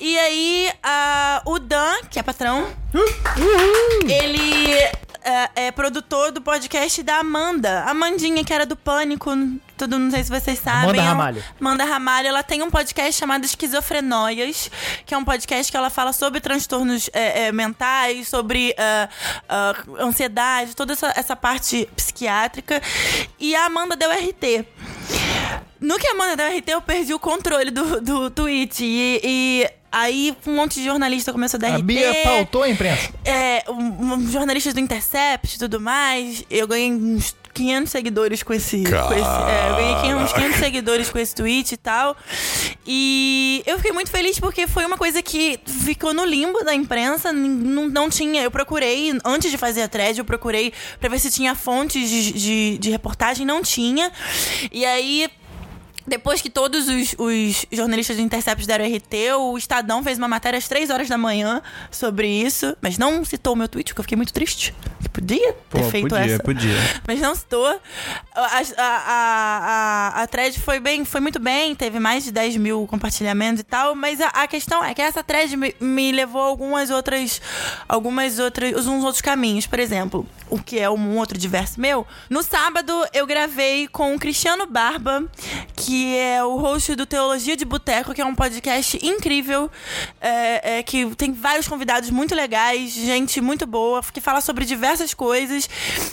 [SPEAKER 3] E aí, a- o Dan, que é patrão,
[SPEAKER 4] Hum.
[SPEAKER 3] ele é, é produtor do podcast da Amanda. Amandinha, que era do Pânico, tudo, não sei se vocês sabem.
[SPEAKER 4] Amanda
[SPEAKER 3] é um-
[SPEAKER 4] Ramalho.
[SPEAKER 3] Amanda Ramalho, ela tem um podcast chamado Esquizofrenóias, que é um podcast que ela fala sobre transtornos é, é, mentais, sobre ah, ah, ansiedade, toda essa, essa parte psiquiátrica. E a Amanda deu RT. No que a Amanda deu RT, eu perdi o controle do, do tweet. E, e aí um monte de jornalista começou a dar
[SPEAKER 4] A
[SPEAKER 3] RT.
[SPEAKER 4] Bia pautou a imprensa.
[SPEAKER 3] é, um, um, jornalistas do Intercept e tudo mais. Eu ganhei uns 500 seguidores com esse. Com esse é, eu ganhei 500, uns 500 seguidores com esse tweet e tal. E eu fiquei muito feliz porque foi uma coisa que ficou no limbo da imprensa. nin- Não, não tinha. Eu procurei, antes de fazer a thread, eu procurei pra ver se tinha fontes de, de, de reportagem. Não tinha. E aí. Depois que todos os, os jornalistas do Intercept deram RT, o Estadão fez uma matéria às 3 horas da manhã sobre isso, mas não citou o meu tweet, porque eu fiquei muito triste. Que podia ter feito
[SPEAKER 1] podia,
[SPEAKER 3] essa.
[SPEAKER 1] podia.
[SPEAKER 3] Mas não citou. A, a, a, a, a thread foi, bem, foi muito bem, teve mais de 10 mil compartilhamentos e tal, mas a, a questão é que essa thread me, me levou a algumas outras. algumas outras. uns outros caminhos. Por exemplo, o que é um outro diverso meu. No sábado eu gravei com o Cristiano Barba, que é o host do Teologia de Boteco, que é um podcast incrível, é, é, que tem vários convidados muito legais, gente muito boa, que fala sobre diversas coisas.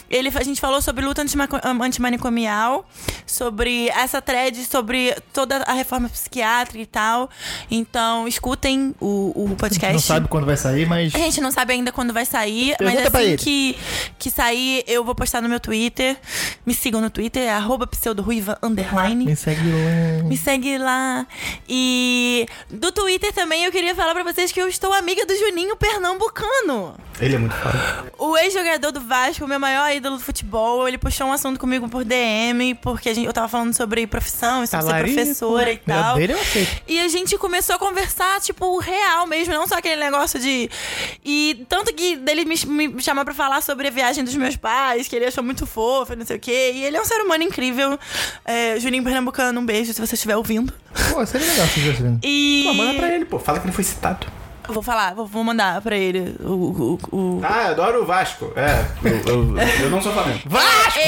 [SPEAKER 3] Ele, a gente falou sobre luta antimaco- antimanicomial, sobre essa thread, sobre toda a reforma psiquiátrica e tal. Então, escutem o, o podcast.
[SPEAKER 4] Não sabe quando vai sair, mas.
[SPEAKER 3] A gente não sabe ainda quando vai sair,
[SPEAKER 4] Pergunta
[SPEAKER 3] mas
[SPEAKER 4] pra
[SPEAKER 3] assim
[SPEAKER 4] ele.
[SPEAKER 3] que, que sair, eu vou postar no meu Twitter. Me sigam no Twitter, é arroba pseudoruiva underline.
[SPEAKER 4] Me segue
[SPEAKER 1] Uhum.
[SPEAKER 4] lá.
[SPEAKER 3] Me segue lá. E do Twitter também eu queria falar pra vocês que eu estou amiga do Juninho Pernambucano.
[SPEAKER 1] Ele é muito foda.
[SPEAKER 3] O ex-jogador do Vasco, meu maior ídolo do futebol, ele puxou um assunto comigo por DM, porque a gente, eu tava falando sobre profissão, e sobre ser
[SPEAKER 1] Talarico.
[SPEAKER 3] professora e
[SPEAKER 4] Meu
[SPEAKER 3] tal.
[SPEAKER 4] dele eu aceito.
[SPEAKER 3] E a gente começou a conversar, tipo, real mesmo, não só aquele negócio de. E tanto que dele me, me chamar pra falar sobre a viagem dos meus pais, que ele achou muito fofo, e não sei o quê. E ele é um ser humano incrível. É, Juninho Pernambucano, um beijo se você estiver ouvindo.
[SPEAKER 4] Pô, seria legal se você vendo.
[SPEAKER 3] E.
[SPEAKER 1] Pô, manda pra ele, pô. Fala que ele foi citado.
[SPEAKER 3] Eu Vou falar, vou, vou mandar pra ele o- o- o,
[SPEAKER 1] Ah, eu adoro o Vasco. É, eu, não sou Flamengo.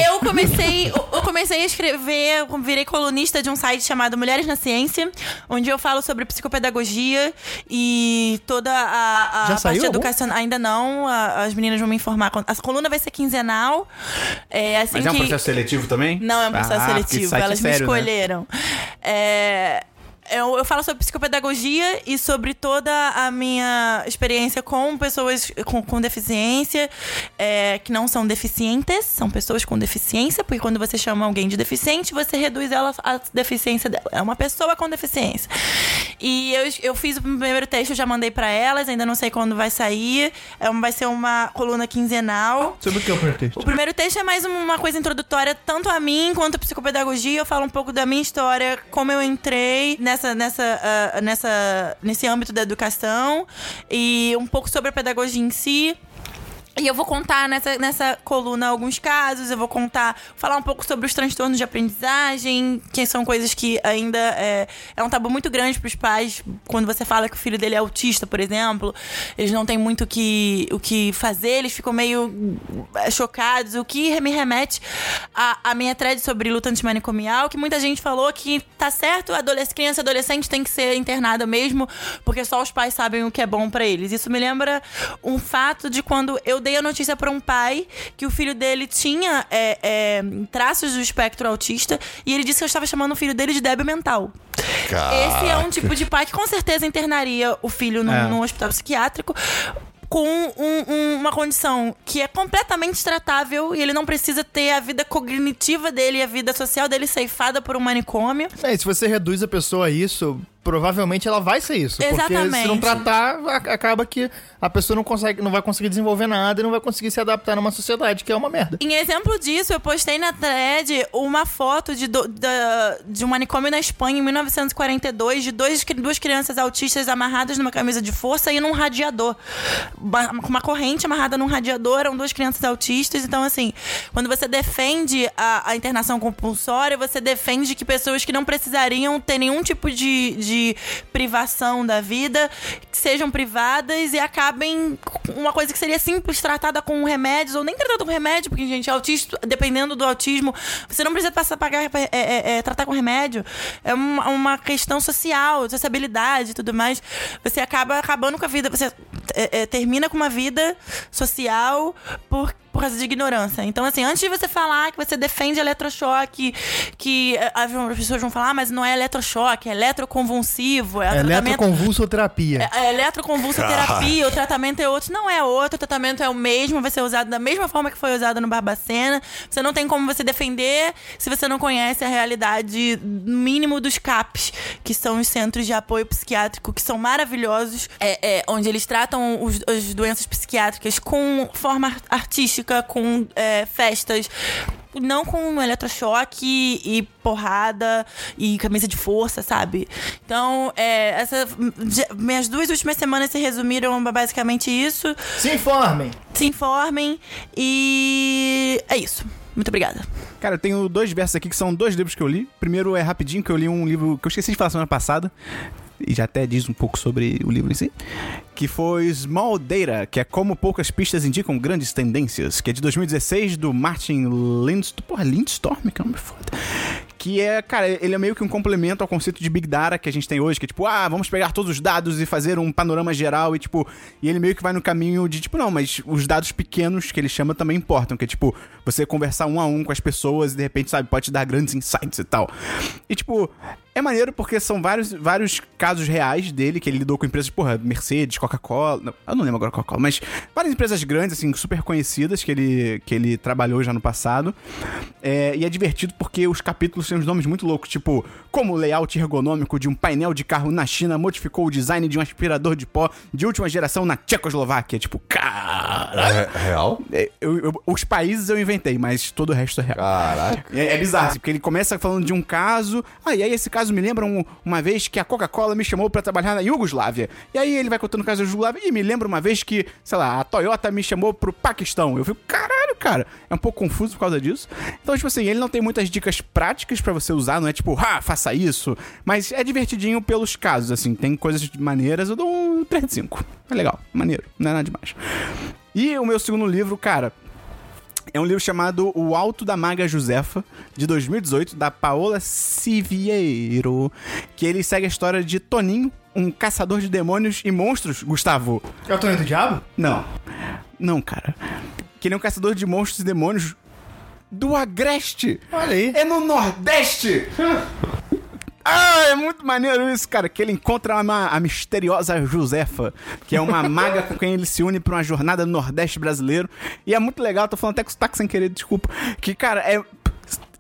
[SPEAKER 3] Eu comecei, eu eu comecei a escrever, eu virei colunista de um site chamado Mulheres na Ciência, onde eu falo sobre psicopedagogia e toda a, a
[SPEAKER 4] Já
[SPEAKER 3] parte
[SPEAKER 4] saiu algum?
[SPEAKER 3] educacional. Ainda não, a- as meninas vão me informar. quando- A coluna vai ser quinzenal. É, assim
[SPEAKER 1] Mas é um
[SPEAKER 3] que...
[SPEAKER 1] processo seletivo também?
[SPEAKER 3] Não é um processo
[SPEAKER 1] Ah, porque
[SPEAKER 3] seletivo,
[SPEAKER 1] site é
[SPEAKER 3] elas
[SPEAKER 1] sério,
[SPEAKER 3] me
[SPEAKER 1] né?
[SPEAKER 3] escolheram. É, Eu, eu falo sobre psicopedagogia e sobre toda a minha experiência com pessoas com, com deficiência, é, que não são deficientes, são pessoas com deficiência, porque quando você chama alguém de deficiente, você reduz ela a deficiência dela. É uma pessoa com deficiência. E eu, eu fiz o primeiro texto, já mandei pra elas, ainda não sei quando vai sair. É, um- vai ser uma coluna quinzenal.
[SPEAKER 4] Sobre o que é o primeiro
[SPEAKER 3] O
[SPEAKER 4] texto?
[SPEAKER 3] primeiro texto é mais uma coisa introdutória, tanto a mim quanto a psicopedagogia. Eu falo um pouco da minha história, como eu entrei nessa, nessa, ah, nessa, nesse âmbito da educação e um pouco sobre a pedagogia em si. E eu vou contar nessa, nessa coluna alguns casos, eu vou contar, falar um pouco sobre os transtornos de aprendizagem, que são coisas que ainda é, é um tabu muito grande para os pais. Quando você fala que o filho dele é autista, por exemplo, eles não têm muito o que, o que fazer, eles ficam meio é, chocados, o que me remete à, à minha thread sobre luta antimanicomial, que muita gente falou que tá certo, adolesc criança e adolescente tem que ser internada mesmo, porque só os pais sabem o que é bom pra eles. Isso me lembra um fato de quando eu dei a notícia pra um pai que o filho dele tinha é, é, traços do espectro autista e ele disse que eu estava chamando o filho dele de débil mental. Esse é um tipo de pai que com certeza internaria o filho num,
[SPEAKER 1] É.
[SPEAKER 3] num hospital psiquiátrico com um- um- uma condição que é completamente tratável e ele não precisa ter a vida cognitiva dele e a vida social dele ceifada por um manicômio.
[SPEAKER 4] É, e se você reduz a pessoa a isso, provavelmente ela vai ser isso. Porque se não
[SPEAKER 3] Exatamente.
[SPEAKER 4] tratar, a- acaba que a pessoa não, consegue, não vai conseguir desenvolver nada e não vai conseguir se adaptar numa sociedade, que é uma merda.
[SPEAKER 3] Em exemplo disso, eu postei na thread uma foto de, do- da- de um manicômio na Espanha em 1942 de dois, cri- duas crianças autistas amarradas numa camisa de força e num radiador. Ba- Com uma corrente amarrada num radiador, eram duas crianças autistas. Então, assim, quando você defende a, a internação compulsória, você defende que pessoas que não precisariam ter nenhum tipo de, de privação da vida sejam privadas e acabem com uma coisa que seria simples tratada com remédios ou nem tratada com remédio, porque, gente, autista, dependendo do autismo, você não precisa passar pagar, é, é, é, tratar com remédio. É uma, uma questão social, sociabilidade e tudo mais. Você acaba acabando com a vida, você é, é, termina com uma vida social por, por por causa de ignorância. Então, assim, antes de você falar que você defende eletrochoque, que eh, as pessoas vão falar, "Ah, mas não é eletrochoque, é eletroconvulsivo, é, tratamento
[SPEAKER 4] Eletroconvulsoterapia.
[SPEAKER 3] a eletroconvulsoterapia, é o tratamento é outro. Não é outro, o tratamento é o mesmo, vai ser usado da mesma forma que foi usado no Barbacena. Você não tem como você defender se você não conhece a realidade mínimo dos CAPs, que são os centros de apoio psiquiátrico, que são maravilhosos, é, é, onde eles tratam os- as doenças psiquiátricas com forma ar- artística, com é, festas. Não com um eletrochoque e porrada e camisa de força, sabe? Então, é, essa, já- minhas duas últimas semanas se resumiram a basicamente isso.
[SPEAKER 4] Se informem.
[SPEAKER 3] Se informem e é isso. Muito obrigada.
[SPEAKER 1] Cara, eu tenho dois versos aqui que são dois livros que eu li. Primeiro é rapidinho, que eu li um livro que eu esqueci de falar semana passada. E já até diz um pouco sobre o livro em si. Que foi Small Data, que é Como Poucas Pistas Indicam Grandes Tendências. Que é de 2016, do Martin Lindstorm. Porra, Lindstorm? Que nome foda. Que é, cara, ele é meio que um complemento ao conceito de Big Data que a gente tem hoje, que é tipo, ah, vamos pegar todos os dados e fazer um panorama geral e tipo, e ele meio que vai no caminho de tipo, não, mas os dados pequenos que ele chama também importam, que é tipo, você conversar um a um com as pessoas e de repente, sabe, pode te dar grandes insights e tal. E tipo, é maneiro porque são vários, vários casos reais dele que ele lidou com empresas, porra, Mercedes, Coca-Cola, não, eu não lembro agora Coca-Cola, mas várias empresas grandes, assim, super conhecidas que ele, que ele trabalhou já no passado. É, e é divertido porque os capítulos têm uns nomes muito loucos, tipo, como o layout ergonômico de um painel de carro na China modificou o design de um aspirador de pó de última geração na Tchecoslováquia. Tipo, cara.
[SPEAKER 2] É real?
[SPEAKER 1] os países eu inventei, mas todo o resto é real.
[SPEAKER 2] Caraca.
[SPEAKER 1] É, é bizarro, assim, porque ele começa falando de um caso. Ah, e aí esse caso me lembra um- uma vez que a Coca-Cola me chamou pra trabalhar na Iugoslávia. E aí ele vai contando o caso da Iugoslávia e me lembra uma vez que, sei lá, a Toyota me chamou pro Paquistão. Eu fico, caralho, cara. É um pouco confuso por causa disso. Então, tipo assim, ele não tem muitas dicas práticas pra você usar, não é tipo, ah, faça isso. Mas é divertidinho pelos casos, assim. Tem coisas maneiras. Eu dou um 3 de 5. É legal, maneiro. Não é nada demais. E o meu segundo livro, cara, é um livro chamado O Alto da Maga Josefa, de 2018, da Paola Siviero, que ele segue a história de Toninho, um caçador de demônios e monstros, Gustavo.
[SPEAKER 4] É o Toninho do Diabo?
[SPEAKER 1] Não. Não, cara. Que ele é um caçador de monstros e demônios do Agreste.
[SPEAKER 4] Olha aí.
[SPEAKER 1] É no Nordeste! Ah, é muito maneiro isso, cara. Que ele encontra uma- a misteriosa Josefa, que é uma maga com quem ele se une pra uma jornada no Nordeste brasileiro. E é muito legal, tô falando até com sotaque sem querer, desculpa. Que, cara, é.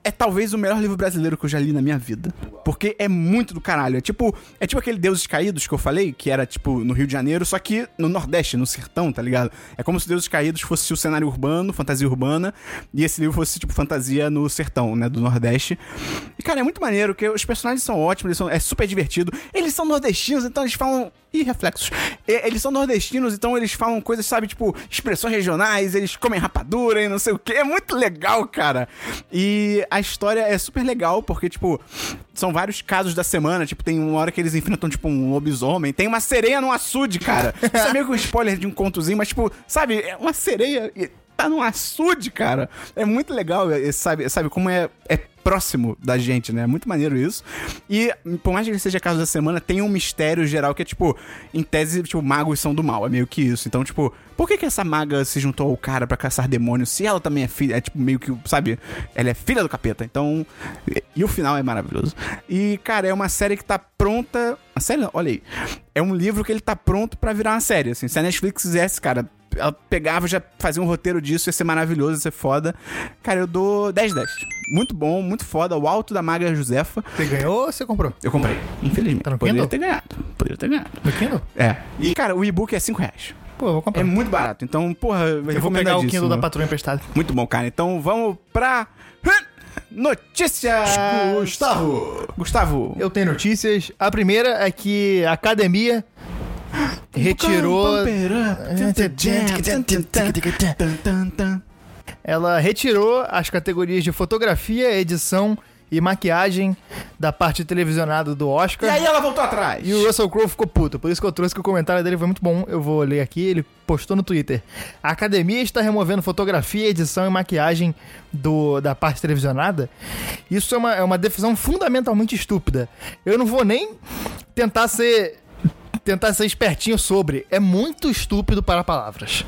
[SPEAKER 1] É talvez o melhor livro brasileiro que eu já li na minha vida. Porque é muito do caralho. É tipo, é tipo aquele Deuses Caídos que eu falei, que era tipo no Rio de Janeiro, só que no Nordeste, no sertão, tá ligado? É como se Deuses Caídos fosse o cenário urbano, fantasia urbana, e esse livro fosse tipo fantasia no sertão, né, do Nordeste. E cara, é muito maneiro, porque os personagens são ótimos, eles são, é super divertido. Eles são nordestinos, então eles falam. Ih, reflexos. E- Eles são nordestinos, então eles falam coisas, sabe, tipo, expressões regionais, eles comem rapadura e não sei o que. É muito legal, cara. E a história é super legal, porque, tipo, são vários casos da semana. Tipo, tem uma hora que eles enfrentam, tipo, um lobisomem. Tem uma sereia num açude, cara. Isso é meio que um spoiler de um contozinho, mas, tipo, sabe, é uma sereia. e Tá num açude, cara. É muito legal, é- é- sabe, sabe como é, é próximo da gente, né? É muito maneiro isso. E, por mais que ele seja caso da semana, tem um mistério geral que é, tipo, em tese, tipo, magos são do mal. É meio que isso. Então, tipo, por que que essa maga se juntou ao cara pra caçar demônios se ela também é filha? É, tipo, meio que, sabe? Ela é filha do capeta. Então, e, e o final é maravilhoso. E, cara, é uma série que tá pronta... A série, não, olha aí. É um livro que ele tá pronto pra virar uma série, assim. Se a Netflix fizesse, cara... Ela pegava, já fazia um roteiro disso, ia ser maravilhoso, ia ser foda. Cara, eu dou 10-10. Muito bom, muito foda. O alto da maga Josefa.
[SPEAKER 4] Você ganhou ou você comprou?
[SPEAKER 1] Eu comprei. Infelizmente.
[SPEAKER 4] Tá no
[SPEAKER 1] Poderia
[SPEAKER 4] Kindle?
[SPEAKER 1] ter ganhado. Poderia ter ganhado.
[SPEAKER 4] No Kindle?
[SPEAKER 1] É. E, cara, o e-book é 5 reais.
[SPEAKER 4] Pô, eu vou comprar.
[SPEAKER 1] É muito barato. Então, porra,
[SPEAKER 4] eu vou pegar o
[SPEAKER 1] disso,
[SPEAKER 4] Kindle da
[SPEAKER 1] né?
[SPEAKER 4] patroa emprestada.
[SPEAKER 1] Muito bom, cara. Então vamos pra. Notícias!
[SPEAKER 2] Gustavo!
[SPEAKER 1] Gustavo!
[SPEAKER 4] Eu tenho notícias. A primeira é que a academia retirou. Ela retirou as categorias de fotografia, edição e maquiagem da parte televisionada do
[SPEAKER 1] E
[SPEAKER 4] Oscar.
[SPEAKER 1] aí ela voltou atrás.
[SPEAKER 4] E o Russell Crowe ficou puto, por isso que eu trouxe que o comentário dele foi muito bom. Eu vou ler aqui, ele postou no Twitter. A academia está removendo fotografia, edição e maquiagem do, da parte televisionada. Isso é uma, é uma decisão fundamentalmente estúpida. Eu não vou nem tentar ser. tentar ser espertinho sobre. É muito estúpido para palavras.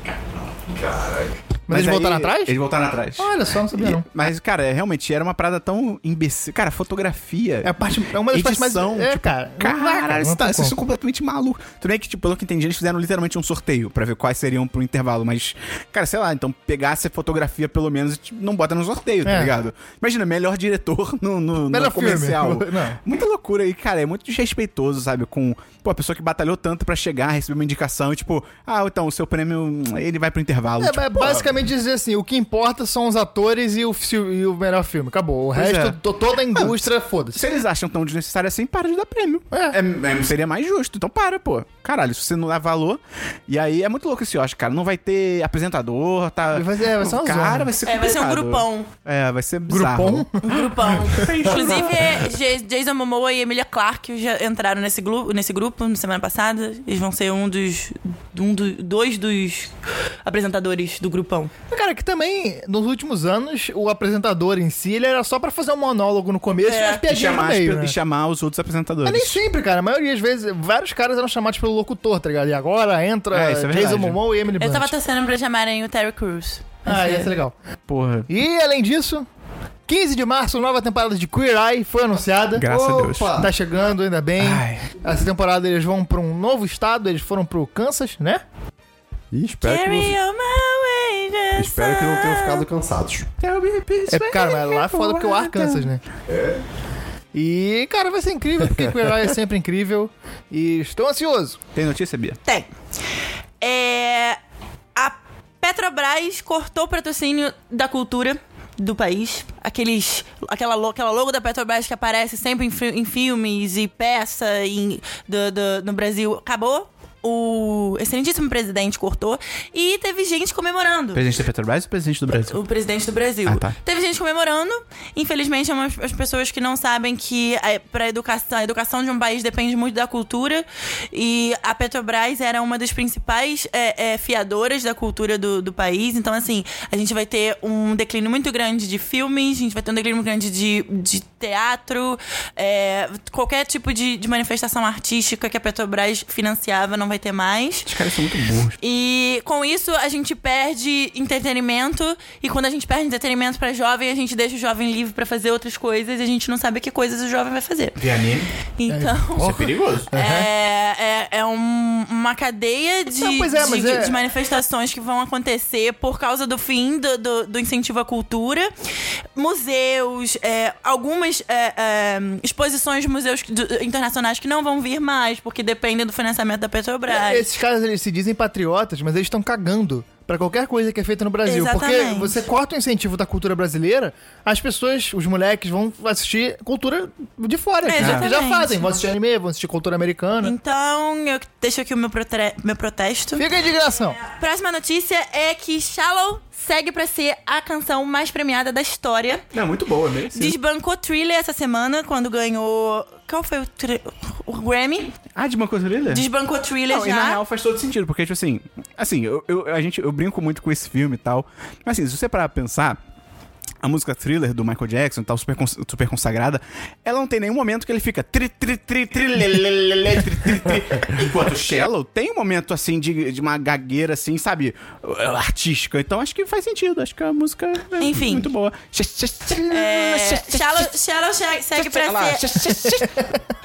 [SPEAKER 4] Mas, eles voltaram
[SPEAKER 1] aí-
[SPEAKER 4] atrás?
[SPEAKER 1] Eles voltaram atrás.
[SPEAKER 4] Olha só, não sabia
[SPEAKER 1] E-
[SPEAKER 4] não.
[SPEAKER 1] Mas, cara, é, realmente era uma parada tão imbecil. Cara, fotografia.
[SPEAKER 4] É, a parte, é uma das partes mais...
[SPEAKER 1] edição,
[SPEAKER 4] É,
[SPEAKER 1] tipo,
[SPEAKER 4] cara.
[SPEAKER 1] Caralho, isso,
[SPEAKER 4] não
[SPEAKER 1] tá,
[SPEAKER 4] tem
[SPEAKER 1] isso é
[SPEAKER 4] como.
[SPEAKER 1] completamente maluco. Tudo bem que, tipo, pelo que eu entendi, eles fizeram literalmente um sorteio pra ver quais seriam pro intervalo, mas, cara, sei lá, então pegasse a fotografia pelo menos e tipo, não bota no sorteio, tá
[SPEAKER 4] É.
[SPEAKER 1] ligado? Imagina, melhor diretor no, no, no
[SPEAKER 4] Melhor filme.
[SPEAKER 1] comercial.
[SPEAKER 4] Não.
[SPEAKER 1] Muita loucura aí, cara, é muito desrespeitoso, sabe? Com, pô, a pessoa que batalhou tanto pra chegar, receber uma indicação e, tipo, ah, então, o seu prêmio, hum, ele vai pro intervalo.
[SPEAKER 4] É,
[SPEAKER 1] Tipo,
[SPEAKER 4] ba-
[SPEAKER 1] pô,
[SPEAKER 4] basicamente dizer assim, o que importa são os atores e o, fi- e o melhor filme. Acabou. O
[SPEAKER 1] Pois
[SPEAKER 4] resto,
[SPEAKER 1] é.
[SPEAKER 4] to- toda a indústria, foda-se.
[SPEAKER 1] Se eles acham tão desnecessário assim, para de dar prêmio. É, é, seria mais justo. Então para, pô. Caralho, se você não dá valor. E aí é muito louco esse Oscar, cara. Não vai ter apresentador, tá.
[SPEAKER 4] Vai ser- é, vai ser uma
[SPEAKER 1] cara,
[SPEAKER 4] zona.
[SPEAKER 1] vai ser
[SPEAKER 3] É, vai ser um
[SPEAKER 1] complicado.
[SPEAKER 3] grupão.
[SPEAKER 1] É, vai ser bizarro.
[SPEAKER 4] Grupão?
[SPEAKER 3] Um grupão. Inclusive, é, J- Jason Momoa e Emilia Clarke já entraram nesse, glu- nesse grupo na semana passada. Eles vão ser um dos. Um do, dois dos apresentadores do grupão.
[SPEAKER 4] Mas, Cara, que também, nos últimos anos, o apresentador em si, ele era só pra fazer um monólogo no começo
[SPEAKER 3] É.
[SPEAKER 4] e umas
[SPEAKER 1] E
[SPEAKER 4] piadinhas no
[SPEAKER 1] chamar, as pe-
[SPEAKER 4] meio, né?
[SPEAKER 1] e chamar os outros apresentadores.
[SPEAKER 4] Mas nem sempre, cara. A maioria das vezes, vários caras eram chamados pelo locutor, tá ligado? E agora entra
[SPEAKER 1] É, isso é
[SPEAKER 4] Jason
[SPEAKER 1] verdade.
[SPEAKER 4] Momoa e Emily
[SPEAKER 3] Eu
[SPEAKER 4] Blunt.
[SPEAKER 3] tava torcendo pra chamarem o Terry Crews.
[SPEAKER 4] Ah, ia ser legal.
[SPEAKER 1] Porra.
[SPEAKER 4] E, além disso, 15 de março, nova temporada de Queer Eye foi anunciada.
[SPEAKER 1] Graças a Deus.
[SPEAKER 2] Opa!
[SPEAKER 4] Tá chegando, ainda bem.
[SPEAKER 1] Ai.
[SPEAKER 4] Essa temporada eles vão pra um novo estado, eles foram pro Kansas, né?
[SPEAKER 2] E espero que,
[SPEAKER 3] Carry
[SPEAKER 2] não,
[SPEAKER 3] on my way, just
[SPEAKER 2] espero que não tenham ficado cansados.
[SPEAKER 4] É, cara, mas lá é foda porque é o Arkansas, né? E, cara, vai ser incrível, porque Queer Eye é sempre incrível. E estou ansioso.
[SPEAKER 1] Tem notícia, Bia?
[SPEAKER 3] Tem. É, a Petrobras cortou o patrocínio da cultura do país. Aqueles, aquela, lo- aquela logo da Petrobras que aparece sempre em, fi- em filmes e peça em- do- do- no Brasil. Acabou. O excelentíssimo presidente cortou. E teve gente comemorando.
[SPEAKER 1] Presidente da Petrobras ou presidente do Brasil?
[SPEAKER 3] O presidente do Brasil.
[SPEAKER 1] Ah, tá.
[SPEAKER 3] Teve gente comemorando. Infelizmente, é umas, as pessoas que não sabem que a, pra educação, a educação de um país depende muito da cultura. E a Petrobras era uma das principais é, é, fiadoras da cultura do, do país. Então, assim, a gente vai ter um declínio muito grande de filmes, a gente vai ter um declínio muito grande de, de teatro, é, qualquer tipo de, de manifestação artística que a Petrobras financiava não vai ter mais.
[SPEAKER 1] Os caras são muito burros.
[SPEAKER 3] E com isso a gente perde entretenimento e quando a gente perde entretenimento pra jovem, a gente deixa o jovem livre pra fazer outras coisas e a gente não sabe que coisas o jovem vai fazer.
[SPEAKER 1] Via anime.
[SPEAKER 3] Então,
[SPEAKER 1] É perigoso.
[SPEAKER 3] é, é, é um- uma cadeia de,
[SPEAKER 4] Não, pois é,
[SPEAKER 3] de-
[SPEAKER 4] mas é-
[SPEAKER 3] de manifestações que vão acontecer por causa do fim do, do, do incentivo à cultura. Museus, é, algumas é, é, exposições de museus do- internacionais que não vão vir mais, porque dependem do financiamento da Petrobras.
[SPEAKER 4] Esses caras, eles se dizem patriotas, mas eles estão cagando pra qualquer coisa que é feita no Brasil.
[SPEAKER 3] Exatamente.
[SPEAKER 4] Porque você corta o incentivo da cultura brasileira, as pessoas, os moleques, vão assistir cultura de fora.
[SPEAKER 3] É,
[SPEAKER 4] que já
[SPEAKER 3] exatamente.
[SPEAKER 4] fazem. Vão assistir anime, vão assistir cultura americana.
[SPEAKER 3] Então, eu deixo aqui o meu, protre- meu protesto.
[SPEAKER 4] Fica a indignação.
[SPEAKER 3] Próxima notícia é que Shallow segue pra ser a canção mais premiada da história.
[SPEAKER 1] Não, muito boa, é merecido.
[SPEAKER 3] Desbancou Thriller essa semana quando ganhou. Qual foi o, tri- o Grammy?
[SPEAKER 1] Ah, de Banco Thriller?
[SPEAKER 3] Desbancou Thriller
[SPEAKER 1] Não,
[SPEAKER 3] já.
[SPEAKER 1] e na real faz todo sentido, porque, tipo assim, assim, eu, eu- a gente, eu brinco muito com esse filme e tal. Mas assim, se você parar pra pensar. A música thriller do Michael Jackson, e tal, super, cons- super consagrada, ela não tem nenhum momento que ele fica tri tri tri tri lê, lê, lê, lê, tri tri tri. Enquanto Shallow tem um momento assim de, de uma gagueira assim, sabe, uh, artística. Então acho que faz sentido, acho que a música é
[SPEAKER 3] Enfim.
[SPEAKER 1] muito boa.
[SPEAKER 3] É, Shallow, Shallow che- segue
[SPEAKER 1] Olha
[SPEAKER 3] pra
[SPEAKER 1] lá.
[SPEAKER 3] ser.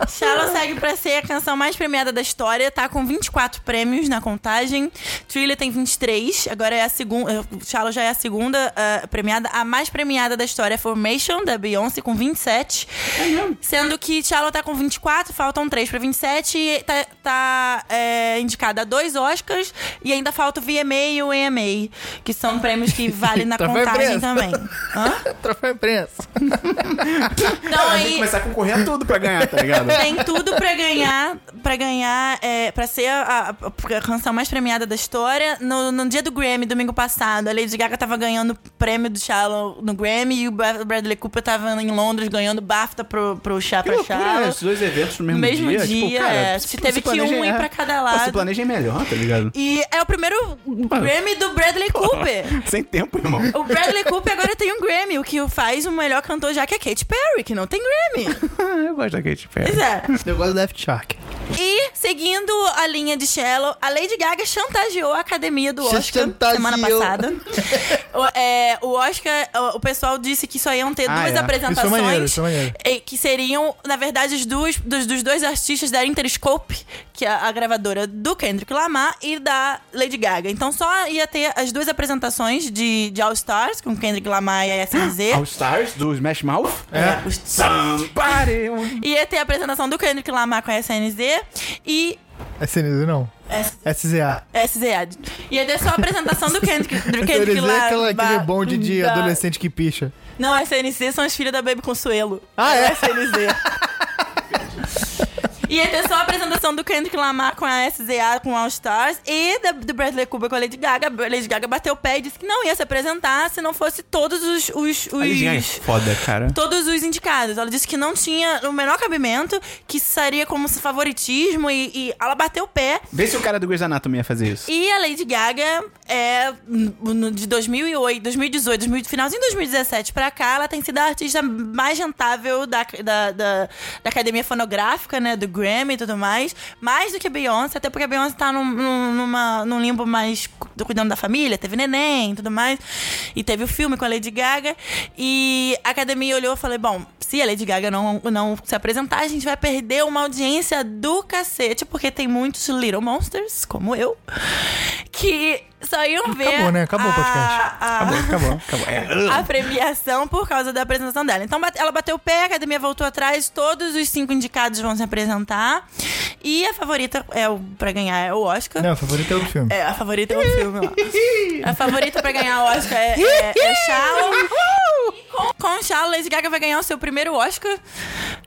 [SPEAKER 3] Shallow segue pra ser a canção mais premiada da história, tá com 24 prêmios na contagem. Thriller tem 23, agora é a segunda. Shallow já é a segunda ah, premiada. A mais premiada da história é Formation, da Beyoncé, com 27. Sendo que Shallow tá com 24, faltam 3 pra 27. E tá, tá, é, indicada a dois Oscars e ainda falta o VMA e o EMA, que são prêmios que valem na
[SPEAKER 4] Então vai
[SPEAKER 3] contagem
[SPEAKER 4] preso.
[SPEAKER 3] também. Hã?
[SPEAKER 4] Troféu imprensa.
[SPEAKER 3] Então
[SPEAKER 1] Tem que
[SPEAKER 3] aí.
[SPEAKER 1] começar a concorrer a tudo pra ganhar, tá ligado?
[SPEAKER 3] Tem tudo pra ganhar, pra ganhar, é, pra ser a, a- a canção mais premiada da história. No, no dia do Grammy, domingo passado, a Lady Gaga tava ganhando o prêmio do Shallow no, no Grammy e o Bra- Bradley Cooper tava em Londres ganhando BAFTA pro, pro Chá
[SPEAKER 1] Que
[SPEAKER 3] pra
[SPEAKER 1] loucura, né?
[SPEAKER 3] Chá.
[SPEAKER 1] Esses dois eventos no mesmo,
[SPEAKER 3] Mesmo
[SPEAKER 1] dia.
[SPEAKER 3] dia,
[SPEAKER 1] tipo, cara,
[SPEAKER 3] é. Se teve que
[SPEAKER 1] planeja-
[SPEAKER 3] um ir
[SPEAKER 1] é.
[SPEAKER 3] pra cada
[SPEAKER 1] Pô, Se
[SPEAKER 3] lado.
[SPEAKER 1] planeja melhor, tá ligado?
[SPEAKER 3] E é o primeiro Grammy do Bradley Cooper.
[SPEAKER 1] Sem tempo, irmão.
[SPEAKER 3] O Bradley Cooper agora tem um Grammy, o que o faz o melhor cantor já que é Katy Perry, que não tem Grammy.
[SPEAKER 1] Ah, Eu gosto da Katy Perry.
[SPEAKER 3] Pois é.
[SPEAKER 4] Eu gosto do Left Shark.
[SPEAKER 3] E, seguindo a linha de Shallow, a Lady Gaga chantageou a academia do
[SPEAKER 4] Você
[SPEAKER 3] Oscar
[SPEAKER 4] chantageou.
[SPEAKER 3] semana passada. o, é, o Oscar, o, o pessoal disse que só iam ter
[SPEAKER 1] Ah,
[SPEAKER 3] duas
[SPEAKER 1] é.
[SPEAKER 3] apresentações.
[SPEAKER 4] Isso é maneiro, isso é maneiro.
[SPEAKER 3] eh, Que seriam, na verdade, os dois, dos, dos dois artistas da Interscope, que é a gravadora do Kendrick Lamar, e da Lady Gaga. Então só ia ter as duas apresentações de, de All Stars, com Kendrick Lamar e a SNZ.
[SPEAKER 1] All Stars, do Smash Mouth.
[SPEAKER 4] É.
[SPEAKER 1] Somebody.
[SPEAKER 3] Ia ter a apresentação do Kendrick Lamar com a SNZ e.
[SPEAKER 4] SNZ não. SZA.
[SPEAKER 3] SZA. Ia ter só a é apresentação do Kendrick, do Kendrick
[SPEAKER 4] SNZ é
[SPEAKER 3] Lamar.
[SPEAKER 4] aquela, aquele bonde de
[SPEAKER 3] da-
[SPEAKER 4] adolescente que picha.
[SPEAKER 3] Não, SNC são as filhas da Baby Consuelo.
[SPEAKER 4] Ah, é?
[SPEAKER 3] SNZ. Ia ter só a é apresentação do Kendrick Lamar com a SZA, com All Stars, e da- do Bradley Cooper com a Lady Gaga. A Lady Gaga bateu o pé e disse que não ia se apresentar se não fosse todos os... os,
[SPEAKER 1] A Lady Gaga é
[SPEAKER 3] os
[SPEAKER 1] foda, cara.
[SPEAKER 3] todos os indicados. Ela disse que não tinha o menor cabimento, que isso seria como se favoritismo, e, e ela bateu o pé.
[SPEAKER 1] Vê se o cara do Grey's Anatomy ia fazer isso.
[SPEAKER 3] E a Lady Gaga é no- no- de 2008, 2018, 2000, finalzinho de 2017 pra cá, ela tem sido a artista mais rentável da, da, da- da academia fonográfica, né? Do Grammy e tudo mais. Mais do que a Beyoncé, até porque a Beyoncé tá num, num- numa, num limbo mais cu- cuidando da família, teve neném e tudo mais. E teve o filme com a Lady Gaga. E a academia olhou e falou: bom, se a Lady Gaga não, não se apresentar, a gente vai perder uma audiência do cacete, porque tem muitos Little Monsters, como eu, que só iam ver.
[SPEAKER 4] Acabou, né? Acabou o podcast.
[SPEAKER 3] a-
[SPEAKER 1] Acabou, acabou. É.
[SPEAKER 3] a premiação por causa da apresentação dela. Então bate- ela bateu o pé, a academia voltou atrás, todos os cinco indicados vão se apresentar. E a favorita é o para ganhar é o Oscar.
[SPEAKER 4] Não, o favorito é o filme.
[SPEAKER 3] É, a favorita é o filme, ó. A favorita pra ganhar o Oscar é, é, é Shallow. E Com, com Shallow, Lady Gaga vai ganhar o seu primeiro Oscar,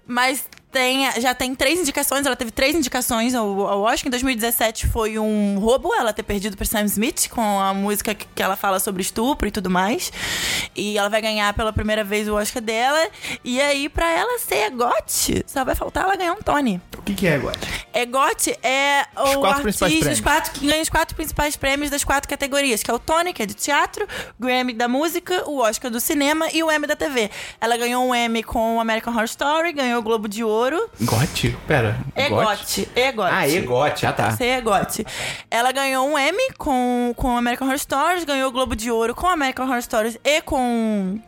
[SPEAKER 3] mas tem, já tem três indicações, ela teve três indicações ao, ao Oscar. Em 2017 foi um roubo ela ter perdido pro Sam Smith com a música que, que ela fala sobre estupro e tudo mais. E ela vai ganhar pela primeira vez o Oscar dela. E aí, pra ela ser a GOT, só vai faltar ela ganhar um Tony.
[SPEAKER 4] O que, que é agora?
[SPEAKER 3] É GOT é
[SPEAKER 1] Os
[SPEAKER 3] o
[SPEAKER 1] quatro principais
[SPEAKER 3] artista,
[SPEAKER 1] prêmios.
[SPEAKER 3] os quatro que ganha os quatro principais prêmios das quatro categorias, que é o Tony, que é de teatro, o Grammy da música, o Oscar do cinema e o Emmy da TV. Ela ganhou um Emmy com o American Horror Story, ganhou o Globo de
[SPEAKER 1] Ah.
[SPEAKER 3] Ouro.
[SPEAKER 1] Gote? Pera.
[SPEAKER 3] É GOT, é GOT.
[SPEAKER 1] Ah, e Gote. Ah, tá.
[SPEAKER 3] Você é GOT. Ela ganhou um Emmy com com o American Horror Stories, ganhou o Globo de Ouro com o American Horror Stories e com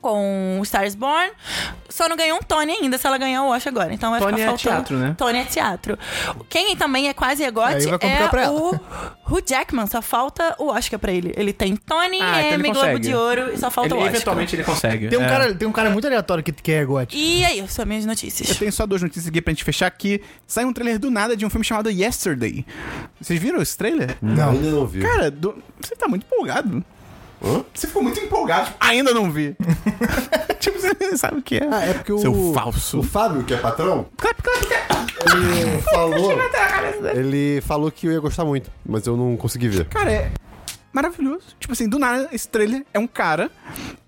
[SPEAKER 3] com o Stars Born. Só não ganhou um Tony ainda se ela ganhar o Oscar agora. Então vai
[SPEAKER 1] Tony
[SPEAKER 3] ficar
[SPEAKER 1] é
[SPEAKER 3] faltando.
[SPEAKER 1] teatro, né?
[SPEAKER 3] Tony é teatro. Quem também é quase a
[SPEAKER 4] Aí
[SPEAKER 3] GOT
[SPEAKER 4] vai complicar pra
[SPEAKER 3] é
[SPEAKER 4] ela.
[SPEAKER 3] o Hugh Jackman. Só falta o Oscar pra ele. Ele tem Tony,
[SPEAKER 1] Ah, então ele
[SPEAKER 3] Emmy, Globo
[SPEAKER 1] consegue.
[SPEAKER 3] de Ouro e só falta o
[SPEAKER 1] Ele,
[SPEAKER 3] Oscar.
[SPEAKER 1] eventualmente ele consegue.
[SPEAKER 4] Tem um,
[SPEAKER 1] É.
[SPEAKER 4] cara, tem um cara muito aleatório que, que é gote.
[SPEAKER 3] E aí, são minhas notícias.
[SPEAKER 1] Eu tenho só duas notícias aqui pra gente fechar que saiu um trailer do nada de um filme chamado Yesterday. Vocês viram esse trailer?
[SPEAKER 4] Não.
[SPEAKER 2] Ainda não vi.
[SPEAKER 1] Cara, do- você tá muito empolgado. Você ficou muito empolgado. tipo, Ainda não vi. tipo, você nem sabe o que é.
[SPEAKER 2] Ah, é porque o.
[SPEAKER 1] Seu falso.
[SPEAKER 2] O Fábio, que é patrão,
[SPEAKER 1] Clap, clap, clap.
[SPEAKER 2] ele falou. ele falou que eu ia gostar muito, mas eu não consegui ver.
[SPEAKER 1] Cara, é maravilhoso. Tipo assim, do nada, esse trailer é um cara.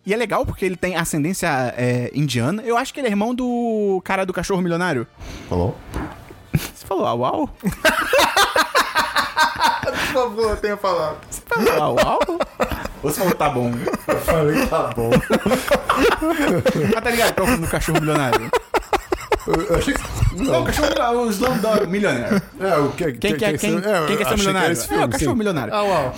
[SPEAKER 1] E é legal porque ele tem ascendência é, indiana. Eu acho que ele é irmão do cara do cachorro milionário.
[SPEAKER 2] Tá bom?
[SPEAKER 1] Você falou au au?
[SPEAKER 4] Por favor, tenha falado.
[SPEAKER 1] Você falou au au? Ou você falou tá bom?
[SPEAKER 2] Eu falei, tá bom.
[SPEAKER 1] Ah, tá ligado? Qual é o nome do cachorro milionário?
[SPEAKER 2] Eu, eu achei que.
[SPEAKER 1] Não, o
[SPEAKER 2] Não,
[SPEAKER 1] cachorro milionário, o Slumdog Milionário.
[SPEAKER 2] é, o que,
[SPEAKER 1] Quem quer quem, quem,
[SPEAKER 2] é,
[SPEAKER 1] quer
[SPEAKER 2] eu
[SPEAKER 1] ser
[SPEAKER 2] achei
[SPEAKER 1] o
[SPEAKER 2] que era
[SPEAKER 1] milionário?
[SPEAKER 2] esse
[SPEAKER 1] é,
[SPEAKER 2] filme,
[SPEAKER 1] o cachorro
[SPEAKER 2] sim. Ah,
[SPEAKER 1] milionário.
[SPEAKER 4] Au, au.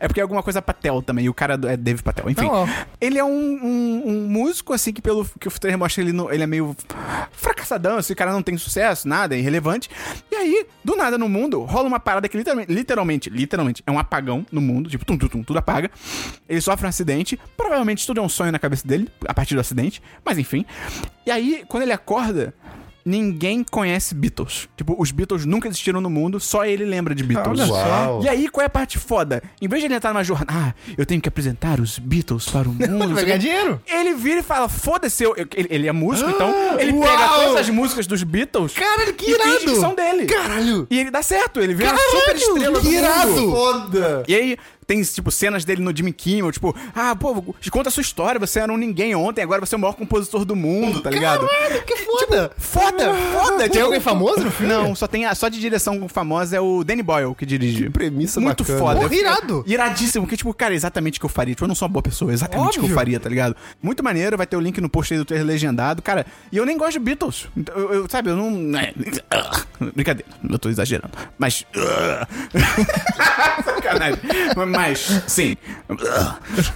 [SPEAKER 1] É porque é alguma coisa Patel também, e o cara do- é Dave Patel. Enfim,
[SPEAKER 4] Não, ó.
[SPEAKER 1] ele é um, um- um músico, assim, que pelo que o trailer mostra, ele, não- ele é meio fracassadão, esse cara não tem sucesso, nada, é irrelevante. E aí, do nada no mundo, rola uma parada que literalmente, literalmente, literalmente, é um apagão no mundo, tipo, tum, tum, tum, tudo apaga. Ele sofre um acidente, provavelmente tudo é um sonho na cabeça dele, a partir do acidente, mas enfim. E aí, quando ele acorda... Ninguém conhece Beatles. Tipo, os Beatles nunca existiram no mundo, só ele lembra de Beatles.
[SPEAKER 4] Olha
[SPEAKER 2] Uau.
[SPEAKER 1] E aí, qual é a parte foda? Em vez de ele entrar numa jornada, ah, eu tenho que apresentar os Beatles para o mundo.
[SPEAKER 4] Vai ganhar dinheiro.
[SPEAKER 1] Ele vira e fala, foda-se, eu, eu- ele, ele é músico, então ele
[SPEAKER 4] Ah, uau!
[SPEAKER 1] pega todas as músicas dos Beatles
[SPEAKER 4] Caralho, que
[SPEAKER 1] e finge que
[SPEAKER 4] irado.
[SPEAKER 1] são dele.
[SPEAKER 4] Caralho.
[SPEAKER 1] E ele dá certo, ele vira uma super estrela do
[SPEAKER 4] que
[SPEAKER 1] mundo.
[SPEAKER 4] irado.
[SPEAKER 2] Foda!
[SPEAKER 1] E aí, Tem, tipo, cenas dele no Jimmy Kimmel, tipo, ah, pô, conta a sua história, você era um ninguém ontem, agora você é o maior compositor do mundo, tá ligado?
[SPEAKER 4] Caralho, que Tipo, foda! Ah.
[SPEAKER 1] Foda, foda!
[SPEAKER 4] Tem alguém famoso no filme?
[SPEAKER 1] Não, só tem a, só de direção famosa é o Danny Boyle que dirige.
[SPEAKER 2] Que premissa
[SPEAKER 1] Muito
[SPEAKER 2] bacana.
[SPEAKER 1] foda.
[SPEAKER 4] Porra, irado.
[SPEAKER 1] Iradíssimo, que tipo, cara, exatamente o que eu faria. Tipo, eu não sou uma boa pessoa, exatamente o que eu
[SPEAKER 4] Óbvio.
[SPEAKER 1] faria, tá ligado? Muito maneiro, vai ter o link no post aí do trailer legendado, cara. E eu nem gosto de Beatles. Então, Eu, eu- sabe, eu não. é, brincadeira, eu tô exagerando. Mas. Sacanagem. Mas, sim.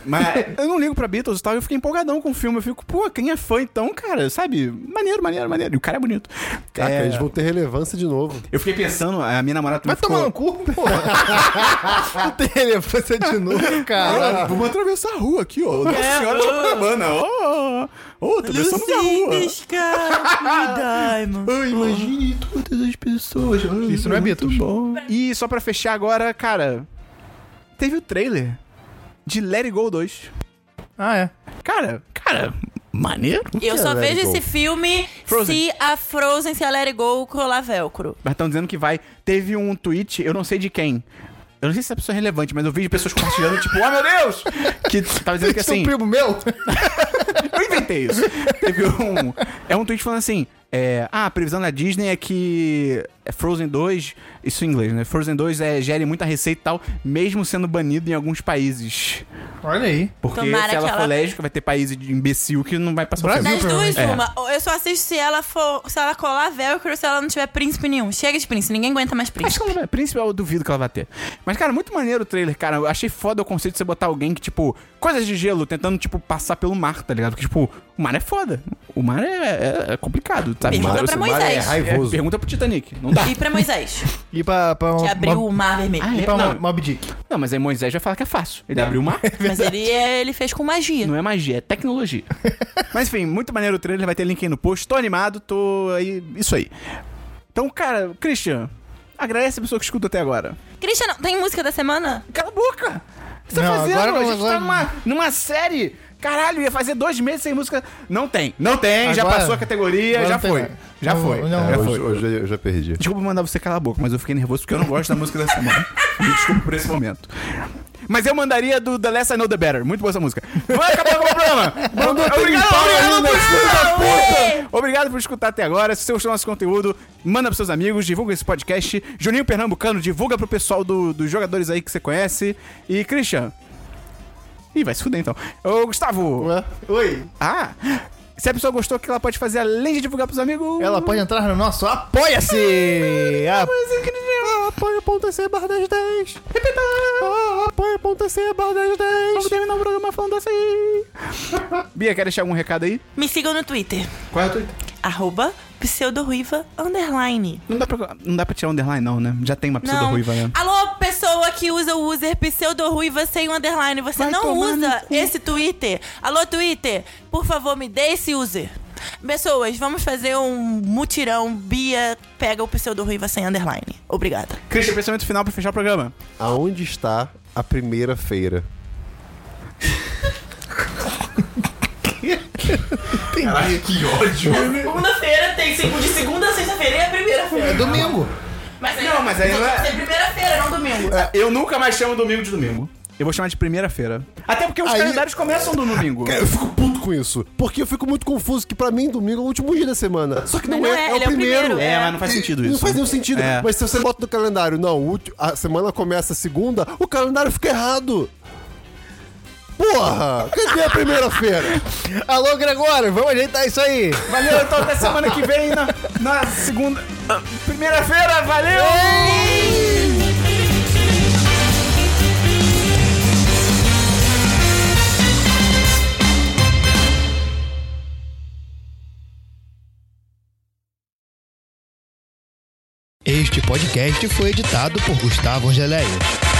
[SPEAKER 1] Mas eu não ligo pra Beatles e tal, eu fiquei empolgadão com o filme. Eu fico, pô, quem é fã então, cara, sabe? Maneiro, maneiro, maneiro. E o cara é bonito.
[SPEAKER 2] Caraca,
[SPEAKER 1] É,
[SPEAKER 2] Ah, eles vão ter relevância de novo.
[SPEAKER 1] Eu fiquei pensando, a minha namorada também
[SPEAKER 4] Vai tomar no cu, porra. é. Não tem relevância de novo, cara.
[SPEAKER 1] Ah, vamos atravessar a rua aqui, ó. Nossa
[SPEAKER 3] É,
[SPEAKER 1] Senhora
[SPEAKER 3] ô.
[SPEAKER 1] de Copacabana, ó. Ô, atravessamos a rua.
[SPEAKER 3] Lucides, cara, me dai, mano.
[SPEAKER 1] Ai, imagine todas as pessoas. Ai,
[SPEAKER 4] Isso não é
[SPEAKER 1] muito
[SPEAKER 4] Beatles.
[SPEAKER 1] bom. E só pra fechar agora, cara, teve o trailer de Let It Go 2.
[SPEAKER 4] Ah, é.
[SPEAKER 1] Cara, cara, maneiro.
[SPEAKER 3] Eu só
[SPEAKER 2] é Let It
[SPEAKER 3] vejo
[SPEAKER 2] Go?
[SPEAKER 3] esse filme
[SPEAKER 1] Frozen.
[SPEAKER 3] se a Frozen se a Let It Go colar velcro.
[SPEAKER 1] Mas estão dizendo que vai. Teve um tweet, eu não sei de quem. Eu não sei se essa pessoa é relevante, mas eu vi pessoas compartilhando, tipo, ah, meu Deus! Que tava dizendo que
[SPEAKER 4] Esse é um
[SPEAKER 1] assim.
[SPEAKER 4] primo meu?
[SPEAKER 1] Eu inventei isso. Teve um. É um tweet falando assim. é, ah, a previsão da Disney é que é Frozen 2, isso em inglês, né? Frozen 2 é, gere muita receita e tal, mesmo sendo banido em alguns países.
[SPEAKER 4] Olha aí.
[SPEAKER 1] Porque
[SPEAKER 3] Tomara
[SPEAKER 1] se ela
[SPEAKER 3] que
[SPEAKER 1] for
[SPEAKER 3] ela-
[SPEAKER 1] lésbica, vai ter país de imbecil que não vai passar o
[SPEAKER 4] Brasil.
[SPEAKER 1] filme.
[SPEAKER 3] Das duas,
[SPEAKER 1] É.
[SPEAKER 3] uma. Ou Eu só assisto se ela for. Se ela colar velcro ou se ela não tiver príncipe nenhum. Chega de príncipe, ninguém aguenta mais
[SPEAKER 1] Acho
[SPEAKER 3] príncipe.
[SPEAKER 1] que ela vai. Príncipe, eu duvido que ela vai ter. Mas, cara, muito maneiro o trailer, cara. Eu achei foda o conceito de você botar alguém que, tipo, coisas de gelo, tentando, tipo, passar pelo mar, tá ligado? Porque, tipo, o mar é foda. O mar é, é- é complicado, sabe?
[SPEAKER 3] Pergunta
[SPEAKER 1] O mar-
[SPEAKER 3] pra
[SPEAKER 2] o mar é
[SPEAKER 3] Moisés.
[SPEAKER 1] é,
[SPEAKER 2] raivoso.
[SPEAKER 1] pergunta pro Titanic. Não dá.
[SPEAKER 3] E pra Moisés,
[SPEAKER 4] E pra, pra
[SPEAKER 3] que
[SPEAKER 4] Mob-
[SPEAKER 3] abriu um o mar vermelho.
[SPEAKER 1] Ah,
[SPEAKER 4] E
[SPEAKER 1] é?
[SPEAKER 4] pra um-
[SPEAKER 1] Não.
[SPEAKER 4] Mo- Mob Dick.
[SPEAKER 1] Não, mas aí Moisés vai falar que é fácil. Ele abriu o mar.
[SPEAKER 3] Mas ele, é- ele fez com magia.
[SPEAKER 1] Não é magia, é tecnologia. mas enfim, muito maneiro o trailer, vai ter link aí no post. Tô animado, tô aí. Isso aí. Então, cara, Christian, agradece a pessoa que escuta até agora.
[SPEAKER 3] Christian, não- tem música da semana?
[SPEAKER 1] Cala a boca! O que você tá
[SPEAKER 4] Não,
[SPEAKER 1] fazendo?
[SPEAKER 4] agora
[SPEAKER 1] a
[SPEAKER 4] não,
[SPEAKER 1] gente tá
[SPEAKER 4] agora
[SPEAKER 1] numa, numa série. Caralho, ia fazer dois meses sem música. Não tem, não tem, já
[SPEAKER 4] Agora-
[SPEAKER 1] passou a categoria,
[SPEAKER 4] agora
[SPEAKER 1] já
[SPEAKER 4] não tem
[SPEAKER 1] foi.
[SPEAKER 4] mais.
[SPEAKER 1] Já
[SPEAKER 4] Não,
[SPEAKER 1] foi.
[SPEAKER 4] não.
[SPEAKER 3] É,
[SPEAKER 1] já
[SPEAKER 2] Hoje,
[SPEAKER 1] foi.
[SPEAKER 2] hoje eu já perdi.
[SPEAKER 1] Desculpa mandar você calar a boca, mas eu fiquei nervoso porque eu não gosto da música da semana. Me desculpa por esse momento. Mas eu mandaria do The Less I Know The Better. Muito boa essa música. Vai acabar com o programa. Obrigado, obrigado, obrigado, obrigado, obrigado por escutar até agora. Se você gostou do nosso conteúdo, manda pros seus amigos, divulga esse podcast. Juninho Pernambucano, divulga pro pessoal do- dos jogadores aí que você conhece. E Christian. Ih, vai se fuder então. Ô, Gustavo.
[SPEAKER 4] Ué? Oi.
[SPEAKER 1] Ah, se a pessoa gostou, o que ela pode fazer além de divulgar pros amigos?
[SPEAKER 4] Ela pode entrar no nosso Apoia-se! A-
[SPEAKER 1] é Apoia.c barra 1010. Repita! Ah, Apoia.c barra 1010. Vamos terminar o programa falando assim. Bia, quer deixar algum recado aí?
[SPEAKER 3] Me sigam no Twitter.
[SPEAKER 1] Qual é o Twitter?
[SPEAKER 3] Arroba pseudoruiva underline.
[SPEAKER 1] Não dá pra, não dá pra tirar underline, não, né? Já tem uma
[SPEAKER 3] Não.
[SPEAKER 1] pseudo-ruiva, né?
[SPEAKER 3] Alô, pessoa que usa o user pseudoruiva sem underline. Você
[SPEAKER 1] Vai
[SPEAKER 3] não
[SPEAKER 1] tomar no
[SPEAKER 3] usa
[SPEAKER 1] cu.
[SPEAKER 3] esse Twitter. Alô, Twitter, por favor, me dê esse user. Pessoas, vamos fazer um mutirão. Bia pega o pseudoruiva sem underline. Obrigada.
[SPEAKER 1] Christian, pensamento final pra fechar o programa.
[SPEAKER 2] Aonde está a primeira feira?
[SPEAKER 3] Segunda-feira tem de segunda a sexta-feira e a primeira-feira.
[SPEAKER 4] É domingo.
[SPEAKER 3] Mas
[SPEAKER 1] Não, mas aí tem não é- que ser
[SPEAKER 3] primeira-feira, não domingo.
[SPEAKER 1] Eu nunca mais chamo domingo de domingo. Eu vou chamar de primeira-feira. Até porque os
[SPEAKER 2] Aí-
[SPEAKER 1] calendários começam no domingo.
[SPEAKER 2] Cara, eu fico puto com isso. Porque eu fico muito confuso que pra mim domingo é o último dia da semana. Só que não,
[SPEAKER 3] Mas não
[SPEAKER 2] é,
[SPEAKER 3] é,
[SPEAKER 2] é, o
[SPEAKER 3] ele é o
[SPEAKER 2] primeiro.
[SPEAKER 3] primeiro,
[SPEAKER 1] É, mas não faz sentido isso.
[SPEAKER 2] Não faz nenhum sentido.
[SPEAKER 1] É.
[SPEAKER 2] Mas se você bota no calendário, não, o ulti- a semana começa segunda, o calendário fica errado. Porra! Cadê a primeira-feira?
[SPEAKER 4] Alô, Gregório, vamos ajeitar isso aí.
[SPEAKER 1] Valeu, então até semana que vem na, na segunda. ah, Primeira-feira, valeu!
[SPEAKER 4] Este podcast foi editado por Gustavo Angeléia.